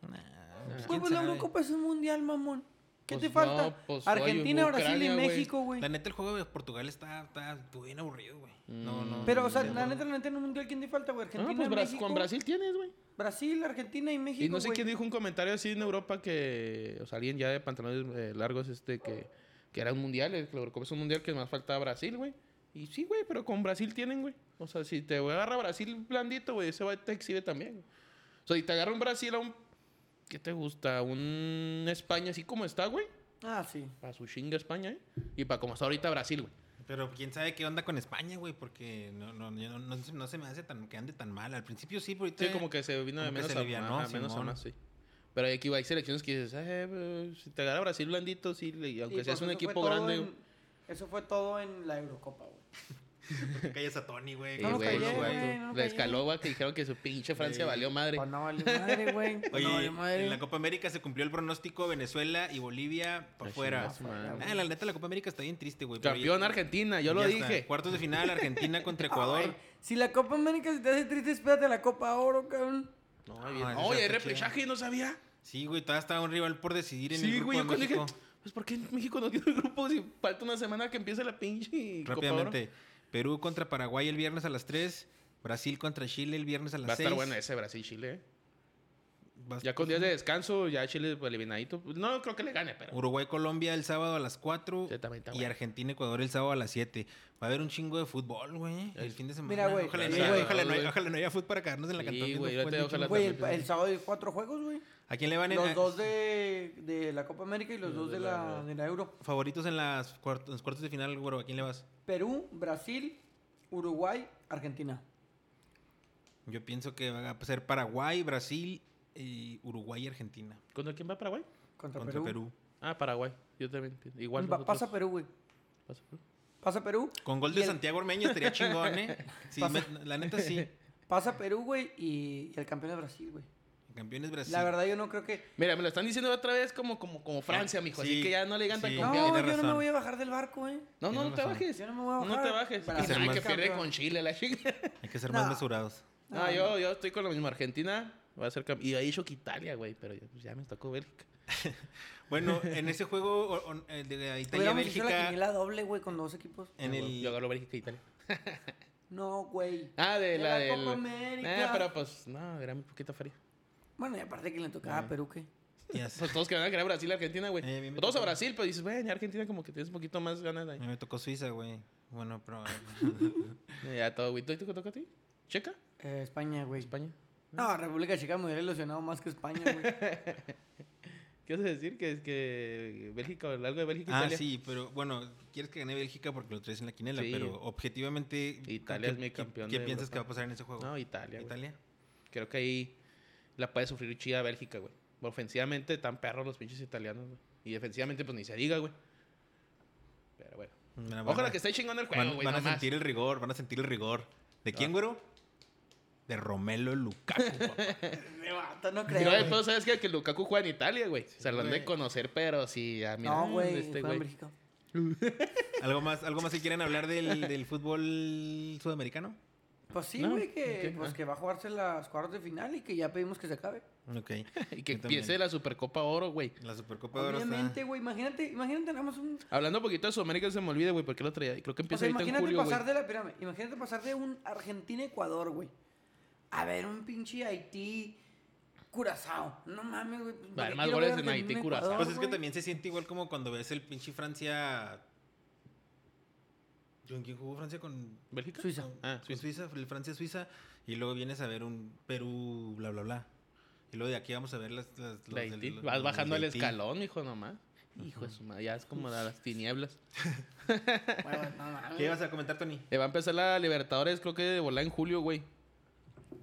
A: Nah,
B: Ah.
A: pues,
C: Güey,
A: quién
C: pues la
A: sabe.
C: Eurocopa es un mundial, mamón. ¿Qué
B: Pues
C: te
B: no,
C: falta?
B: pues,
C: Argentina,
B: oye,
C: Brasil y
B: Ucrania, güey.
C: México, güey.
A: La neta, el juego de Portugal está, está estuvo bien aburrido, güey.
B: Mm,
A: No, no.
C: Pero, o
A: no,
C: sea,
A: no,
C: la
A: no.
C: neta, la neta, en un mundial, ¿quién te falta, güey?
B: No,
C: Argentina,
B: pues Bras-
C: México,
B: con Brasil tienes, güey.
C: Brasil, Argentina y México,
B: Y no sé
C: güey.
B: quién dijo un comentario así en Europa que, o sea, alguien ya de pantalones eh, largos, este, que, que era un mundial, eh, que la Eurocopa es un mundial que más faltaba Brasil, güey. Y sí, güey, pero con Brasil tienen, güey. O sea, si te agarra Brasil blandito, güey, ese va te exhibe también. güey. O sea, si te agarra un Brasil a un, ¿qué te gusta? Un España así como está, güey.
C: Ah, sí.
B: Para su chinga España, ¿eh? Y para como está ahorita Brasil, güey.
A: Pero quién sabe qué onda con España, güey, porque no, no, yo no, no, se- no se me hace tan, que ande tan mal. Al principio sí, pero ahorita.
B: Sí, como que se vino de
A: como que
B: menos
A: se
B: a,
A: alivianó,
B: ajá, menos a
A: Simón.
B: más, sí. Pero aquí hay selecciones que dices, eh, pero si te agarra Brasil blandito, sí, le- y aunque
C: Y,
B: seas un
C: pues, eso fue
B: equipo
C: todo
B: grande,
C: en-
B: güey.
C: Eso fue todo en la Eurocopa, güey.
A: que calles a Tony, güey.
B: Sí,
C: No lo
B: güey,
C: callé,
B: sí, güey.
C: güey, no lo
B: La
C: callé.
B: escaló, güey, que dijeron que su pinche Francia
A: Sí.
B: valió madre.
C: Pues no vale madre, güey. Pues
A: Oye,
C: no vale madre.
A: en la Copa América se cumplió el pronóstico Venezuela y Bolivia para
B: La
A: afuera.
B: chingada su madre,
A: Ah,
B: güey.
A: la neta, la Copa América está bien triste, güey. pero
B: Campeón
A: ya-
B: Argentina, yo lo
A: ya está.
B: dije.
A: Cuartos de final, Argentina contra
C: Ay,
A: Ecuador.
C: si la Copa América se te hace triste, espérate a la Copa Oro, cabrón.
B: No,
A: Ah,
B: bien.
A: ese
B: Oye,
A: está
B: hay repechaje, no sabía.
A: Sí, güey, todavía estaba un rival por decidir en el
B: Sí,
A: grupo
B: güey,
A: de
B: yo cuando dije,
A: México.
B: pues ¿por qué México no tiene el grupo si falta una semana que empiece la pinche Copa Oro?
A: Rápidamente. Perú contra Paraguay el viernes a las 3. Brasil contra Chile el viernes a las
B: Va a
A: 6.
B: estar bueno ese Brasil-Chile, eh.
A: Va a
B: Ya con días de descanso, ya Chile pues, eliminadito. No creo que le gane, pero...
A: Uruguay-Colombia el sábado a las 4
B: Sí, también está
A: y
B: bueno.
A: Argentina-Ecuador el sábado a las 7. Va a haber un chingo de fútbol, güey, el
B: Es-
A: fin de semana.
C: Mira, güey,
A: Ojalá,
B: sí,
A: no haya-
B: güey.
A: ojalá no haya-
B: güey.
A: ojalá no haya fútbol para quedarnos en la
B: Sí,
A: cantón. viendo
B: güey, ahorita
A: fútbol,
B: ojalá-
A: chingón.
C: Güey, el,
B: también,
C: el sábado hay cuatro juegos, güey.
A: ¿A quién le van en-
C: Los
A: a-
C: dos de, de la Copa América y los dos de la, de la Euro.
A: favoritos en, las cuart- en los cuartos de final, güey? ¿A quién le vas?
C: Perú, Brasil, Uruguay, Argentina.
A: Yo pienso que va a ser Paraguay, Brasil, y Uruguay y Argentina
B: ¿Contra quién va Paraguay?
C: Contra,
A: contra
C: Perú.
A: Perú.
B: Ah, Paraguay. Yo también. Igual
C: Mm, Va-
B: nosotros.
C: pasa Perú, güey.
B: Pasa Perú.
C: Pasa Perú.
A: Con gol
C: Y
A: de
C: el-
A: Santiago Ormeño estaría chingón, ¿eh? Sí,
C: Pasa-
A: me- la neta sí.
C: Pasa Perú, güey, y, y el campeón de Brasil, güey.
A: Campeones Brasil.
C: La verdad, yo no creo que.
B: Mira, me lo están diciendo otra vez como, como, como Francia, mijo.
A: Sí,
B: así que ya no le ganan
A: sí.
B: tan
C: No,
B: confiado.
C: yo
A: tiene
C: no me
A: razón.
C: voy a bajar del barco, eh.
B: No, no,
A: Tienes
B: no te
A: razón.
B: bajes.
C: Yo no me voy a bajar.
B: No te bajes.
C: Para
B: Y
A: ser
B: nada,
A: más
B: que pierde
C: campeón.
B: con Chile la chica.
A: Hay que ser
C: No.
A: más mesurados.
B: No, yo, yo estoy con la misma Argentina. Va a ser campeón. Y ahí dicho que Italia, güey. Pero ya, pues ya me tocó Bélgica.
A: Bueno, en ese juego o- o- el de
C: Hubiéramos hecho la
A: Italia-Bélgica,
C: quiniela doble, güey, con dos equipos.
A: en
B: Yo- Yo
A: el...
B: agarro Bélgica e Italia.
C: No, güey.
B: Ah, de
C: De
B: la
C: la
B: del.
C: Copa
B: Ah,
C: América.
B: pero pues, no, era muy poquita feria.
C: Bueno, y aparte que le tocaba a Perú, ¿qué?
A: ya sé,
B: Pues todos que van a querer Brasil y Argentina, güey.
A: Eh, a mí me
B: todos a
A: tocó.
B: Brasil, pues dices, güey, en Argentina como que tienes un poquito más ganas
A: a
B: ahí.
A: mí me tocó Suiza, güey. Bueno, pero... Mm.
B: Eh, Ya todo, güey. ¿Tú te toca a ti? ¿Checa?
C: Eh, España, güey.
B: ¿España?
C: No, República Checa me hubiera ilusionado más que España, güey.
B: ¿Qué vas a decir? Que es que Bélgica o algo de Bélgica. e
A: Ah,
B: Italia.
A: sí, pero bueno, quieres que gane Bélgica porque lo traes en la quinela,
B: Sí.
A: pero objetivamente...
B: Italia
A: ¿qué-
B: es mi
A: qué-
B: campeón
A: ¿Qué
B: de
A: piensas
B: Europa.
A: que va a pasar en ese juego?
B: No, Italia. güey.
A: ¿Italia?
B: Creo que ahí la puede sufrir chida Bélgica, güey. Ofensivamente tan perros los pinches italianos, güey. Y defensivamente pues ni se diga, güey. Pero bueno.
A: Mira, van
B: Ojalá
A: a-
B: que esté chingando el juego,
A: Van,
B: güey.
A: van a
B: no más. Ah.
A: sentir el rigor, van a sentir el rigor. ¿De quién, güero? De Romelo Lukaku, papá.
C: Me mata, no
B: Y
C: creo.
B: luego
C: güey.
B: después eh, pues, sabes que, que Lukaku juega en Italia, güey. se lo han de
A: güey.
B: conocer, pero sí, a mí
C: No, güey.
B: Este,
C: fue en
B: güey.
C: México.
A: ¿Algo más, algo más que quieran hablar del, del fútbol sudamericano?
C: Pues sí,
B: No,
C: güey, que,
B: ok,
C: pues
B: ah.
C: que va a jugarse las cuartos de final y que ya pedimos que se acabe.
A: Ok.
B: Y que
A: Yo también.
B: empiece la Supercopa Oro, güey.
A: La Supercopa de Oro está-
C: Obviamente, güey. Imagínate, imagínate nada más un.
B: Hablando un poquito de Sudamérica, se me olvida, güey, porque lo traía. Creo que
C: O
B: empieza
C: sea,
B: ahorita en
C: imagínate
B: julio, güey.
C: pasar de la. Espérame, imagínate pasar de un Argentina-Ecuador, güey. A ver, un pinche Haití. Curazao. No mames, güey. pues,
B: Va a haber
C: ¿por qué
B: más
C: quiero
B: goles
C: ver
B: en Haití,
C: Argentina-Ecuador,
B: Curazao?
A: Pues es que
C: güey?
A: también se siente igual como cuando ves el pinche Francia. ¿Con quién jugó Francia? Con
B: ¿Bélgica?
C: Suiza.
B: Ah,
A: con
B: Suiza.
A: Suiza, el Francia-Suiza. Y luego vienes a ver un Perú, bla, bla, bla. Y luego de aquí vamos a ver las. las- los
B: De
A: del-
B: Haití.
A: los-
B: Vas
A: los
B: bajando
A: de
B: el
A: Haití.
B: escalón, hijo, nomás. Hijo de su madre, ya es como a las tinieblas.
C: Bueno, no mames.
A: ¿Qué ibas a comentar, Tony?
B: Eh, va a empezar la Libertadores, creo que de volada en julio, güey.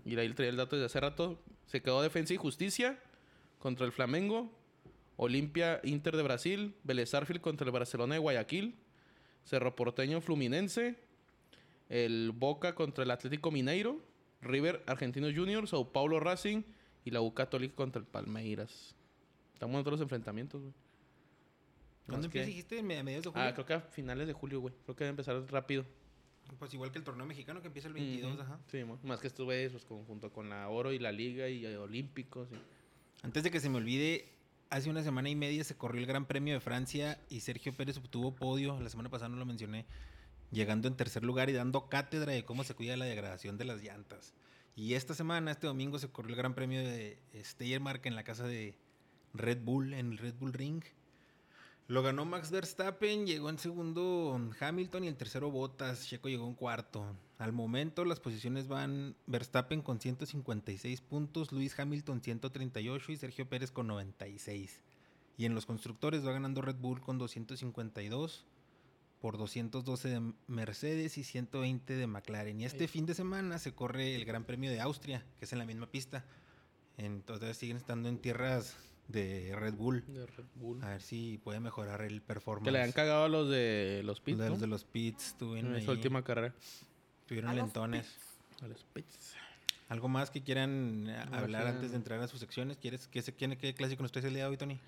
B: Y ahí traía el dato desde hace rato. Se quedó Defensa y Justicia contra el Flamengo. Olimpia, Inter de Brasil. Vélez Arfield contra el Barcelona de Guayaquil. Cerro Porteño, Fluminense. El Boca contra el Atlético Mineiro. River, Argentinos Juniors. Sao Paulo Racing. Y la U Católica contra el Palmeiras. Estamos en todos los enfrentamientos, güey.
A: ¿Cuándo
B: Más que-
A: empiezas? Dijiste ¿Me- a mediados de julio.
B: Ah, creo que a finales de julio, güey. Creo que va a empezar rápido.
A: Pues igual que el torneo mexicano que empieza el 22,
B: Ujú.
A: ajá.
B: Sí, mo- más que estuve pues, con- junto con la Oro y la Liga y eh, Olímpicos. y-
A: Antes de que se me olvide, hace una semana y media se corrió el Gran Premio de Francia y Sergio Pérez obtuvo podio. La semana pasada no lo mencioné. Llegando en tercer lugar y dando cátedra de cómo se cuida la degradación de las llantas. Y esta semana, este domingo, se corrió el Gran Premio de Steiermark en la casa de Red Bull, en el Red Bull Ring. Lo ganó Max Verstappen, llegó en segundo Hamilton y el tercero Bottas. Checo llegó en cuarto. Al momento las posiciones van Verstappen con 156 puntos, Luis Hamilton 138 y Sergio Pérez con 96. Y en los constructores va ganando Red Bull con 252 por 212 de Mercedes y 120 de McLaren. Y este
C: Ahí.
A: fin de semana se corre el Gran Premio de Austria, que es en la misma pista. Entonces siguen estando en tierras de Red Bull.
B: De Red Bull.
A: A ver si puede mejorar el performance.
B: Que le han cagado a los de los Pits,
A: Los de-
B: ¿no?
A: los de los pits tuvieron
B: En
A: ahí,
B: esa última carrera.
A: tuvieron
C: A los
A: lentones.
B: A los Pits.
A: ¿Algo más que quieran eh,
B: No,
A: hablar
B: sí,
A: antes de
B: no.
A: entrar a sus secciones? ¿Quieres que se quién qué clásico nos traes el día de hoy, Tony?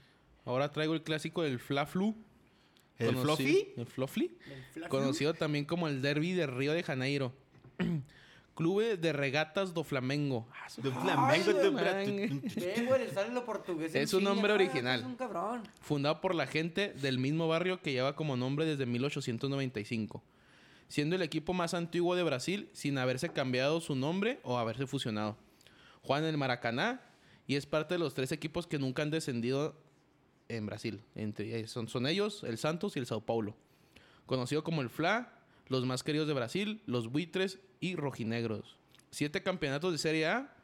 B: Ahora traigo el clásico del Fla Flu.
A: ¿El
B: conocido-
A: Fluffy?
B: El Fluffy.
C: Del Flash
B: Conocido también como el Derby de Río de Janeiro. Club de Regatas do Flamengo. Ah, su-
C: Flamengo de
B: man.
C: News. Ve, güey, le sale lo portugués. en
B: Es un
C: chinga.
B: nombre
C: Ah,
B: original.
C: Es un cabrón.
B: Fundado por la gente del mismo barrio que lleva como nombre desde 1895. Siendo el equipo más antiguo de Brasil sin haberse cambiado su nombre o haberse fusionado. Juan el Maracaná y es parte de los tres equipos que nunca han descendido en Brasil. Entre, eh, son, son ellos, el Santos y el Sao Paulo. Conocido como el FLA, los más queridos de Brasil, los buitres y rojinegros. Siete campeonatos de Serie A,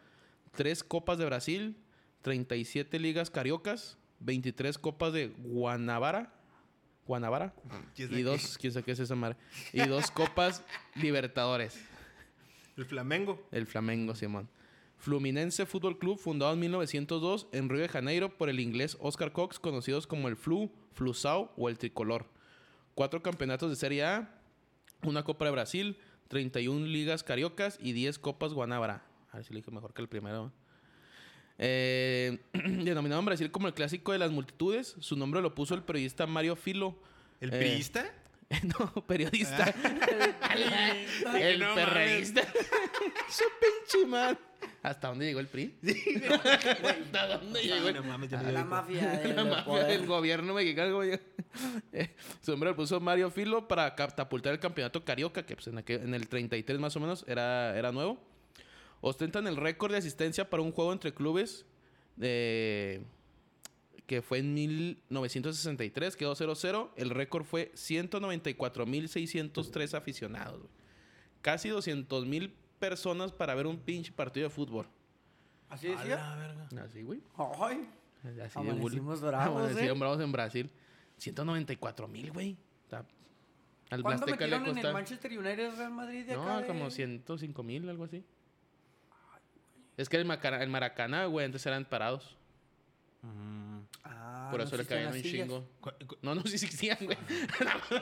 B: tres copas de Brasil, 37 ligas cariocas, 23 copas de Guanabara. Guanabara.
A: ¿Quién sabe
B: Y
A: qué?
B: dos, quién sabe qué es esa madre. Y dos copas Libertadores.
A: El Flamengo.
B: El Flamengo, Simón. Fluminense Fútbol Club, fundado en 1902 en Río de Janeiro por el inglés Oscar Cox, conocidos como el Flu, Flusau o el Tricolor. Cuatro campeonatos de Serie A, una Copa de Brasil, 31 ligas cariocas y 10 copas Guanábara. A ver si lo dije mejor que el primero. ¿eh? Eh, denominado en Brasil como el clásico de las multitudes, su nombre lo puso el periodista Mario Filo.
A: ¿El
B: Eh,
A: priista?
B: no, periodista.
A: que
B: el
A: no mames.
B: perreísta. Su pinche mal. ¿Hasta dónde llegó el PRI? ¿Hasta dónde llegó
A: Ay,
B: el
A: no mames, ya me
C: La
A: dio
C: mafia. del
B: Ah, la mafia
C: poder.
B: del gobierno mexicano. como yo. Eh, Su nombre lo puso Mario Filo para catapultar el campeonato carioca, que pues, en, aquel- en el 33 más o menos era, era nuevo. Ostentan el récord de asistencia para un juego entre clubes eh, que fue en 1963, quedó 0-0. El récord fue 194.603 aficionados. güey. Casi 200.000 personas para ver un pinche partido de fútbol.
C: Así decía.
A: A la verga.
C: Ah,
B: Así, güey.
C: Ay.
B: Así de
C: Amanecimos
B: bullying.
C: bravos,
B: Amanecieron
C: ¿eh?
B: bravos en Brasil. 194 mil, güey. O sea, al
C: ¿Cuánto
B: Azteca le
C: metieron en el
B: costa.
C: Manchester United Real Madrid de acá?
B: No,
C: de-
B: como 105 mil, algo así. Es que el, Macara- el Maracaná, güey, antes eran parados.
A: Mm.
C: Ah,
B: por
C: no
B: eso le
C: existen
B: caían
C: las
B: un
C: sillas.
B: chingo.
A: Cu- cu-
B: No, no, sí existían, güey.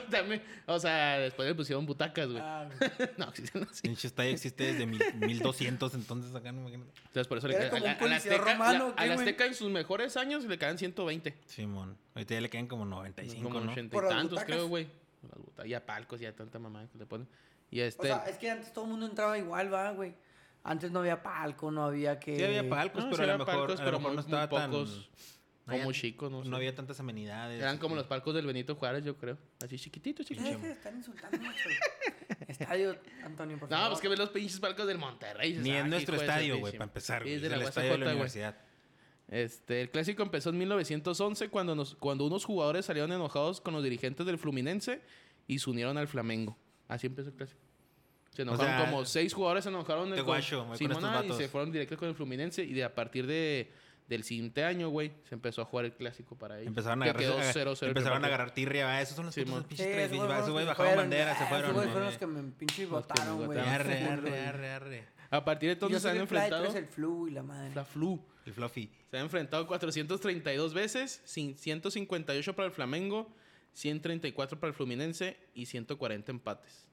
B: También, o sea, después le pusieron butacas, güey.
C: Ah, güey.
B: No, existían así.
A: Pinche Stay existe desde mil- 1200, entonces acá no me imagino.
B: Entonces, por eso le
C: Era
B: caen. al-
C: como un
B: al
C: policía
B: Azteca-
C: romano,
B: la-
C: ¿qué,
B: al
C: güey?
B: Azteca en sus mejores años le caen 120.
A: Simón. Ahorita ya le quedan como 95,
B: como
A: ¿no?
B: 80
C: Por
B: y
C: las
B: tantos,
C: butacas.
B: creo, güey. Las buta- Y a palcos y a tanta mamá que le ponen. Y
C: O
B: este.
C: sea, es que antes todo el mundo entraba igual, va, güey. Antes no había palco, no había que.
A: Sí había palcos,
B: no,
A: pero
B: sí
A: a lo
B: había
A: mejor,
B: palcos,
A: a lo
B: pero
A: mejor
B: muy-
A: no
B: muy
A: estaba tan...
B: pocos,
A: no había-
B: como chico, no, sé.
A: No había este tantas amenidades.
B: Eran como
A: Sí.
B: los palcos del Benito Juárez, yo creo. Así chiquititos,
C: Ya deja de
B: chiquititos.
C: estar insultando macho. Estadio, Antonio, por favor.
B: No, pues que ves los pinches palcos del Monterrey. dices,
A: Ni
B: "Ah,
A: en nuestro
B: hijo de su
A: estadio, güey,
B: pinche
A: para empezar.
B: Sí,
A: güey.
B: es
A: Es
B: de
A: el
B: la
A: estadio de la
B: UACJ, güey.
A: universidad.
B: Este, el clásico empezó en 1911 cuando, nos, cuando unos jugadores salieron enojados con los dirigentes del Fluminense y se unieron al Flamengo. Así empezó el clásico. Se enojaron
A: sea,
B: como seis jugadores, se enojaron
A: te
B: con-
A: guacho, güey, con
B: Simona,
A: estos vatos.
B: y se fueron directos con el Fluminense y de a partir de del siguiente año, güey, se empezó a jugar el clásico para ellos.
A: Empezaron a
B: Que quedó
A: agarrar,
B: 0-0 el
A: empezaron a
B: primer
A: agarrar tirria, va, esos son los
B: Sí,
A: putos
B: mon.
C: Sí,
A: pinches tres,
C: esos
A: va,
C: fueron
A: esos güey
C: los que
A: bajaron
C: fueron.
A: bandera, se
C: Ah,
A: fueron.
C: Esos güey
A: güey.
C: fueron los que me pinche
B: Los que me
C: botaron, güey.
B: botaron.
A: Arre,
C: Yo
A: arre,
C: soy
A: arre, arre.
B: partido. A partir de entonces se han
C: el fly, tú
B: enfrentado
C: eres el flu y la madre.
B: la Flu.
A: El fluffy.
B: Se han enfrentado 432 veces, cin- 158 para el Flamengo, 134 para el Fluminense y 140 empates.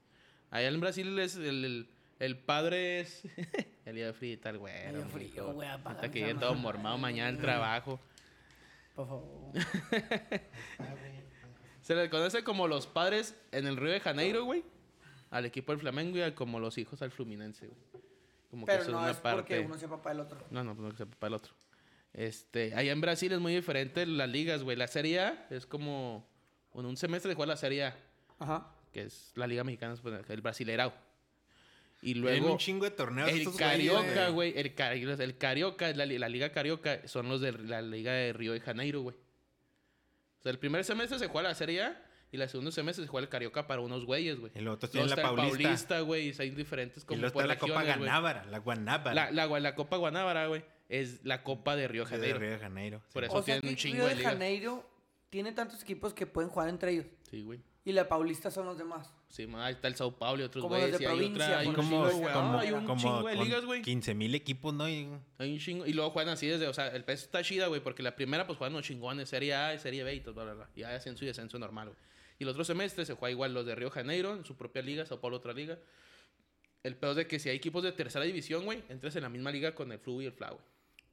B: Allá en Brasil es el, el, el padre es... el día de frío y tal, güey.
C: Medio frío, güey. apaga
B: Hasta que
C: esa
B: llegue todo
C: madre.
B: mormado mañana al trabajo.
C: Por favor.
B: Se les conoce como los padres en el Río de Janeiro, güey. Al equipo del Flamengo y a- como los hijos al Fluminense, güey. Como
C: Pero
B: eso
C: no es porque uno sea papá del otro.
B: pues No, no, no que sea papá el otro. Este, allá en Brasil es muy diferente las ligas, güey. La Serie A es como en un semestre de jugar la Serie A,
C: Ajá.
B: que es la Liga Mexicana, pues, el Brasileirao. Y
A: Tienen
B: luego
A: un chingo de torneos.
B: el
A: estos güeyes,
B: Carioca, güey, el, cari el Carioca, la, li- la Liga Carioca son los de la Liga de Río de Janeiro, güey. O sea, el primer semestre se juega la Serie A y el segundo semestre se juega el Carioca para unos güeyes, güey.
A: Y luego otros
B: Luego
A: tienen la
B: está el
A: Paulista.
B: güey, y hay diferentes
A: Y
B: como
A: luego
B: por
A: está la Copa
B: regiones, güey.
A: Ganábara, la Guanábara.
B: La, la, gua- la Copa Guanábara, güey, es la Copa de Río de
A: de
B: Janeiro.
A: Río de Janeiro.
B: Por
A: sí.
B: eso
C: O sea
B: tienen
C: que
B: un chingo
C: Río
B: de
C: de
B: ligas.
C: Janeiro tiene tantos equipos que pueden jugar entre ellos.
B: Sí, güey.
C: Y la Paulista son los demás.
B: Sí, ma, ahí está el Sao Paulo y otros
C: Como los
B: güeyes.
C: de
B: Y hay
C: provincia,
B: otra, hay
C: por
B: un
C: decirlo
B: chingo,
C: así,
B: güey.
C: ¿no?
B: Ah, hay
C: Era
B: un
A: como
B: chingo de
A: con
B: ligas, güey.
A: 15 mil equipos, ¿no? Y-
B: Hay un chingo. Y luego juegan así desde, o sea, el peso está chida, güey, porque la primera pues juegan los chingones, Serie A y Serie B y todo, bla, bla, bla. Y hay ascenso y descenso normal, güey. Y el otro semestre se juega igual los de Río Janeiro, en su propia liga, Sao Paulo otra liga. El peor es de que si hay equipos de tercera división, güey, entras en la misma liga con el Flu y el Fla, güey.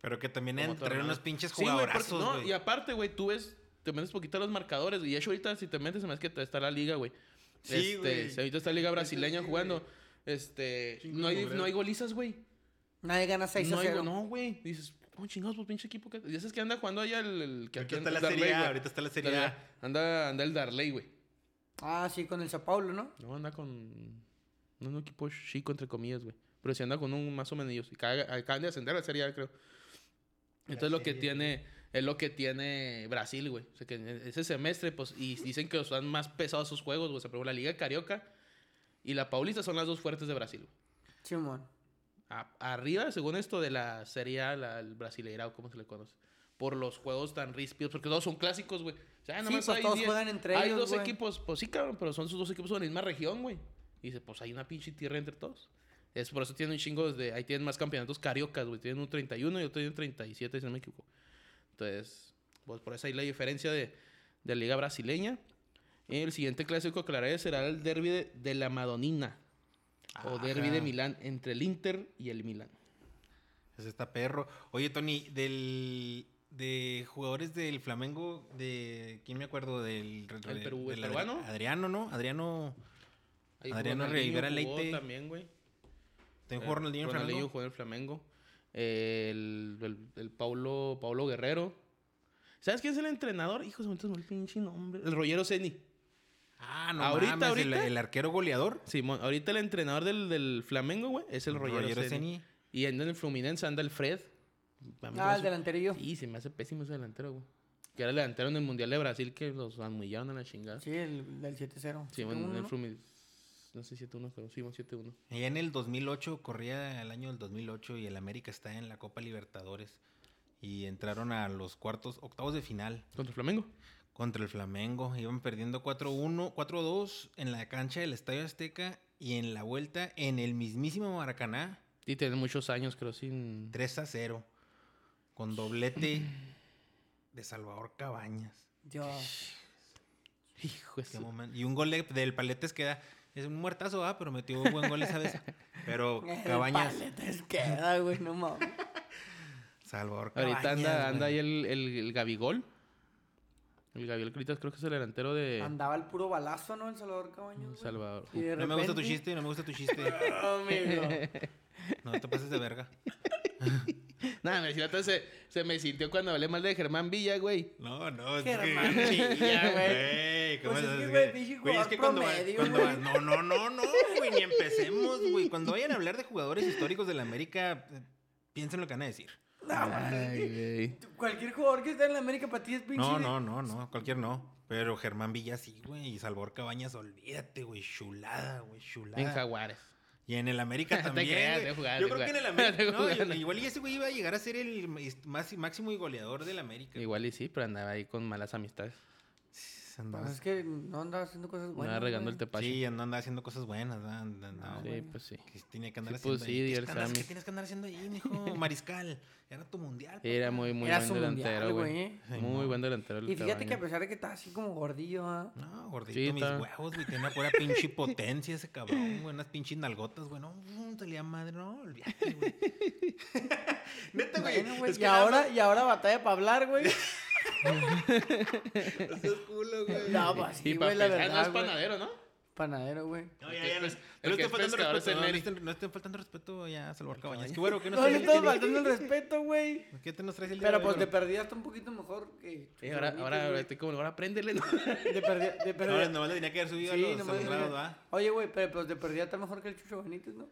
A: Pero que también
B: Como
A: entre
B: torneo.
A: unos pinches
B: Sí, güey, porque-
A: jugadorazos,
B: no,
A: güey.
B: y aparte, güey, tú ves, te metes poquito a los marcadores. güey, Y de hecho, ahorita, si te metes, se me hace que está la liga, güey.
A: Sí,
B: Este,
A: güey.
B: se- Ahorita está la liga brasileña
A: sí,
B: jugando. Este,
A: Chingo
B: no
A: de
B: hay,
A: mugrero.
B: no hay golizas, güey.
C: Nadie gana 6
B: No,
C: a
B: hay
C: 0.
B: go- no, güey. Dices, oh, chingados, pues pinche equipo que. Dices que anda jugando allá el. el
A: Ahorita
B: que aquí
A: está
B: anda
A: la
B: el Darley,
A: Serie A,
B: güey.
A: ahorita está la Serie
B: Anda-
A: A.
B: Anda, anda el Darley, güey.
C: Ah, sí, con el Sao Paulo, ¿no?
B: No, anda con. No, un equipo chico, entre comillas, güey. Pero si anda con un más o menos. Y caga- acaban de ascender a la Serie A, creo. Entonces lo que tiene. Es lo que tiene Brasil, güey. O sea, que en ese semestre, pues. Y dicen que son más pesados sus juegos, güey. O sea, por ejemplo, la Liga Carioca y la Paulista son las dos fuertes de Brasil, güey.
C: Simón.
B: A- arriba, según esto, de la Serie A, la, el Brasileira, o como se le conoce. Por los juegos tan ríspidos, porque todos son clásicos, güey. O sea,
C: Sí,
B: Ah, nomás
C: pues
B: hay
C: todos
B: 10.
C: juegan entre
B: Hay
C: ellos,
B: dos
C: güey.
B: equipos, pues sí, cabrón, pero son sus dos equipos en la misma región, güey. Y dice, pues hay una pinche tierra entre todos. Es por eso tienen un chingo de. Ahí tienen más campeonatos cariocas, güey. Tienen un 31 y otro tienen 37, si no me equivoco. Entonces, pues por eso hay la diferencia de, de la Liga Brasileña. El siguiente clásico que hablaré será el derby de, de la Madonina. O derby de
A: Ajá.
B: Milán entre el Inter y el Milán.
A: Ese está perro. Oye, Tony, del de jugadores del Flamengo, de quién me acuerdo del de-
B: El Perú- el
A: del Adri-
B: peruano.
A: Adriano, ¿no? Adriano
B: Ahí jugó
A: Adriano
B: Ronaldinho,
A: Rivera
B: jugó
A: Leite.
B: También, güey. Eh,
A: también jugó Ronaldinho en
B: Ronaldinho
A: Flamengo.
B: jugó en el Flamengo. Eh, El, el- el Paulo, Paulo Guerrero. ¿Sabes quién es el entrenador? Hijo, se me olvidó el pinche nombre. El Rollero Ceni.
A: Ah, no
B: Ahorita,
A: mames, el-
B: ahorita.
A: El, arquero goleador.
B: Simón, ahorita el entrenador del, del Flamengo, güey, es el Rollero,
A: Roger
B: Ceni. Y anda en el Fluminense, anda el Fred. A mí se me
C: Ah, el
B: hace-
C: delanterillo.
B: Sí, se me hace pésimo ese delantero, güey. Que era el delantero en el Mundial de Brasil que los anmullaron a la chingada. Sí,
C: Sí, el del 7-0.
B: bueno, en el
C: 7-1, ¿no?
B: Fluminense. No sé, 7-1, creo. Sí, bueno, 7-1.
A: Allá en el 2008, corría el año del 2008 y el América está en la Copa Libertadores. Y entraron a los cuartos, octavos de final
B: Contra el Flamengo.
A: contra el Flamengo. Iban perdiendo 4-1, 4-2 en la cancha del Estadio Azteca y en la vuelta en el mismísimo Maracaná,
B: Y tiene muchos años, creo, sin.
A: 3-0. Con doblete de Salvador Cabañas.
C: Dios.
B: Hijo de
A: Qué
B: su-
A: momento. Y un gol de- del Paletes que da. Es un muertazo, ah, pero metió buen gol esa vez. Pero Cabañas.
C: Te queda, güey, no mames.
A: Salvador Cabañas.
B: Ahorita anda, anda
A: güey.
B: ahí el, el, el Gabigol. El Gabigol Critas creo que es el delantero de
C: Andaba el puro balazo, ¿no? El Salvador Cabaños. güey.
B: Salvador.
C: Y de
A: No me gusta tu
C: repente-
A: chiste, no me gusta tu chiste.
C: Amigo.
A: No te pases de verga.
B: Nada, me siento- se, se me sintió cuando hablé mal de Germán Villa, güey.
A: No, no, es
C: Germán
A: que-
C: Villa, güey.
A: Güey, ¿cómo
C: Pues es
A: estás?
C: que, güey, pinche
A: Güey, es que
C: jugador
A: cuando, va-
C: promedio,
A: cuando
C: güey.
A: va- No, no, no, no, güey, ni empecemos, güey. Cuando vayan a hablar de jugadores históricos de la América, eh, piensen lo que van a decir.
C: No, mames. Cualquier jugador que está en la América para ti es pinche.
A: No,
C: de-
A: no, no, no, cualquier no. Pero Germán Villa sí, güey. Y Salvador Cabañas, olvídate, güey. Chulada, güey, chulada.
B: En Jaguares.
A: Y en el América
B: Te
A: también.
B: creas,
A: güey.
B: te jugando,
A: yo creo
B: güey.
A: que en el
B: Te
A: América. no, yo-
B: jugando.
A: igual y ese güey iba a llegar a ser el más, máximo y goleador del América.
B: Igual y sí, pero andaba ahí con malas amistades.
A: Andaba-
C: Pues es que no andaba haciendo cosas buenas.
B: andaba regando el
C: güey.
B: tepache.
A: Sí, anda andaba haciendo cosas buenas, ¿verdad? Anda- andaba-
B: sí,
C: bueno.
B: pues sí.
A: que tenía que andar
B: Sí, pues,
A: haciendo
B: sí,
A: ahí.
B: y
A: ¿Qué,
B: el
A: andas-
B: Sammy.
A: qué tienes que andar haciendo ahí, mijo? Mariscal, era tu mundial.
B: Era muy, muy
C: Era
B: buen
C: su
B: delantero,
C: mundial, güey,
B: güey.
C: ¿eh?
A: Sí,
B: Muy
A: no.
B: buen delantero. el
C: Y fíjate que a
B: Cabañas.
C: pesar de que estaba así como gordillo, ¿ah?
A: No, gordito,
B: Sí,
A: mis
B: está-
A: huevos, güey. Tenía pura pinche potencia ese cabrón, güey. Unas pinches nalgotas, güey. No, mm, salía madre, no, olvídate, güey. Neta, güey.
C: Bueno, güey,
A: es
C: y,
A: que nada
C: ahora, y ahora batalla para hablar, güey.
A: más- no seas culo, güey.
C: No, pues
B: Y
C: sí,
B: para
C: güey, la
B: empezar, no
C: verdad,
B: es
C: pues güey.
B: panadero, ¿no?
C: panadero, güey.
A: No,
B: El
A: ya,
B: que
A: ya,
B: es
A: no,
B: pes-
A: no
B: el que
A: estén
B: es
A: faltando
B: pescador
A: respeto.
B: es el
A: No, no
B: Neri.
A: estén, no estén faltando respeto ya a Salvador Cabañas. Qué bueno, ¿qué nos
C: No, le
A: traes?
C: estamos faltando el respeto, güey.
A: ¿Qué te nos traes el día
C: Pero
A: de
C: pues
A: hoy,
C: de
A: bro?
C: perdida está un poquito mejor que.
B: Eh, ahora, ahora, ahora estoy como, ahora apréndele, ¿no?
C: De perdida. De
A: No,
C: perdida.
A: nomás le tenía que haber subido
C: Sí,
A: a los
C: nomás de
A: abogados,
C: perdida.
A: ¿va?
C: Oye, güey, pero pues de perdida está mejor que el Chucho Benítez, ¿no?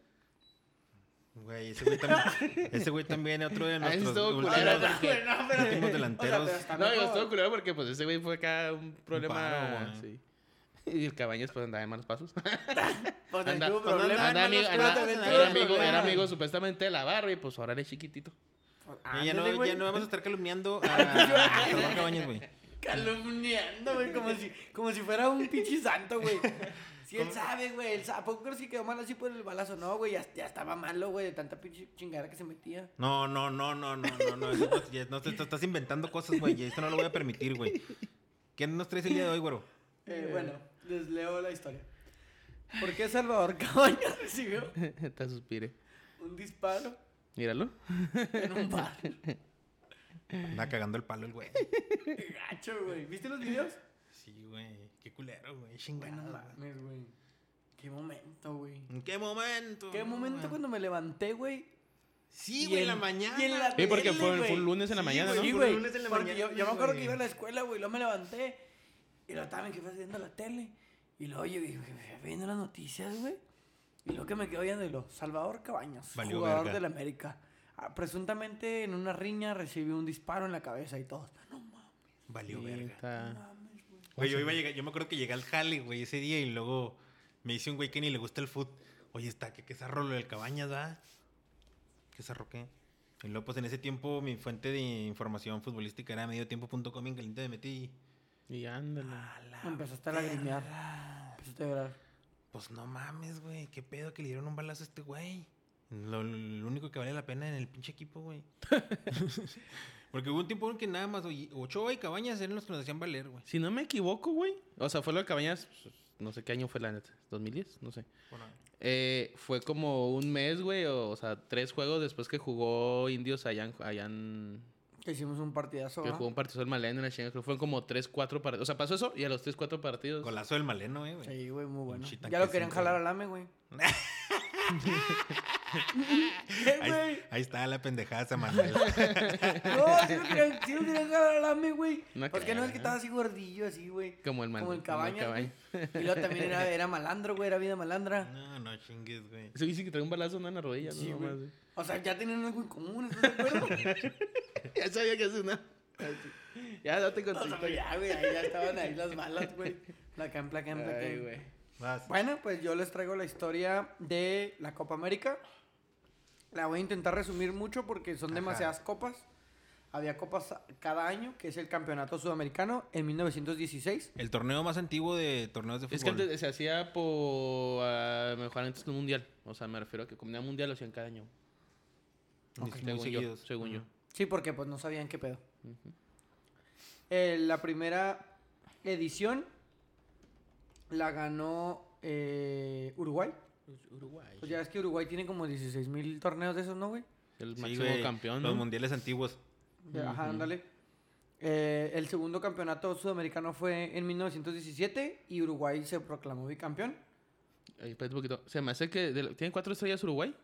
A: Güey, ese güey también. ese güey también, otro de
B: Ah, ese
A: nuestros
B: estuvo
A: últimos-
B: culero,
C: güey, no, pero-
A: últimos
C: O
A: delanteros.
C: sea, pero está
B: No, digo,
C: mejor.
B: estuvo culero porque pues ese güey fue acá un problema.
A: paro, güey.
B: sí. Y el Cabañas pues andaba en malos pasos.
C: Pues
B: Anda-
C: tuvo
A: pues, anda-
C: problemas,
B: Andaba
C: hermano,
B: amigo,
C: pero
B: andaba-
C: también tuvo
B: era, amigo,
C: problemas.
B: era amigo supuestamente de la barra y pues ahora es chiquitito.
C: Pues,
A: Y ya,
C: ándale,
A: no,
C: güey.
A: ya no vamos a estar calumniando a a Salvador Cabañas, güey.
C: Calumniando, güey, como si, como si fuera un pinche santo, güey. Si él sabe, güey, él sa- ¿a poco crees que quedó mal así por el balazo? No, güey, ya, ya estaba malo, güey, de tanta pinche chingada que se metía.
A: No, no, no, no, no, no, no. eso no- ya- no te, te estás inventando cosas, güey. y Esto no lo voy a permitir, güey. ¿Qué nos traes el día de hoy, güero?
C: Eh, bueno, les leo la historia. ¿Por qué Salvador Cabañas recibió
B: Te suspire.
C: un disparo
B: Míralo.
C: en un bar?
A: Anda cagando el palo el güey.
C: Qué Gacho, güey. ¿Viste los videos?
A: Sí, güey. Qué culero, güey.
C: Bueno,
A: Chingado. güey.
C: mames, güey. Qué momento, güey.
A: ¿En qué momento?
C: Qué
A: no,
C: momento
A: güey?
C: cuando me levanté, güey.
A: Sí,
C: y
A: güey, en
C: en-
A: la mañana.
C: y en la-
B: Sí, porque
C: Dele,
B: fue, fue
C: güey.
B: un lunes en la
A: Sí,
B: mañana, ¿no?
A: güey.
C: Sí,
A: Por
C: güey.
A: lunes en la
C: porque
A: mañana,
C: yo, yo me acuerdo
A: güey.
C: que iba a la escuela, güey. Luego me levanté. Y lo estaba mi jefe viendo la tele. Y luego yo dije, "Jefe, viendo las noticias, güey. Y lo que me quedo viendo y lo, Salvador Cabañas,
A: Valió
C: jugador
A: verga.
C: del América. Ah, presuntamente en una riña recibió un disparo en la cabeza y todo. No mames,
A: Valió
B: Sí,
A: verga.
B: está-
C: mames, güey.
A: Güey, yo, iba a llegar- yo me acuerdo que llegué al jale, güey, ese día y luego me dice un güey que ni le gusta el foot. Oye, está, que qué zarro lo del cabañas, ¿va? ¿Qué zarro qué? Y luego, pues en ese tiempo, mi fuente de información futbolística era mediotiempo.com y en caliente me metí.
B: Y ándale.
C: Empezaste a lagrimear. Empezaste a llorar.
A: Pues no mames, güey, qué pedo que le dieron un balazo a este güey. Lo, lo único que vale la pena en el pinche equipo, güey. Porque hubo un tiempo en que nada más oye, Ochoa y Cabañas eran los que nos hacían valer, güey.
B: Si no me equivoco, güey. O sea, fue lo de Cabañas. pues, No sé qué año fue la neta. ¿2010? No sé.
A: Bueno,
B: Eh, fue como un mes, güey. O, o sea, tres juegos después que jugó Indios allá en. allá en-
C: Que hicimos un partidazo,
B: que
C: ¿verdad?
B: jugó un partido del Maleno en la chingada. creo que Fueron como tres, cuatro partidos. O sea, pasó eso y a los tres, cuatro partidos.
A: golazo del maleno, eh, güey.
C: Sí, güey, muy bueno.
A: Pinche
C: Ya lo
A: tanquecito,
C: querían jalar
A: güey.
C: al AME, güey. ¿Qué, güey?
A: Ahí, ahí está la pendejada Samuel.
C: No, si no querían, si no querían jalar al AME, güey.
B: No
C: Porque
B: creo,
C: no es que
B: ¿eh?
C: estaba así gordillo, así, güey.
B: Como el Mal-
C: Como el
B: como el
C: cabaña. güey. Y luego también era, era malandro, güey, era vida malandra.
A: No, no chingues, güey.
B: Se dice que trae un balazo ¿no? en la rodilla,
C: Sí,
B: ¿no?
C: güey.
B: Nomás, güey.
C: O sea, ya tenían algo en común, ¿estás de acuerdo?
B: Ya sabía que es una. ya date con
C: O
B: tu
C: sea,
B: historia.
C: ya, güey, ahí ya estaban ahí las malas, güey. Placán, placán,
B: Ay,
C: placán.
B: güey. Ah,
A: Vas.
C: Bueno, pues yo les traigo la historia de la Copa América. La voy a intentar resumir mucho porque son
A: Ajá.
C: demasiadas copas. Había copas cada año, que es el Campeonato Sudamericano en 1916.
A: El torneo más antiguo de torneos de fútbol.
B: Es que antes se hacía por. ah, mejor antes que un mundial. O sea, me refiero a que como era mundial lo hacían cada año.
A: Muy
B: Según yo.
A: seguidos.
B: Según yo.
C: Sí, porque pues no sabían qué pedo. Eh, la primera edición la ganó eh, Uruguay.
B: Uruguay.
C: Pues ya ves que Uruguay tiene como 16 mil torneos de esos, ¿no, güey?
B: El
A: Sí,
B: máximo
A: güey,
B: campeón.
A: Los
B: ¿no?
A: mundiales antiguos.
C: De- Ajá, ándale. Eh, el segundo campeonato sudamericano fue en 1917 y Uruguay se proclamó bicampeón.
B: Ay, espérate un pues, poquito. Se me hace que. de- Tienen cuatro estrellas Uruguay.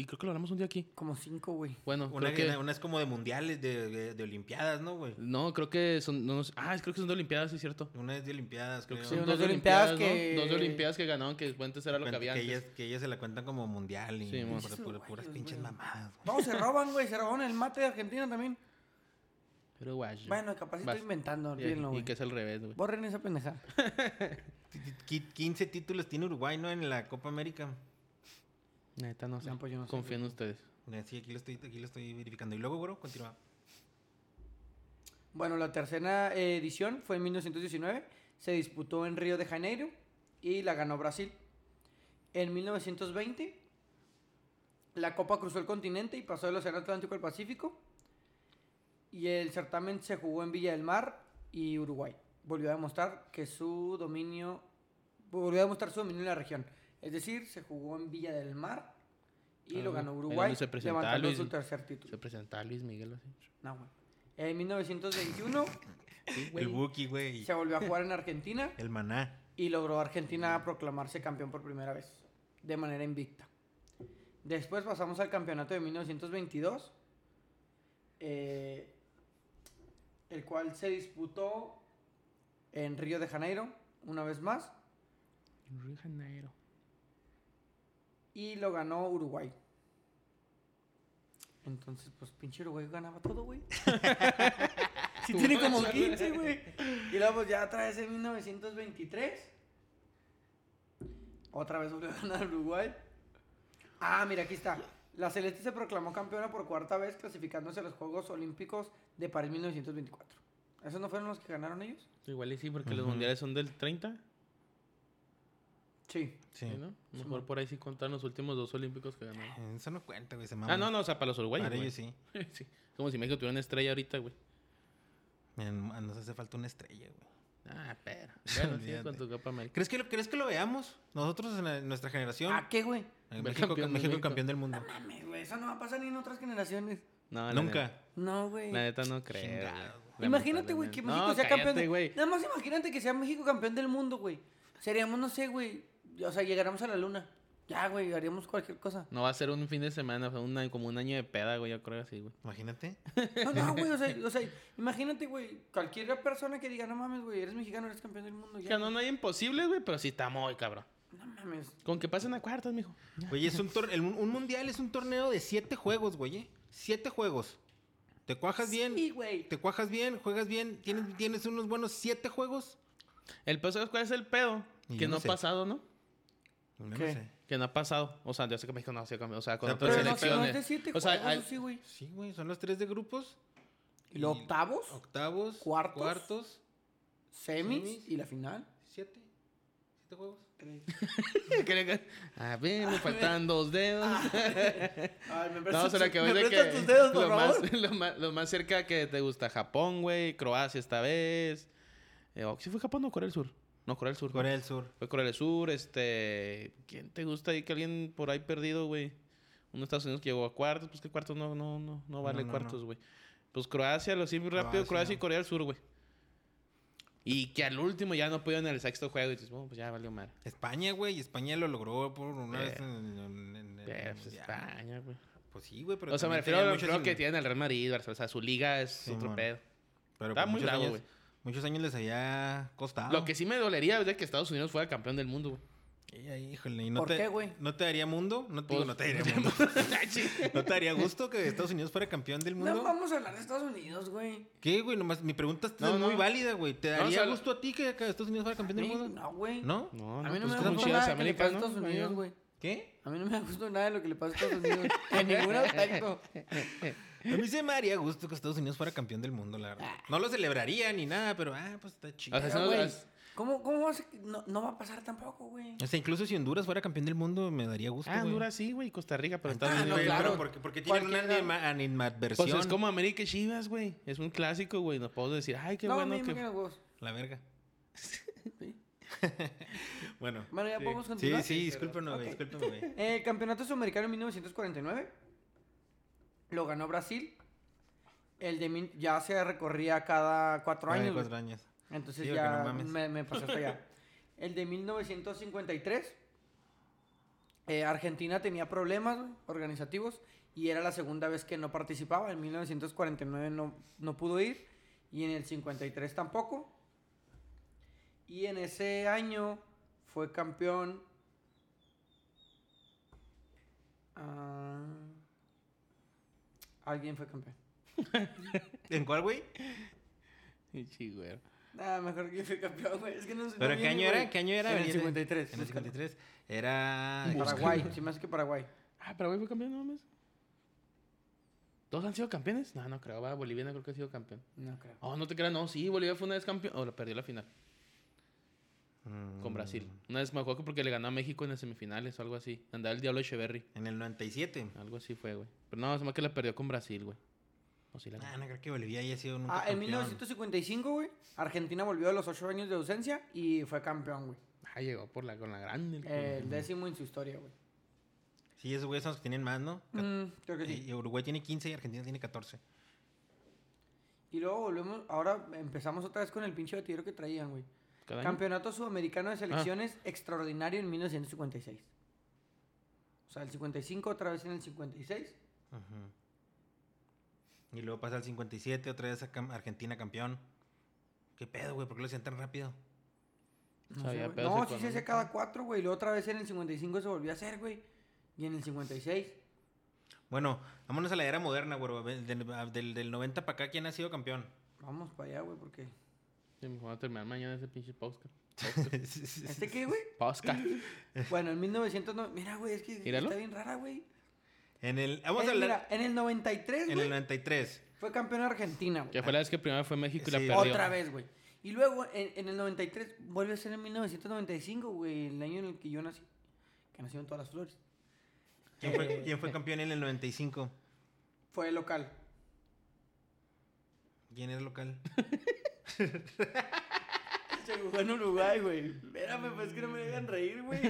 B: Y creo que lo hablamos un día aquí.
C: Como cinco, güey.
B: Bueno,
A: Una,
B: creo que.
A: una es como de mundiales, de, de- de olimpiadas, ¿no, güey?
B: No, creo que son. no, no sé. ah, es- creo que son de Olimpiadas, sí, es cierto.
A: Una es de olimpiadas,
B: Creo que
A: creo.
C: sí,
B: son
C: unas
B: dos
C: de
B: de
C: Olimpiadas
B: Olimpiadas,
C: que-
B: ¿no? Dos de Olimpiadas que ganaron, que antes era lo que
A: Cuenta-
B: había
A: que,
B: antes.
A: ellas, que ellas se la cuentan como mundial y
B: Sí, mon.
A: pura- pura- puras
C: Uruguayos,
A: pinches
C: güey.
A: mamadas. güey.
C: No, se roban, güey. Se robaron el mate de Argentina también.
B: Uruguayo.
C: Bueno, capaz estoy
B: Vas.
C: inventando.
B: Y-
C: olvídenlo,
B: Y,
C: güey.
B: que es al revés, güey.
C: Borren esa pendejada.
A: Qui- 15 títulos tiene Uruguay, ¿no? En la Copa América.
B: Neta, no sé.
C: No, pues yo no sé,
B: Confío en ustedes.
A: Mira, Eh, Sí, aquí lo estoy, aquí lo estoy verificando. Y luego, güero, continúa.
C: Bueno, la tercera eh, edición fue en 1919, se disputó en Río de Janeiro y la ganó Brasil. En 1920, la Copa cruzó el continente y pasó del Océano Atlántico al Pacífico. Y el certamen se jugó en Villa del Mar y Uruguay. Volvió a demostrar que su dominio, volvió a demostrar su dominio en la región. Es decir, se jugó en Villa del Mar y
B: Ah,
C: lo
B: güey.
C: ganó
B: Ahí
C: Uruguay,
B: donde se presentaba
C: levantando
B: Luis-
C: su tercer título.
B: Se presentaba Luis Miguel así.
C: No, güey. En 1921
B: Sí,
A: El Buki, güey.
C: se volvió a jugar en Argentina
A: El Maná.
C: y logró Argentina proclamarse campeón por primera vez, de manera invicta. Después pasamos al campeonato de 1922, eh, el cual se disputó en Río de Janeiro, una vez más,
B: Río de Janeiro.
C: y lo ganó Uruguay. Entonces, pues pinche Uruguay ganaba todo, güey. Si
B: Tú
C: tiene
B: no
C: como
B: sabes.
C: 15, güey. Y luego pues, ya trae ese 1923. Otra vez volvió a ganar Uruguay. Ah, mira, aquí está. La Celeste se proclamó campeona por cuarta vez clasificándose a los Juegos Olímpicos de París 1924. ¿Esos no fueron los que ganaron ellos?
B: Igual y sí, porque los
A: Ujú.
B: mundiales son del 30,
C: Sí.
A: Sí.
B: ¿sí, ¿no? Mejor
C: Simón.
B: por ahí sí contar los últimos dos olímpicos que ganaron.
A: Eso no cuenta, güey. Se mama.
B: Ah, no, no, o sea, para los uruguayos,
A: Para
B: güey.
A: ellos sí.
B: Sí. Como si México tuviera una estrella ahorita, güey.
A: Mira, no- nos hace falta una estrella, güey.
B: Ah, pero. Bueno, sí,
A: Olvídate.
B: con tu Copa América.
A: ¿Crees que, lo, ¿Crees que lo veamos? Nosotros en la- nuestra generación.
C: ¿A qué, güey?
A: en
B: ver
A: México,
B: Ah, campeón
A: campeón,
B: de
A: México
B: México.
A: campeón del mundo.
C: Mame, güey, eso no va a pasar ni en otras generaciones.
B: No, la
A: Nunca.
C: No, güey.
B: neta- La neta no creo. güey.
A: Chingado.
C: Imagínate, güey,
B: Lamentablemente.
C: que México
B: No,
C: sea campeón.
B: cállate,
C: de-
B: güey.
C: Nada más imagínate que sea México campeón del mundo, güey. Seríamos, no sé, güey. O sea, llegaríamos a la luna. Ya, güey, haríamos cualquier cosa.
B: No va a ser un fin de semana, fue una- como un año de peda, güey, yo creo así, güey.
A: Imagínate.
C: No, no, güey, o sea, o sea, imagínate, güey, cualquier persona que diga, no mames, güey, eres mexicano, eres campeón del mundo.
B: Que
C: Ya,
B: no, no hay imposible, güey, pero sí está muy cabrón.
C: No mames.
B: Con que pasen a cuartos, mijo.
A: Oye, es un, tor- el- un mundial es un torneo de siete juegos, güey. ¿eh? Siete juegos. Te cuajas bien.
C: Sí, güey.
A: Te cuajas bien, juegas bien. Tienes, tienes unos buenos siete juegos.
B: El pedo, ¿sabes cuál es el pedo?
A: Y
B: Que
A: yo no
B: no ha
A: sé.
B: pasado, ¿no?
A: Yo No
C: ¿Qué?
A: sé.
B: Que no ha pasado. O sea, yo sé que México no ha sido campeón. O sea, con
A: O sea,
B: otras
C: Pero no,
A: selecciones.
C: no
B: elecciones.
C: es de siete
B: o sea,
C: juegos,
B: hay-
C: sí, güey.
A: Sí, güey. Son los tres de grupos.
C: ¿Y los octavos?
A: Octavos.
C: ¿Cuartos?
A: Cuartos.
C: Semis
A: semis.
C: y la final.
A: Siete. Siete juegos.
B: Creo que- A ver, me faltan dos dedos.
C: Ah, Ay, me
B: No, será que ves de que
C: tus dedos, por
B: lo,
C: favor.
B: más, lo, más, lo más cerca que te gusta Japón, güey, Croacia esta vez. Eh, o- ¿Sí fue Japón o Corea del Sur? No, Corea del Sur.
A: Corea del Sur.
B: Fue Corea del Sur, este... ¿Quién te gusta ahí que alguien por ahí perdido, güey? Uno de Estados Unidos que llegó a cuartos, pues que cuartos no, no, no, no vale
A: no, no.
B: cuartos, güey. Pues Croacia, lo sí muy rápido,
A: Croacia.
B: Croacia y Corea del Sur, güey. Y que al último ya no pudieron en el sexto juego y dices, bueno, pues ya valió madre.
A: España, güey. y España lo logró por una
B: Pero-
A: vez en, en- en- en
B: Pero,
A: el
B: Eh. pues,
A: mundial.
B: España, güey.
A: Pues sí, güey. Eh, Pero
B: O sea, me
A: también
B: refiero a
A: tenía
B: lo
A: muchos
B: creo
A: in-
B: que tiene el Real Madrid, Barcelona. O sea, su liga es
A: Sí,
B: otro
A: mon.
B: pedo.
A: Pero
B: Está
A: por
B: muy
A: muchos
B: bravo,
A: años-
B: güey.
A: Muchos años les había costado.
B: Lo que sí me dolería es de que Estados Unidos fuera campeón del mundo, güey.
A: Y ahí, híjole, y no
C: ¿Por
A: te,
C: qué, güey?
A: ¿No te daría mundo? No te, digo,
B: Pues-
A: no te daría mundo. ¿No te daría gusto que Estados Unidos fuera campeón del mundo?
C: No vamos a hablar de Estados Unidos, güey.
A: ¿Qué, güey? Nomás, mi pregunta es
B: No,
A: muy
B: no.
A: válida, güey. ¿Te
B: No,
A: daría
B: o sea,
A: gusto a ti que que Estados Unidos fuera
C: A
A: campeón del
C: mí,
A: mundo?
C: no, güey.
A: ¿No?
B: No,
C: a mí no
B: pues
C: me
B: como
C: gusta
B: Chivas
C: nada que le
B: América,
C: pase a
B: ¿no?
C: Estados Unidos, güey.
A: ¿Qué?
C: A mí no me gusta nada de lo que le pasa a Estados Unidos. En ningún aspecto.
B: Pues
A: A mí se me haría gusto que Estados Unidos fuera campeón del mundo, la verdad. No lo celebraría ni nada, pero ah, pues está chido.
B: O sea,
C: Pero,
B: no-
C: güey,
B: es-
C: ¿Cómo, cómo vas a- no, no va a pasar tampoco, güey?
A: O sea, incluso si Honduras fuera campeón del mundo, me daría gusto.
B: Ah,
A: güey.
B: Honduras sí, güey. Costa Rica, pero
A: Ah,
B: Estados
A: no,
B: Unidos.
A: güey,
C: claro.
A: pero porque, porque tienen una
C: Cualquier-
A: anima- animadversión.
B: Pues es como América y Chivas, güey. Es un clásico, güey. Nos podemos decir, ay, qué
C: no, a
B: bueno
C: mí
B: que.
C: me caen los huevos.
A: La verga. bueno.
C: Bueno, ya
B: Sí.
C: podemos
A: Sí,
C: continuar.
A: sí, discúlpenos, güey,
C: Ok.
A: discúlpenos, güey.
C: El campeonato sudamericano en 1949 lo ganó Brasil. El de min- ya se recorría cada cuatro
A: Ay,
C: años. güey.
A: cuatro años.
C: Entonces
A: Digo que
C: ya
A: no mames.
C: me, me pasé hasta allá. El de 1953, eh, Argentina tenía problemas güey, organizativos y era la segunda vez que no participaba. En 1949 no, no pudo ir y en el 53 tampoco. Y en ese año fue campeón. ah, alguien fue campeón.
A: ¿En cuál, güey?
B: Sí, güey.
C: Nada, Ah, mejor que fue campeón, güey. Es que no no
A: ¿Pero qué
C: viene,
A: año era?
C: güey.
A: ¿Qué año era?
C: En el
A: Venía-
C: 53.
A: En el
C: búscalo.
A: 53. Era...
C: Paraguay, se me hace que Paraguay.
B: Ah, pero güey fue campeón, no mames. ¿Todos han sido campeones? No, no creo. Va, Bolivia no creo que ha sido campeón.
C: No creo.
B: Oh, no te creas, no. Sí, Bolivia fue una vez campeón. Oh, la perdió la final
A: Mm,
B: con Brasil. Una vez me acuerdo que porque le ganó a México en las semifinales o algo así. Andaba el Diablo Echeverry.
A: Mm, En el 97.
B: Algo así fue, güey. Pero no, es más que la perdió con Brasil, güey. O sí la ganó.
A: Ah, no creo que Bolivia haya sido nunca
C: Ah, en
A: campeón.
C: 1955, güey, Argentina volvió a los 8 años de ausencia y fue campeón, güey.
B: Ah, llegó por la, con la grande. el culo.
C: El décimo en su historia, güey.
A: Sí, esos güeyes son los que tienen más, ¿no?
C: Mm, creo que
A: Y
C: sí.
A: y Uruguay tiene 15 y Argentina tiene 14.
C: Y luego volvemos, ahora empezamos otra vez con el pinche batidero que traían, güey.
B: Cada año.
C: Campeonato Sudamericano de
A: Ah.
C: Selecciones extraordinario en 1956. O sea, el 55 otra vez en el 56.
A: Ujú. Y luego pasa al 57, otra vez a cam- Argentina campeón. ¿Qué pedo, güey? ¿Por qué lo hacían tan rápido?
C: No,
B: Sabía
C: sé, güey.
B: pedos
C: No, sí se
B: económicos.
C: hace cada cuatro, güey. Luego otra vez en el 55 se volvió a hacer, güey. Y en el 56.
A: Bueno, vámonos a la era moderna, güey. A ver, Del, a- del- del 90 para acá, ¿quién ha sido campeón?
C: Vamos para allá, güey, porque...
B: Sí, me voy a terminar mañana ese pinche podcast.
C: ¿Este qué, güey?
B: Podcast.
C: Bueno, en 1990... Mira, güey, es que
B: Míralo.
C: está bien rara, güey.
A: en el, vamos a
C: Eh,
A: hablar
C: Mira, en el 93,
A: en
C: güey,
A: el 93.
C: fue campeón Argentina, güey.
B: que fue la vez que primero fue México y la
A: Sí.
B: perdió.
C: Otra vez, güey. Y luego, en, en el 93, vuelve a ser en 1995, güey, el año en el que yo nací. Que nacieron todas las flores. Eh,
A: ¿Quién fue, quién fue campeón en el 95?
C: Fue local.
A: ¿Quién era local?
C: Se jugó en Uruguay, güey. Espérame, pues que no me dejan reír, güey.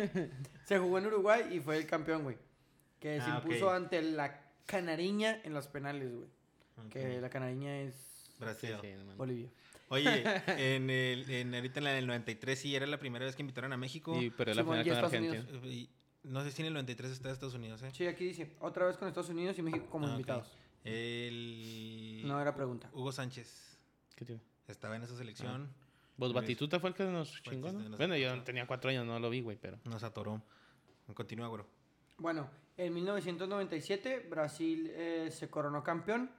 C: Se jugó en Uruguay y fue el campeón, güey. Que se
A: Ah, ok.
C: impuso ante la Canariña en los penales, güey. Que
A: Ok.
C: la Canariña es
A: Brasil.
B: Sí, no mames.
C: Bolivia.
A: Oye, en el, en ahorita en la del 93 sí era la primera vez que invitaron a México.
B: Y perdió la
C: Simón,
B: final
C: y
B: con
C: Estados
B: Argentina.
C: Unidos.
A: Y no sé si en el 93 está Estados Unidos, ¿eh?
C: Sí, aquí dice, otra vez con Estados Unidos y México como
A: Ah, ok.
C: invitados.
A: El...
C: No era pregunta.
A: Hugo Sánchez
B: ¿Qué tiene?
A: estaba en esa selección.
B: Vos,
A: Luis.
B: Batituta fue el que nos chingó,
A: Batista
B: ¿no?
A: nos
B: Bueno, yo
A: chingó.
B: tenía cuatro años, no lo vi, güey, pero.
A: Nos atoró. Continúa, güero.
C: Bueno, en 1997 Brasil eh, se coronó campeón.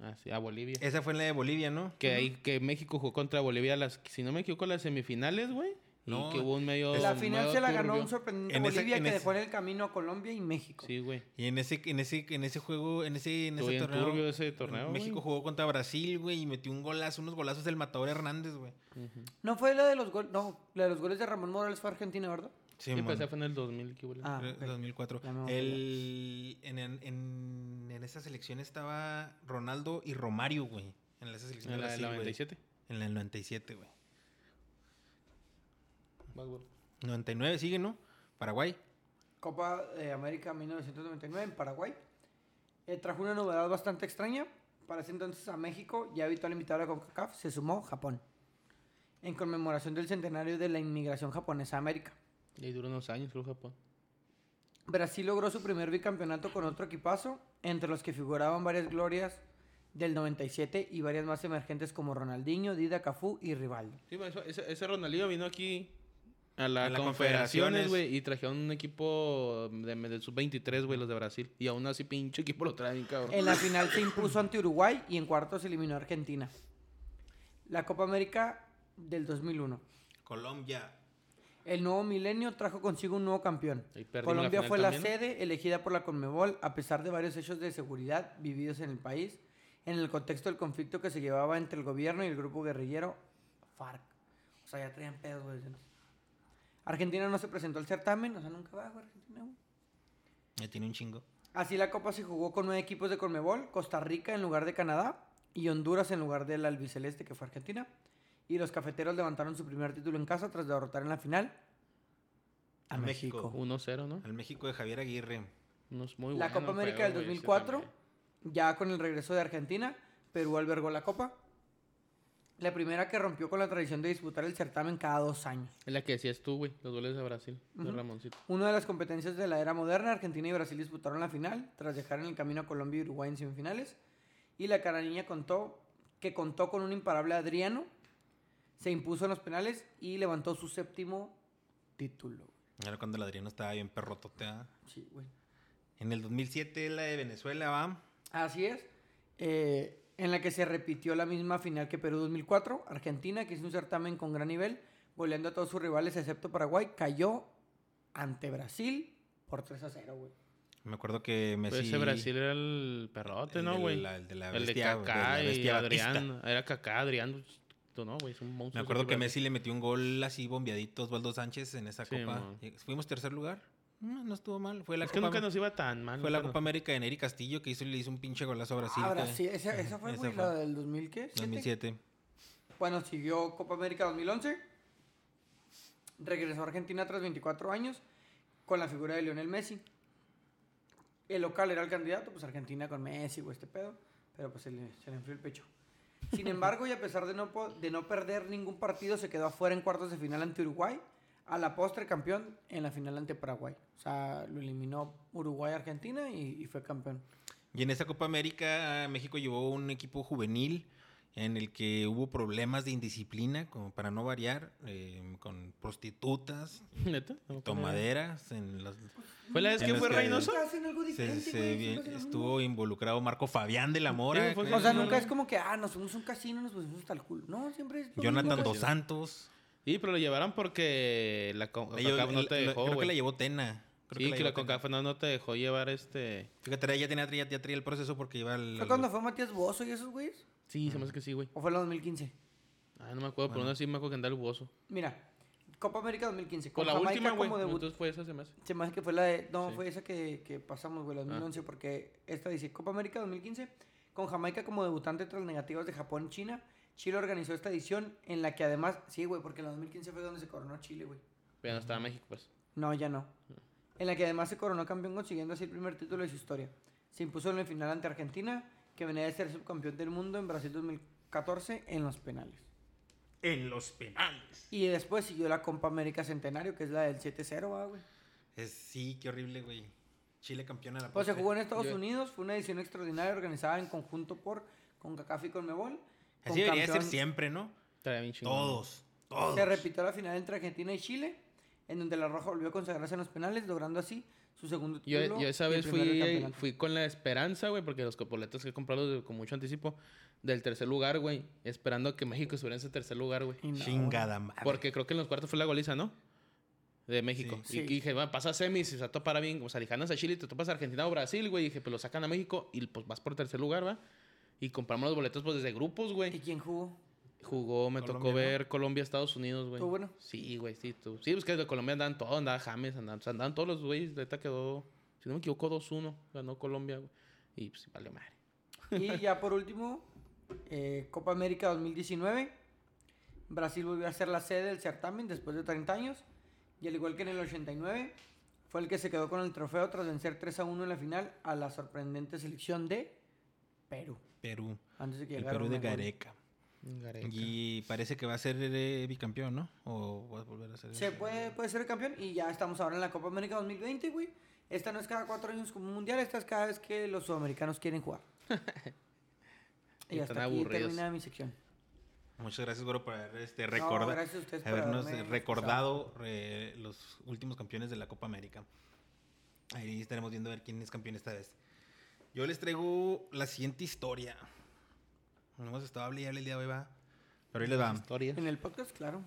B: Ah, sí, a Bolivia.
A: Esa fue en la de Bolivia, ¿no?
B: Que ahí que México jugó contra Bolivia las, si no me equivoco, las semifinales, güey.
A: No,
B: y que hubo un medio.
C: la final
B: medio
C: se la ganó
B: turbio.
C: un sorprendente
A: En ese-
C: Bolivia
A: en
C: que
A: ese-
C: dejó en el camino a Colombia y México.
B: Sí, güey.
A: Y en ese, en ese, en ese juego, en ese, en
B: Estuvo
A: ese
B: bien
A: torneo.
B: turbio ese torneo,
A: México
B: güey.
A: jugó contra Brasil, güey, y metió un golazo, unos golazos del Matador Hernández, güey.
B: Ujú.
C: No fue la de los goles, no, la de los goles de Ramón Morales fue Argentina, ¿verdad?
A: Sí,
B: Sí,
A: mon.
B: pues esa fue en el 2000, que huele.
C: Ah,
A: Creo-
C: ok.
A: 2004.
C: Ya me voy a
A: El, en, en, en, en esa selección estaba Ronaldo y Romario, güey. En esa selección
B: en
A: de
B: la del
A: Brasil, güey.
B: 97.
A: En la del 97, güey.
B: Vas, güey.
A: 99 sigue, ¿no? Paraguay.
C: Copa de América 1999 en Paraguay. Eh, trajo una novedad bastante extraña. Para ese entonces a México, ya habitual invitado a la CONCACAF, se sumó Japón. En conmemoración del centenario de la inmigración japonesa a América.
B: Y ahí duró unos años, creo, Japón.
C: Brasil logró su primer bicampeonato con otro equipazo, entre los que figuraban varias glorias del 97 y varias más emergentes como Ronaldinho, Dida Cafú y Rivaldo.
B: Sí, güey, eso- ese, ese Ronaldinho vino aquí a la,
A: A la
B: Confederaciones,
A: Confederaciones.
B: güey, y trajeron un equipo de, de sub-23, güey, los de Brasil. Y aún así, pinche equipo lo traen, cabrón.
C: En la final se impuso ante Uruguay y en cuartos eliminó a Argentina. La Copa América del 2001.
A: Colombia.
C: El nuevo milenio trajo consigo un nuevo campeón.
B: Ahí perdimos la
C: Colombia
B: final
C: fue la
B: también,
C: sede elegida por la Conmebol a pesar de varios hechos de seguridad vividos en el país en el contexto del conflicto que se llevaba entre el gobierno y el grupo guerrillero FARC. O sea, ya traían pedos, güey. Argentina no se presentó al certamen, o sea, nunca va, güey, Argentina, güey.
A: Ya tiene un chingo.
C: Así la Copa se jugó con nueve equipos de Conmebol, Costa Rica en lugar de Canadá y Honduras en lugar del albiceleste que fue Argentina. Y los cafeteros levantaron su primer título en casa tras derrotar en la final a
A: A
C: México.
A: México.
B: 1-0, ¿no?
A: Al México de Javier Aguirre.
B: Unos muy
C: La
B: buenos
C: Copa América
B: juegos,
C: del
B: güey, ese
C: 2004,
B: también.
C: ya con el regreso de Argentina, Perú albergó la Copa. La primera que rompió con la tradición de disputar el certamen cada dos años.
B: Es la que decías tú, güey, los goles de Brasil, de Ramoncito.
C: Una de las competencias de la era moderna, Argentina y Brasil disputaron la final, tras dejar en el camino a Colombia y Uruguay en semifinales. Y la Canariña contó que contó con un imparable Adriano, se impuso en los penales y levantó su séptimo título.
A: Ahora cuando el Adriano estaba bien perrotote. ¿ah?
C: Sí, güey.
A: En el 2007 la de Venezuela, va.
C: Así es. eh, en la que se repitió la misma final que Perú 2004. Argentina, que hizo un certamen con gran nivel, goleando a todos sus rivales excepto Paraguay, cayó ante Brasil por 3 a 0, güey.
A: Me acuerdo que Messi...
B: Pero Pues ese Brasil era el perrote,
A: el
B: ¿no,
A: de
B: güey?
A: la- El de la
B: El de
A: bestia, güey, de la
B: Kaká y
A: bestia Batista.
B: Adrián. Era Kaká, Adrián. pues, Tú no, güey, es un monstruo.
A: Me acuerdo
B: ese
A: que
B: Brasil.
A: Messi le metió un gol así bombeadito a Osvaldo Sánchez en esa
B: Sí,
A: copa.
B: mo.
A: Eh, Fuimos tercer lugar. No, no estuvo mal. Fue la,
B: Es que
A: copa,
B: nunca nos iba tan mal.
A: fue la
B: pero-
A: Copa América de Neri Castillo que hizo, le hizo un pinche golazo a Brasil.
C: Ah,
A: que-
C: Brasil. Esa, esa fue,
A: Esa
C: güey,
A: fue.
C: la del 2000, ¿qué? ¿Siete?
A: 2007.
C: Bueno, siguió Copa América 2011. Regresó a Argentina tras 24 años con la figura de Lionel Messi. El local era el candidato, pues Argentina con Messi, güey, este pedo. Pero pues se le, se le enfrió el pecho. Sin embargo, y a pesar de no, po- de no perder ningún partido, se quedó afuera en cuartos de final ante Uruguay. A la postre campeón en la final ante Paraguay. O sea, lo eliminó Uruguay-Argentina y, y fue campeón.
A: Y en esa Copa América, México llevó un equipo juvenil en el que hubo problemas de indisciplina, como para no variar, eh, con prostitutas,
B: ¿Neta? No,
A: tomaderas. En las,
B: ¿Fue Pues la vez
A: En
B: que
A: los
B: fue
A: que-
B: Reynoso?
C: Nunca hacen algo
A: se,
C: diferente,
A: se
C: Pues güey,
A: vi-
C: siempre hacen lo mismo.
A: estuvo involucrado Marco Fabián de la Mora,
B: Sí, fue
A: eh,
C: O sea,
B: Sí, no,
C: nunca es como que, ah, nos fuimos a un casino y nos pusimos hasta el culo. No, siempre es. lo
A: Jonathan
C: mismo,
A: Dos Santos.
B: Sí, pero lo llevaron porque la con-
A: Ellos-
B: CONCACAF no te
A: la- la-
B: dejó,
A: creo que la
B: güey.
A: llevó Tena. Creo
B: Sí, que la
A: llevó Tena.
B: CONCACAF no, no te dejó llevar este...
A: Fíjate, ya tenía, ya, ya traía el proceso porque iba al...
C: ¿Fue
A: al-
C: cuando fue Matías Bozo y esos güeyes?
B: Sí, se me hace que sí, güey.
C: ¿O fue el 2015?
B: Ah, no me acuerdo, pero
A: Bueno.
B: no sí me acuerdo que andaba el buoso.
C: Mira, Copa América 2015. Con
B: Con la
C: Jamaica
B: última, güey.
C: como debut.
B: Entonces fue esa, se me hace.
C: Se me hace que fue la de. No,
B: Sí.
C: fue esa que, que pasamos,
B: Ah.
C: güey, la 2011, porque esta dice Copa América 2015. Con Jamaica como debutante tras negativas de Japón y China, Chile organizó esta edición en la que además. Sí, güey, porque en la 2015 fue donde se coronó Chile, güey.
B: Pero no estaba México, pues.
C: No, ya no.
B: Mm.
C: En la que además se coronó campeón consiguiendo así el primer título de su historia. Se impuso en el final ante Argentina, que venía de ser subcampeón del mundo en Brasil 2014 en los penales.
A: En los penales.
C: Y después siguió la Copa América Centenario, que es la del 7-0, va, güey.
A: Ah, Es- sí, qué horrible, güey. Chile campeona a la
C: Pues se
A: postre.
C: jugó en Estados
B: Yo-
C: Unidos, fue una edición extraordinaria organizada en conjunto por CONCACAF y CONMEBOL. con
A: Así debería
C: campeón-
A: ser siempre, ¿no?
B: Estaría bien chingón.
A: Todos, todos.
C: Se repitió la final entre Argentina y Chile, en donde la Roja volvió a consagrarse en los penales, logrando así su segundo
B: Yo,
C: título.
B: yo esa
C: y el
B: vez
C: primero del
B: fui,
C: campeonato.
B: fui con la esperanza, güey, porque los boletos que he comprado de- con mucho anticipo del tercer lugar, güey, esperando que México estuviera en ese tercer lugar, güey.
C: Y no,
A: Chingada madre.
B: Porque creo que en los cuartos fue la goliza, ¿no? De México. Y,
C: Sí. Sí.
B: y dije, va, pasa a semis, se topará bien. O sea, le ganas a Chile, y te topas a Argentina o Brasil, güey. Y dije, pues lo sacan a México y pues vas por tercer lugar, ¿va? Y compramos los boletos pues desde grupos,
C: güey. ¿Y
B: güey.
C: quién jugó?
B: Jugó, me
A: Colombia,
B: tocó
A: ¿no?
B: ver Colombia, Estados Unidos, güey.
C: ¿Estuvo bueno?
B: Sí, güey, sí, tú. Sí, pues que de Colombia andaban todos, andaba James, andaban, o sea, andaban todos los güeyes. Ahorita quedó, si no me equivoco, 2-1. Ganó Colombia, güey. Y pues vale madre.
C: Y ya por último, eh, Copa América 2019. Brasil volvió a ser la sede del certamen después de 30 años. Y al igual que en el 89, fue el que se quedó con el trofeo tras vencer 3 a 1 en la final a la sorprendente selección de Perú.
A: Perú.
C: Antes de que
A: El
C: llegara
A: Perú de
C: Ormegol.
A: Gareca. Y parece que va a ser eh, bicampeón, ¿no? O va a volver a ser.
C: Se puede, puede ser campeón y ya estamos ahora en la Copa América 2020, güey. Esta no es cada cuatro años como un mundial, esta es cada vez que los sudamericanos quieren jugar. y
B: Y
C: hasta
B: están
C: aquí
B: aburridos.
C: termina mi sección.
A: Muchas gracias, Goro, por haber, este, recorda-
C: No, gracias a ustedes por
A: habernos eh,
C: haberme
A: recordado eh, los últimos campeones de la Copa América. Ahí estaremos viendo a ver quién es campeón esta vez. Yo les traigo la siguiente historia. No hemos estado hable y hable el día de hoy, va. Pero ahí les va.
B: Historia.
C: En el podcast, claro.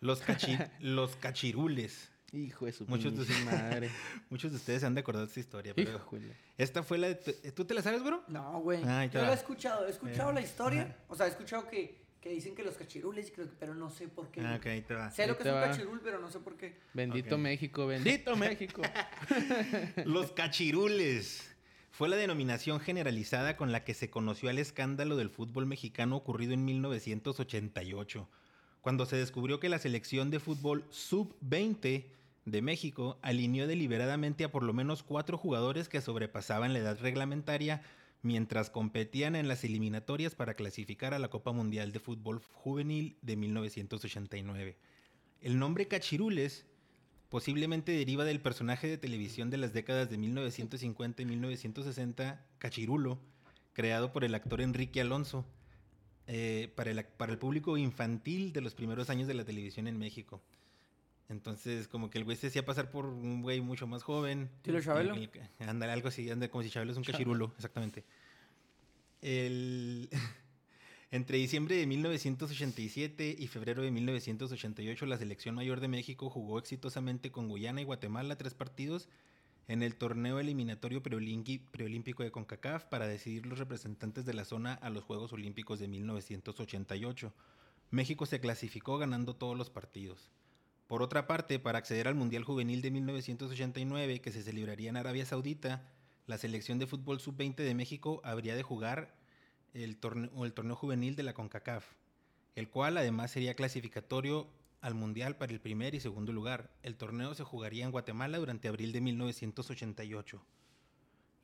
A: Los, cachi- los cachirules.
B: Hijo de su
A: Muchos de-
B: pinche madre.
A: Muchos de ustedes se han de acordar de esta historia, pero
B: Híjole.
A: esta fue la de... tu- ¿Tú te la sabes, bro?
C: No, güey.
A: Ah, ahí te
C: Yo lo
A: va.
C: he escuchado, he escuchado
A: Eh,
C: la historia.
A: ajá.
C: O sea, he escuchado que, que dicen que los cachirules, y creo que- pero no sé por qué.
A: Ah,
C: güey.
A: ok, ahí te va.
C: Sé lo
B: Ahí
C: que
B: te
C: es un
B: va.
C: cachirul, pero no sé por qué.
B: Bendito
A: Ok.
B: México, bendito México.
A: Los cachirules. Fue la denominación generalizada con la que se conoció al escándalo del fútbol mexicano ocurrido en 1988, cuando se descubrió que la selección de fútbol sub-20 de México alineó deliberadamente a por lo menos cuatro jugadores que sobrepasaban la edad reglamentaria mientras competían en las eliminatorias para clasificar a la Copa Mundial de Fútbol Juvenil de 1989. El nombre Cachirules posiblemente deriva del personaje de televisión de las décadas de 1950 y 1960, Cachirulo, creado por el actor Enrique Alonso, eh, para, el, ac- para el público infantil de los primeros años de la televisión en México. Entonces, como que el güey se hacía pasar por un güey mucho más joven.
C: ¿Estilo Chabelo?
A: El- el- Ándale, algo así, ándale, como si Chabelo es un cachirulo, exactamente. El... Entre diciembre de 1987 y febrero de 1988, la selección mayor de México jugó exitosamente con Guyana y Guatemala tres partidos en el torneo eliminatorio preolingui- preolímpico de CONCACAF para decidir los representantes de la zona a los Juegos Olímpicos de 1988. México se clasificó ganando todos los partidos. Por otra parte, para acceder al Mundial Juvenil de 1989, que se celebraría en Arabia Saudita, la selección de fútbol sub-20 de México habría de jugar el torneo, o el torneo juvenil de la CONCACAF, el cual además sería clasificatorio al Mundial para el primer y segundo lugar. El torneo se jugaría en Guatemala durante abril de 1988.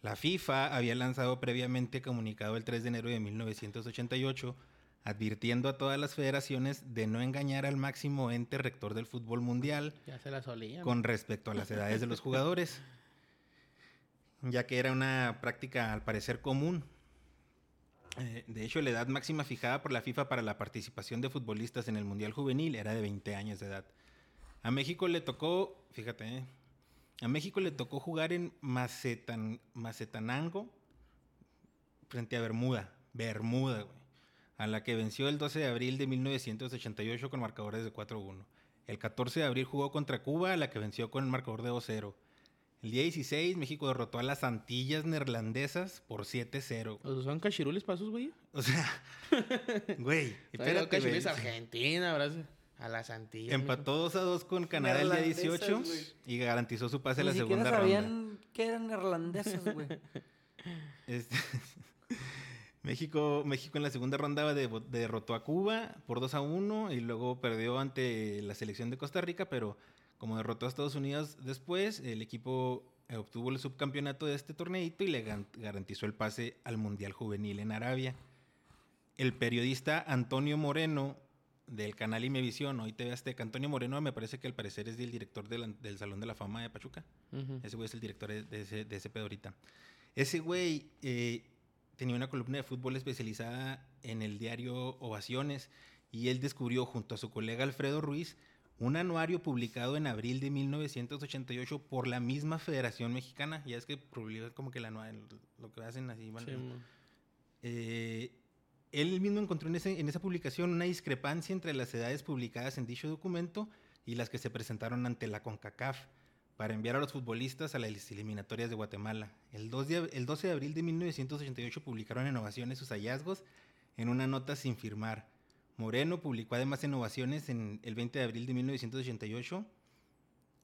A: La FIFA había lanzado previamente comunicado el 3 de enero de 1988 advirtiendo a todas las federaciones de no engañar al máximo ente rector del fútbol mundial
B: Ya se la solían.
A: con respecto a las edades de los jugadores, ya que era una práctica al parecer común. Eh, de hecho, la edad máxima fijada por la FIFA para la participación de futbolistas en el Mundial Juvenil era de 20 años de edad. A México le tocó, fíjate, eh, a México le tocó jugar en Macetan, Macetanango frente a Bermuda, Bermuda, güey, a la que venció el 12 de abril de 1988 con marcadores de 4-1. El 14 de abril jugó contra Cuba, a la que venció con el marcador de 2-0. El día 16, México derrotó a las Antillas neerlandesas por 7-0. güey.
B: ¿Los usaban cachirules para sus güey?
A: O sea, güey,
B: Pero
A: espérate. güey.
B: cachirules Argentina, Brasil. A las Antillas.
A: Empató 2 a 2 con Canadá el día 18
C: Neerlandesas,
A: y garantizó su pase a la
C: Ni siquiera
A: segunda ronda.
C: sabían que eran irlandeses, güey.
A: Este- México, México en la segunda ronda de- derrotó a Cuba por 2 a 1 y luego perdió ante la selección de Costa Rica, pero como derrotó a Estados Unidos después, el equipo eh, obtuvo el subcampeonato de este torneito y le gan- garantizó el pase al Mundial Juvenil en Arabia. El periodista Antonio Moreno del canal Imevisión, hoy TV Azteca. Antonio Moreno me parece que al parecer es el director del, del Salón de la Fama de Pachuca.
B: Ujú.
A: Ese güey es el director de- de ese, de ese pedo ahorita. Ese güey eh, tenía una columna de fútbol especializada en el diario Ovaciones y él descubrió junto a su colega Alfredo Ruiz un anuario publicado en abril de 1988 por la misma Federación Mexicana. Ya es que publica como que el anuario, lo que hacen así. van-
B: Sí, mo.
A: eh, él mismo encontró en, ese- en esa publicación una discrepancia entre las edades publicadas en dicho documento y las que se presentaron ante la CONCACAF para enviar a los futbolistas a las eliminatorias de Guatemala. El, 2 de ab- el 12 de abril de 1988 publicaron Innovaciones sus hallazgos en una nota sin firmar. Moreno publicó además Innovaciones en el 20 de abril de 1988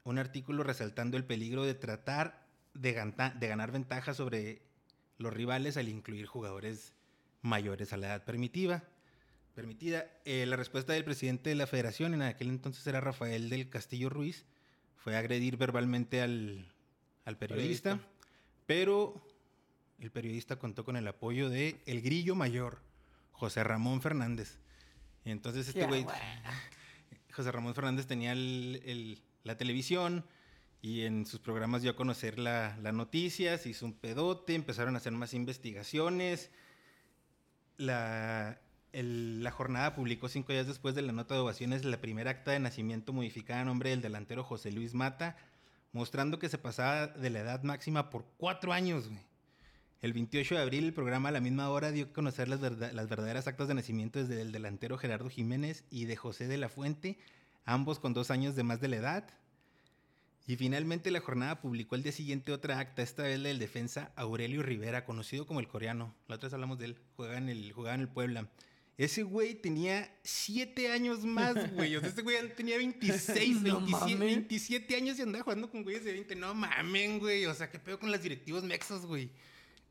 A: un artículo resaltando el peligro de tratar de, ganta- de ganar ventaja sobre los rivales al incluir jugadores mayores a la edad permitiva. permitida. Eh, la respuesta del presidente de la federación, en aquel entonces era Rafael del Castillo Ruiz, fue agredir verbalmente al, al periodista, pero el periodista contó con el apoyo de el grillo mayor, José Ramón Fernández. Y entonces este
C: Ya,
A: güey...
C: güey.
A: José Ramón Fernández tenía el- el- la televisión y en sus programas dio a conocer la, la noticia, se hizo un pedote, empezaron a hacer más investigaciones. La, el- la jornada publicó cinco días después de la nota de ovaciones la primera acta de nacimiento modificada a nombre del delantero José Luis Mata, mostrando que se pasaba de la edad máxima por cuatro años, güey. El 28 de abril, el programa a la misma hora dio a conocer las, verda- las verdaderas actas de nacimiento desde el delantero Gerardo Jiménez y de José de la Fuente, ambos con dos años de más de la edad. Y finalmente la jornada publicó el día siguiente otra acta, esta vez la del defensa Aurelio Rivera, conocido como el coreano. La otra vez hablamos de él, jugaba en el, jugaba en el Puebla. Ese güey tenía siete años más, güey. O sea, este güey tenía 26,
C: No
A: 27,
C: mames.
A: 27 años y andaba jugando con güeyes de 20. No mamen, güey. O sea, ¿qué pedo con las directivos mexas, güey?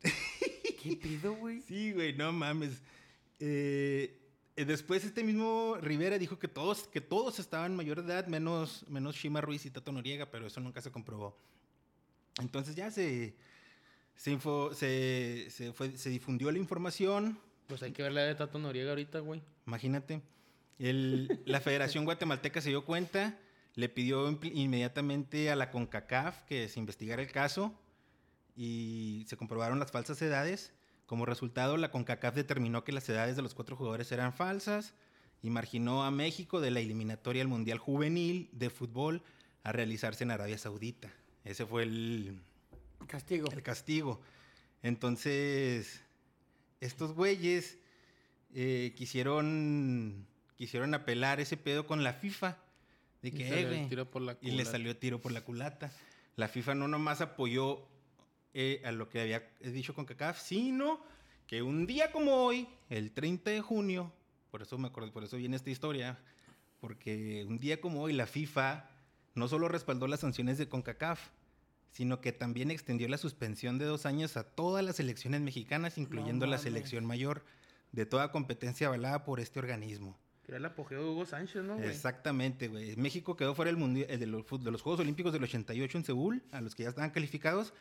C: ¿Qué pido, güey?
A: Sí, güey, no mames. Eh, eh, después este mismo Rivera dijo que todos, que todos estaban mayor de edad, menos, menos Shima Ruiz y Tato Noriega, pero eso nunca se comprobó. Entonces ya se, se, info- se, se fue- se difundió la información,
B: Pues hay que ver la de Tato Noriega ahorita, güey.
A: imagínate. El- la Federación Guatemalteca se dio cuenta, le pidió impl- inmediatamente a la CONCACAF que se investigara el caso y se comprobaron las falsas edades. Como resultado, la CONCACAF determinó que las edades de los cuatro jugadores eran falsas y marginó a México de la eliminatoria al Mundial Juvenil de Fútbol a realizarse en Arabia Saudita. Ese fue el,
C: Castigo.
A: el castigo. Entonces, estos güeyes eh, quisieron, quisieron apelar ese pedo con la FIFA. De que,
B: Y
A: "Eh,
B: salió el
A: güey,
B: tiro por la
A: y le
B: culata.
A: salió tiro por la culata. La FIFA no nomás apoyó eh, a lo que había dicho con CACAF, sino que un día como hoy, el 30 de junio, por eso me acuerdo, por eso viene esta historia, porque un día como hoy la FIFA no solo respaldó las sanciones de CONCACAF, sino que también extendió la suspensión de dos años a todas las selecciones mexicanas, incluyendo la
C: mames.
A: selección mayor, de toda competencia avalada por este organismo.
B: Que era el apogeo de Hugo Sánchez, ¿no, güey?
A: Exactamente, güey. México quedó fuera del mundial, de, los, fut- de los Juegos Olímpicos del 88 en Seúl, a los que ya estaban calificados,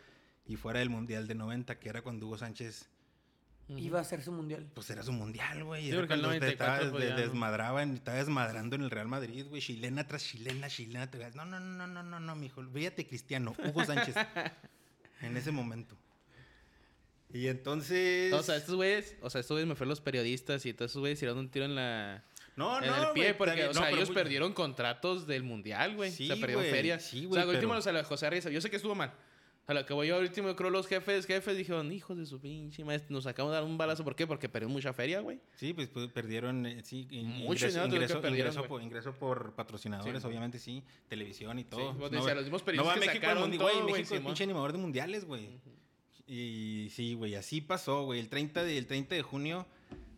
A: y fuera del Mundial de 90, que era cuando Hugo Sánchez
C: iba a ser su mundial.
A: Pues era su mundial, güey.
B: Sí,
A: era
B: porque el
A: cuando te
B: 94
A: estaba-
B: pues,
A: de-
B: ya no.
A: desmadraba en- estaba desmadrando en el Real Madrid, güey. Chilena tras chilena, chilena. tras- No, no, no, no, no, no, mijo. Fíjate, Cristiano, Hugo Sánchez. en ese momento. Y entonces.
B: O sea, estos güeyes, o sea, estos güeyes me fueron los periodistas y todos estos güeyes tiraron un tiro en la.
A: no,
B: en el pie,
A: güey,
B: porque,
A: está bien.
B: o
A: No,
B: sea,
A: pero pues,
B: ellos
A: muy-
B: perdieron contratos del mundial, güey.
A: Sí,
B: o sea, perdieron
A: güey,
B: ferias.
A: sí,
B: o
A: güey,
B: sea, lo último
A: pero-
B: los a la José Reyes. Yo sé que estuvo mal. A lo que voy yo, al último, yo creo los jefes, jefes dijeron, hijos de su pinche madre, nos acabamos de dar un balazo. ¿Por qué? Porque perdieron mucha feria, güey.
A: Sí, pues, pues, perdieron, eh, sí, in- ingreso,
B: Mucho dinero tuvieron que
A: ingreso,
B: perdieron,
A: ingreso
B: güey.
A: por, ingreso por patrocinadores,
B: Sí.
A: obviamente sí, televisión y todo.
B: vos
A: Pues,
B: decías,
A: va-
B: los
A: no
B: mismos
A: va
B: periodistas
A: a
B: que
A: México al
B: sacaron
A: mundi- güey,
B: todo, güey,
A: México es
B: Simón.
A: pinche animador de mundiales, güey. Y sí, güey, así pasó, güey. El 30 de, el 30 de junio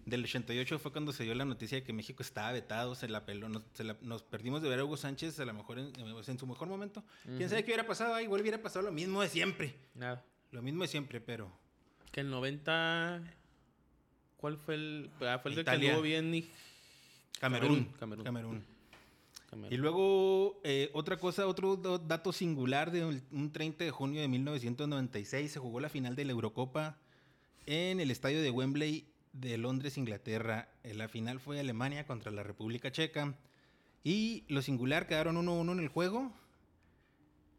A: del 88 fue cuando se dio la noticia de que México estaba vetado, se la peló, nos, se la- nos perdimos de ver a Hugo Sánchez a lo mejor en, en su mejor momento. ¿Quién sabe qué hubiera pasado ahí? Igual hubiera pasado lo mismo de siempre.
B: Nada.
A: Lo mismo de siempre, pero...
B: Que el 90. ¿Cuál fue el.? Ah, fue el del que
A: Italia.
B: anduvo bien y.
A: Camerún.
B: Camerún.
A: Camerún. Y luego, eh, otra cosa, otro do- dato singular de un un 30 de junio de 1996, se jugó la final de la Eurocopa en el estadio de Wembley de Londres, Inglaterra. Eh, La final fue Alemania contra la República Checa. Y lo singular, quedaron 1-1 en el juego.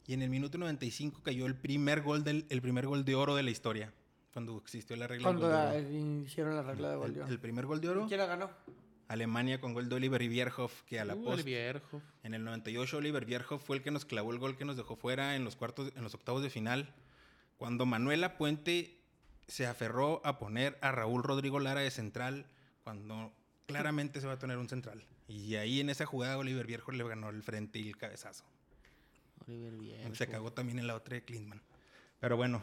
A: Y en el minuto 95 cayó el primer gol, del, el primer gol de oro de la historia. Cuando existió la regla del
C: Cuando
A: gol de
C: la-
A: oro.
C: hicieron la regla de
A: El-
C: Goldeón.
A: el primer gol de oro,
C: ¿Quién la ganó?
A: Alemania con gol de Oliver Bierhoff, que a la
B: Uh, el
A: post
B: viejo.
A: en el 98 Oliver Bierhoff fue el que nos clavó el gol que nos dejó fuera en los cuartos en los octavos de final cuando Manuela Puente se aferró a poner a Raúl Rodrigo Lara de central cuando claramente se va a tener un central. Y ahí en esa jugada Oliver Bierhoff le ganó el frente y el cabezazo.
B: Oliver Viejo.
A: Se cagó también en la otra de Klinsmann. Pero bueno,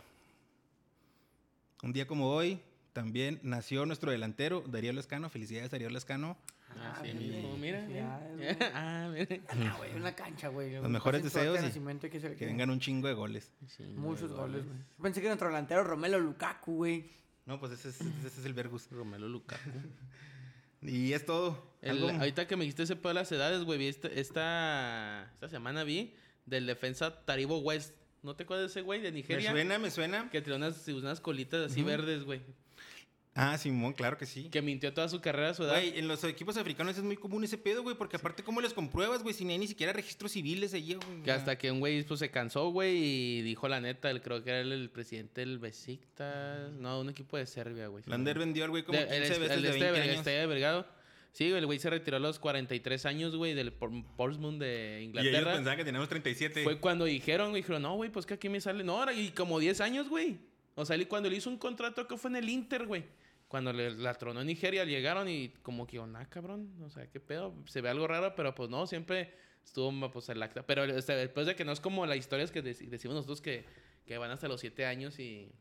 A: un día como hoy también nació nuestro delantero Darío Lescano. Felicidades Darío Lescano.
B: Ah,
C: Ah,
B: sí,
C: mira,
B: hijo, mira. mira.
C: felicidades, güey.
B: ah, mira.
C: Ah, güey, una cancha, güey. Lo que
A: mejores
C: pasa en Croacia,
A: deseos y
C: Nacimiento, que, se le
A: Que
C: quede.
A: vengan un chingo de goles.
C: Muchos goles, güey. Pensé que era nuestro delantero Romelo Lukaku, güey.
A: No, pues ese es, ese es el Vergus.
B: Romelo Lukaku.
A: Y es todo.
B: El-
A: Algo-
B: ahorita que me dijiste ese pedo de las edades, güey, vi esta, esta, esta semana vi del defensa Taribo West. ¿No te acuerdas de ese güey de
A: Me
B: Nigeria?
A: suena, me suena.
B: Que tiró unas, unas colitas así verdes, güey.
A: Ah, Simón, claro que sí.
B: Que mintió toda su carrera a su edad.
A: Güey, en los equipos africanos es muy común ese pedo, güey, porque aparte, ¿cómo les compruebas, güey? Si ni hay ni siquiera registros civiles allí, güey.
B: Que hasta que un güey pues, se cansó, güey, y dijo la neta, el- creo que era el, el presidente del Besiktas.
A: Mm.
B: No, un equipo de Serbia, güey.
A: Lander vendió al güey como
B: De-
A: 15
B: el, es-
A: veces
B: el
A: de
B: este
A: 20
B: Ver-
A: años.
B: este de Vergado. Sí, güey, el güey se retiró a los 43 años, güey, del Por- Portsmouth de
A: Y ellos
B: Inglaterra.
A: pensaban que teníamos 37.
B: Fue cuando dijeron, güey, dijeron, no, güey, pues que aquí me sale. No, ahora, y como 10 años, güey. O sea, él cuando le hizo un contrato que fue en el Inter, güey. Cuando le, la tronó en Nigeria, llegaron y como que, ah, cabrón, o sea, qué pedo. Se ve algo raro, pero pues no, siempre estuvo, ma, pues, el acta. Pero o sea, después de que no es como las historias que dec- decimos nosotros que, que van hasta los 7 años y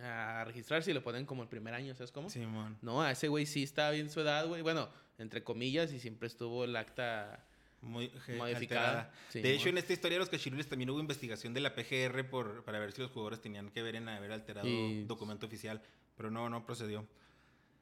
B: a registrarse y lo ponen como el primer año, ¿sabes cómo?
A: Simón.
B: No, a ese güey sí estaba bien su edad, güey. Bueno, entre comillas, y siempre estuvo el acta.
A: Muy je-
B: Modificada.
A: alterada.
B: Sí,
A: de hecho, en
B: bueno.
A: esta historia de los cachirules también hubo investigación de la PGR por, para ver si los jugadores tenían que ver en haber alterado
B: Y-
A: documento oficial. Pero no, no procedió.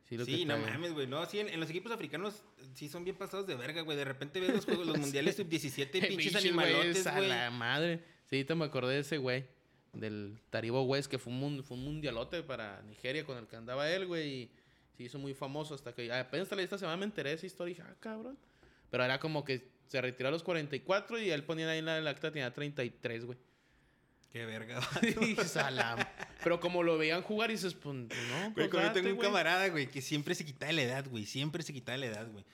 B: Sí, lo que
A: sí, no
B: está-
A: mames, güey. No, sí, en, en los equipos africanos eh, sí son bien pasados de verga, güey. De repente ves los, juegos, los mundiales sub-17 y pinches
B: Pinches güeyes
A: animalotes,
B: a
A: güey.
B: la madre. Sí, ahorita me acordé de ese güey. Del Taribo West, que fue un, mun- fue un mundialote para Nigeria con el que andaba él, güey. Y se hizo muy famoso hasta que... Apenas hasta esta semana me enteré de esa historia y dije, ah, cabrón. Pero era como que se retiró a los 44 y él ponía ahí en la- el acta tenía 33, güey.
A: Qué verga.
B: Y dices, "A la- Pero como lo veían jugar y dices, pues no,
A: Güey,
B: pues,
A: como yo
B: date,
A: tengo un
B: güey".
A: camarada, güey, que siempre se quitaba la edad, güey. Siempre se quitaba la edad, güey.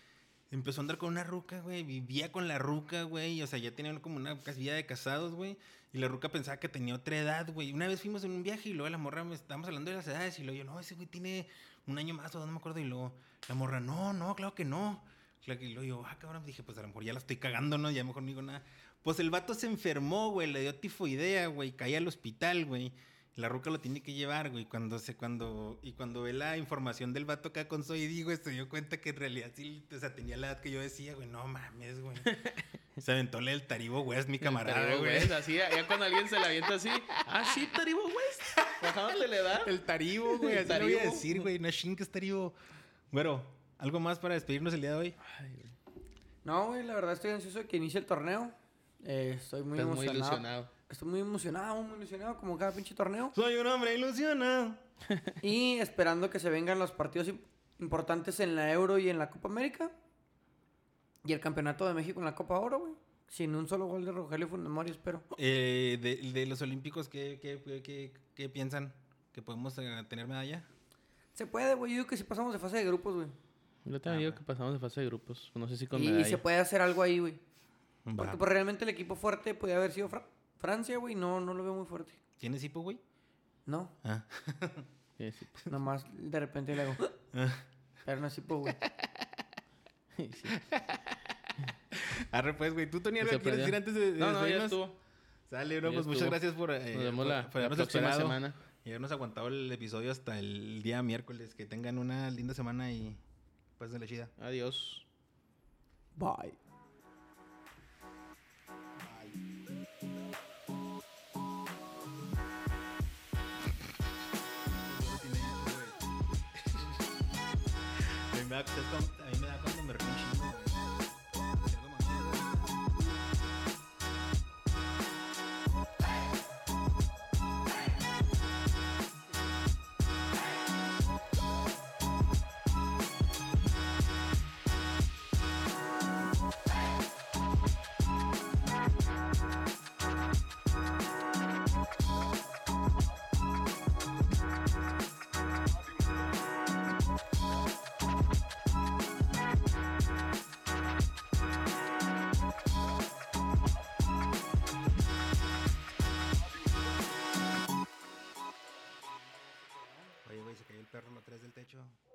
A: Empezó a andar con una ruca, güey. Vivía con la ruca, güey. O sea, ya tenían como una casi vida de casados, güey. Y la ruca pensaba que tenía otra edad, güey. Una vez fuimos en un viaje y luego la morra, me- estábamos hablando de las edades. Y luego yo, no, ese güey tiene un año más o dos, no me acuerdo. Y luego la morra, no, no, claro que no. Claro que y luego yo, ah, cabrón. Dije, pues a lo mejor ya la estoy cagando, ¿no? Ya mejor no digo nada. Pues el vato se enfermó, güey. Le dio tifoidea, güey. Caía al hospital, güey. La ruca lo tiene que llevar, güey. Cuando se, cuando, y cuando ve la información del vato acá con Soy digo, se dio cuenta que en realidad sí, o sea, tenía la edad que yo decía, güey. No mames, güey. Se aventó el taribo, güey, es mi
B: El
A: camarada,
B: Taribo
A: güey.
B: West, así, ya cuando alguien se la avienta así, ah, sí, Taribo West. Pues, Bajándole la edad.
A: El taribo, güey. Así lo
B: El
A: voy a
B: taribo.
A: decir, güey. No chingues taribo. Bueno, ¿algo más para despedirnos el día de hoy?
C: No, güey, la verdad estoy ansioso de que inicie el torneo. Eh, estoy muy
B: Estás muy
C: emocionado.
B: ilusionado.
C: Estoy muy emocionado, muy emocionado, como cada pinche torneo.
A: Soy un hombre ilusionado.
C: Y esperando que se vengan los partidos im- importantes en la Euro y en la Copa América. Y el Campeonato de México en la Copa Oro, güey. Sin un solo gol de Rogelio Funes Mori, espero.
A: Eh, de, de los Olímpicos, ¿qué, qué, qué- qué- qué piensan? ¿Que podemos eh, tener medalla?
C: Se puede, güey. Yo digo que si pasamos de fase de grupos, güey.
B: Yo te digo que pasamos de fase de grupos. No sé si con
C: Y, y
B: medalla.
C: se puede hacer algo ahí, güey.
A: Va.
C: Porque pues, realmente el equipo fuerte podía haber sido Fra- Francia, güey. No, no lo veo muy fuerte.
A: ¿Tienes hipo, güey?
C: No,
A: Ah.
B: Sí, sí, pues,
C: nomás de repente le hago. Pero no es tipo, güey.
B: sí, sí.
A: Arre, pues, güey. ¿Tú, Tony, algo
B: Se
A: que quieres
B: perdió.
A: decir antes de, de
B: No, no, ya
A: despedirnos?
B: estuvo.
A: Sale, bro.
B: Ya
A: Pues muchas
B: estuvo.
A: gracias por, eh,
B: Nos vemos
A: por-
B: la,
A: por
B: la
A: habernos
B: próxima
A: esperado
B: semana.
A: y habernos aguantado el episodio hasta el día miércoles. Que tengan una linda semana y pásenla chida.
B: Adiós.
C: Bye.
A: A mí me da cuando me recuerdo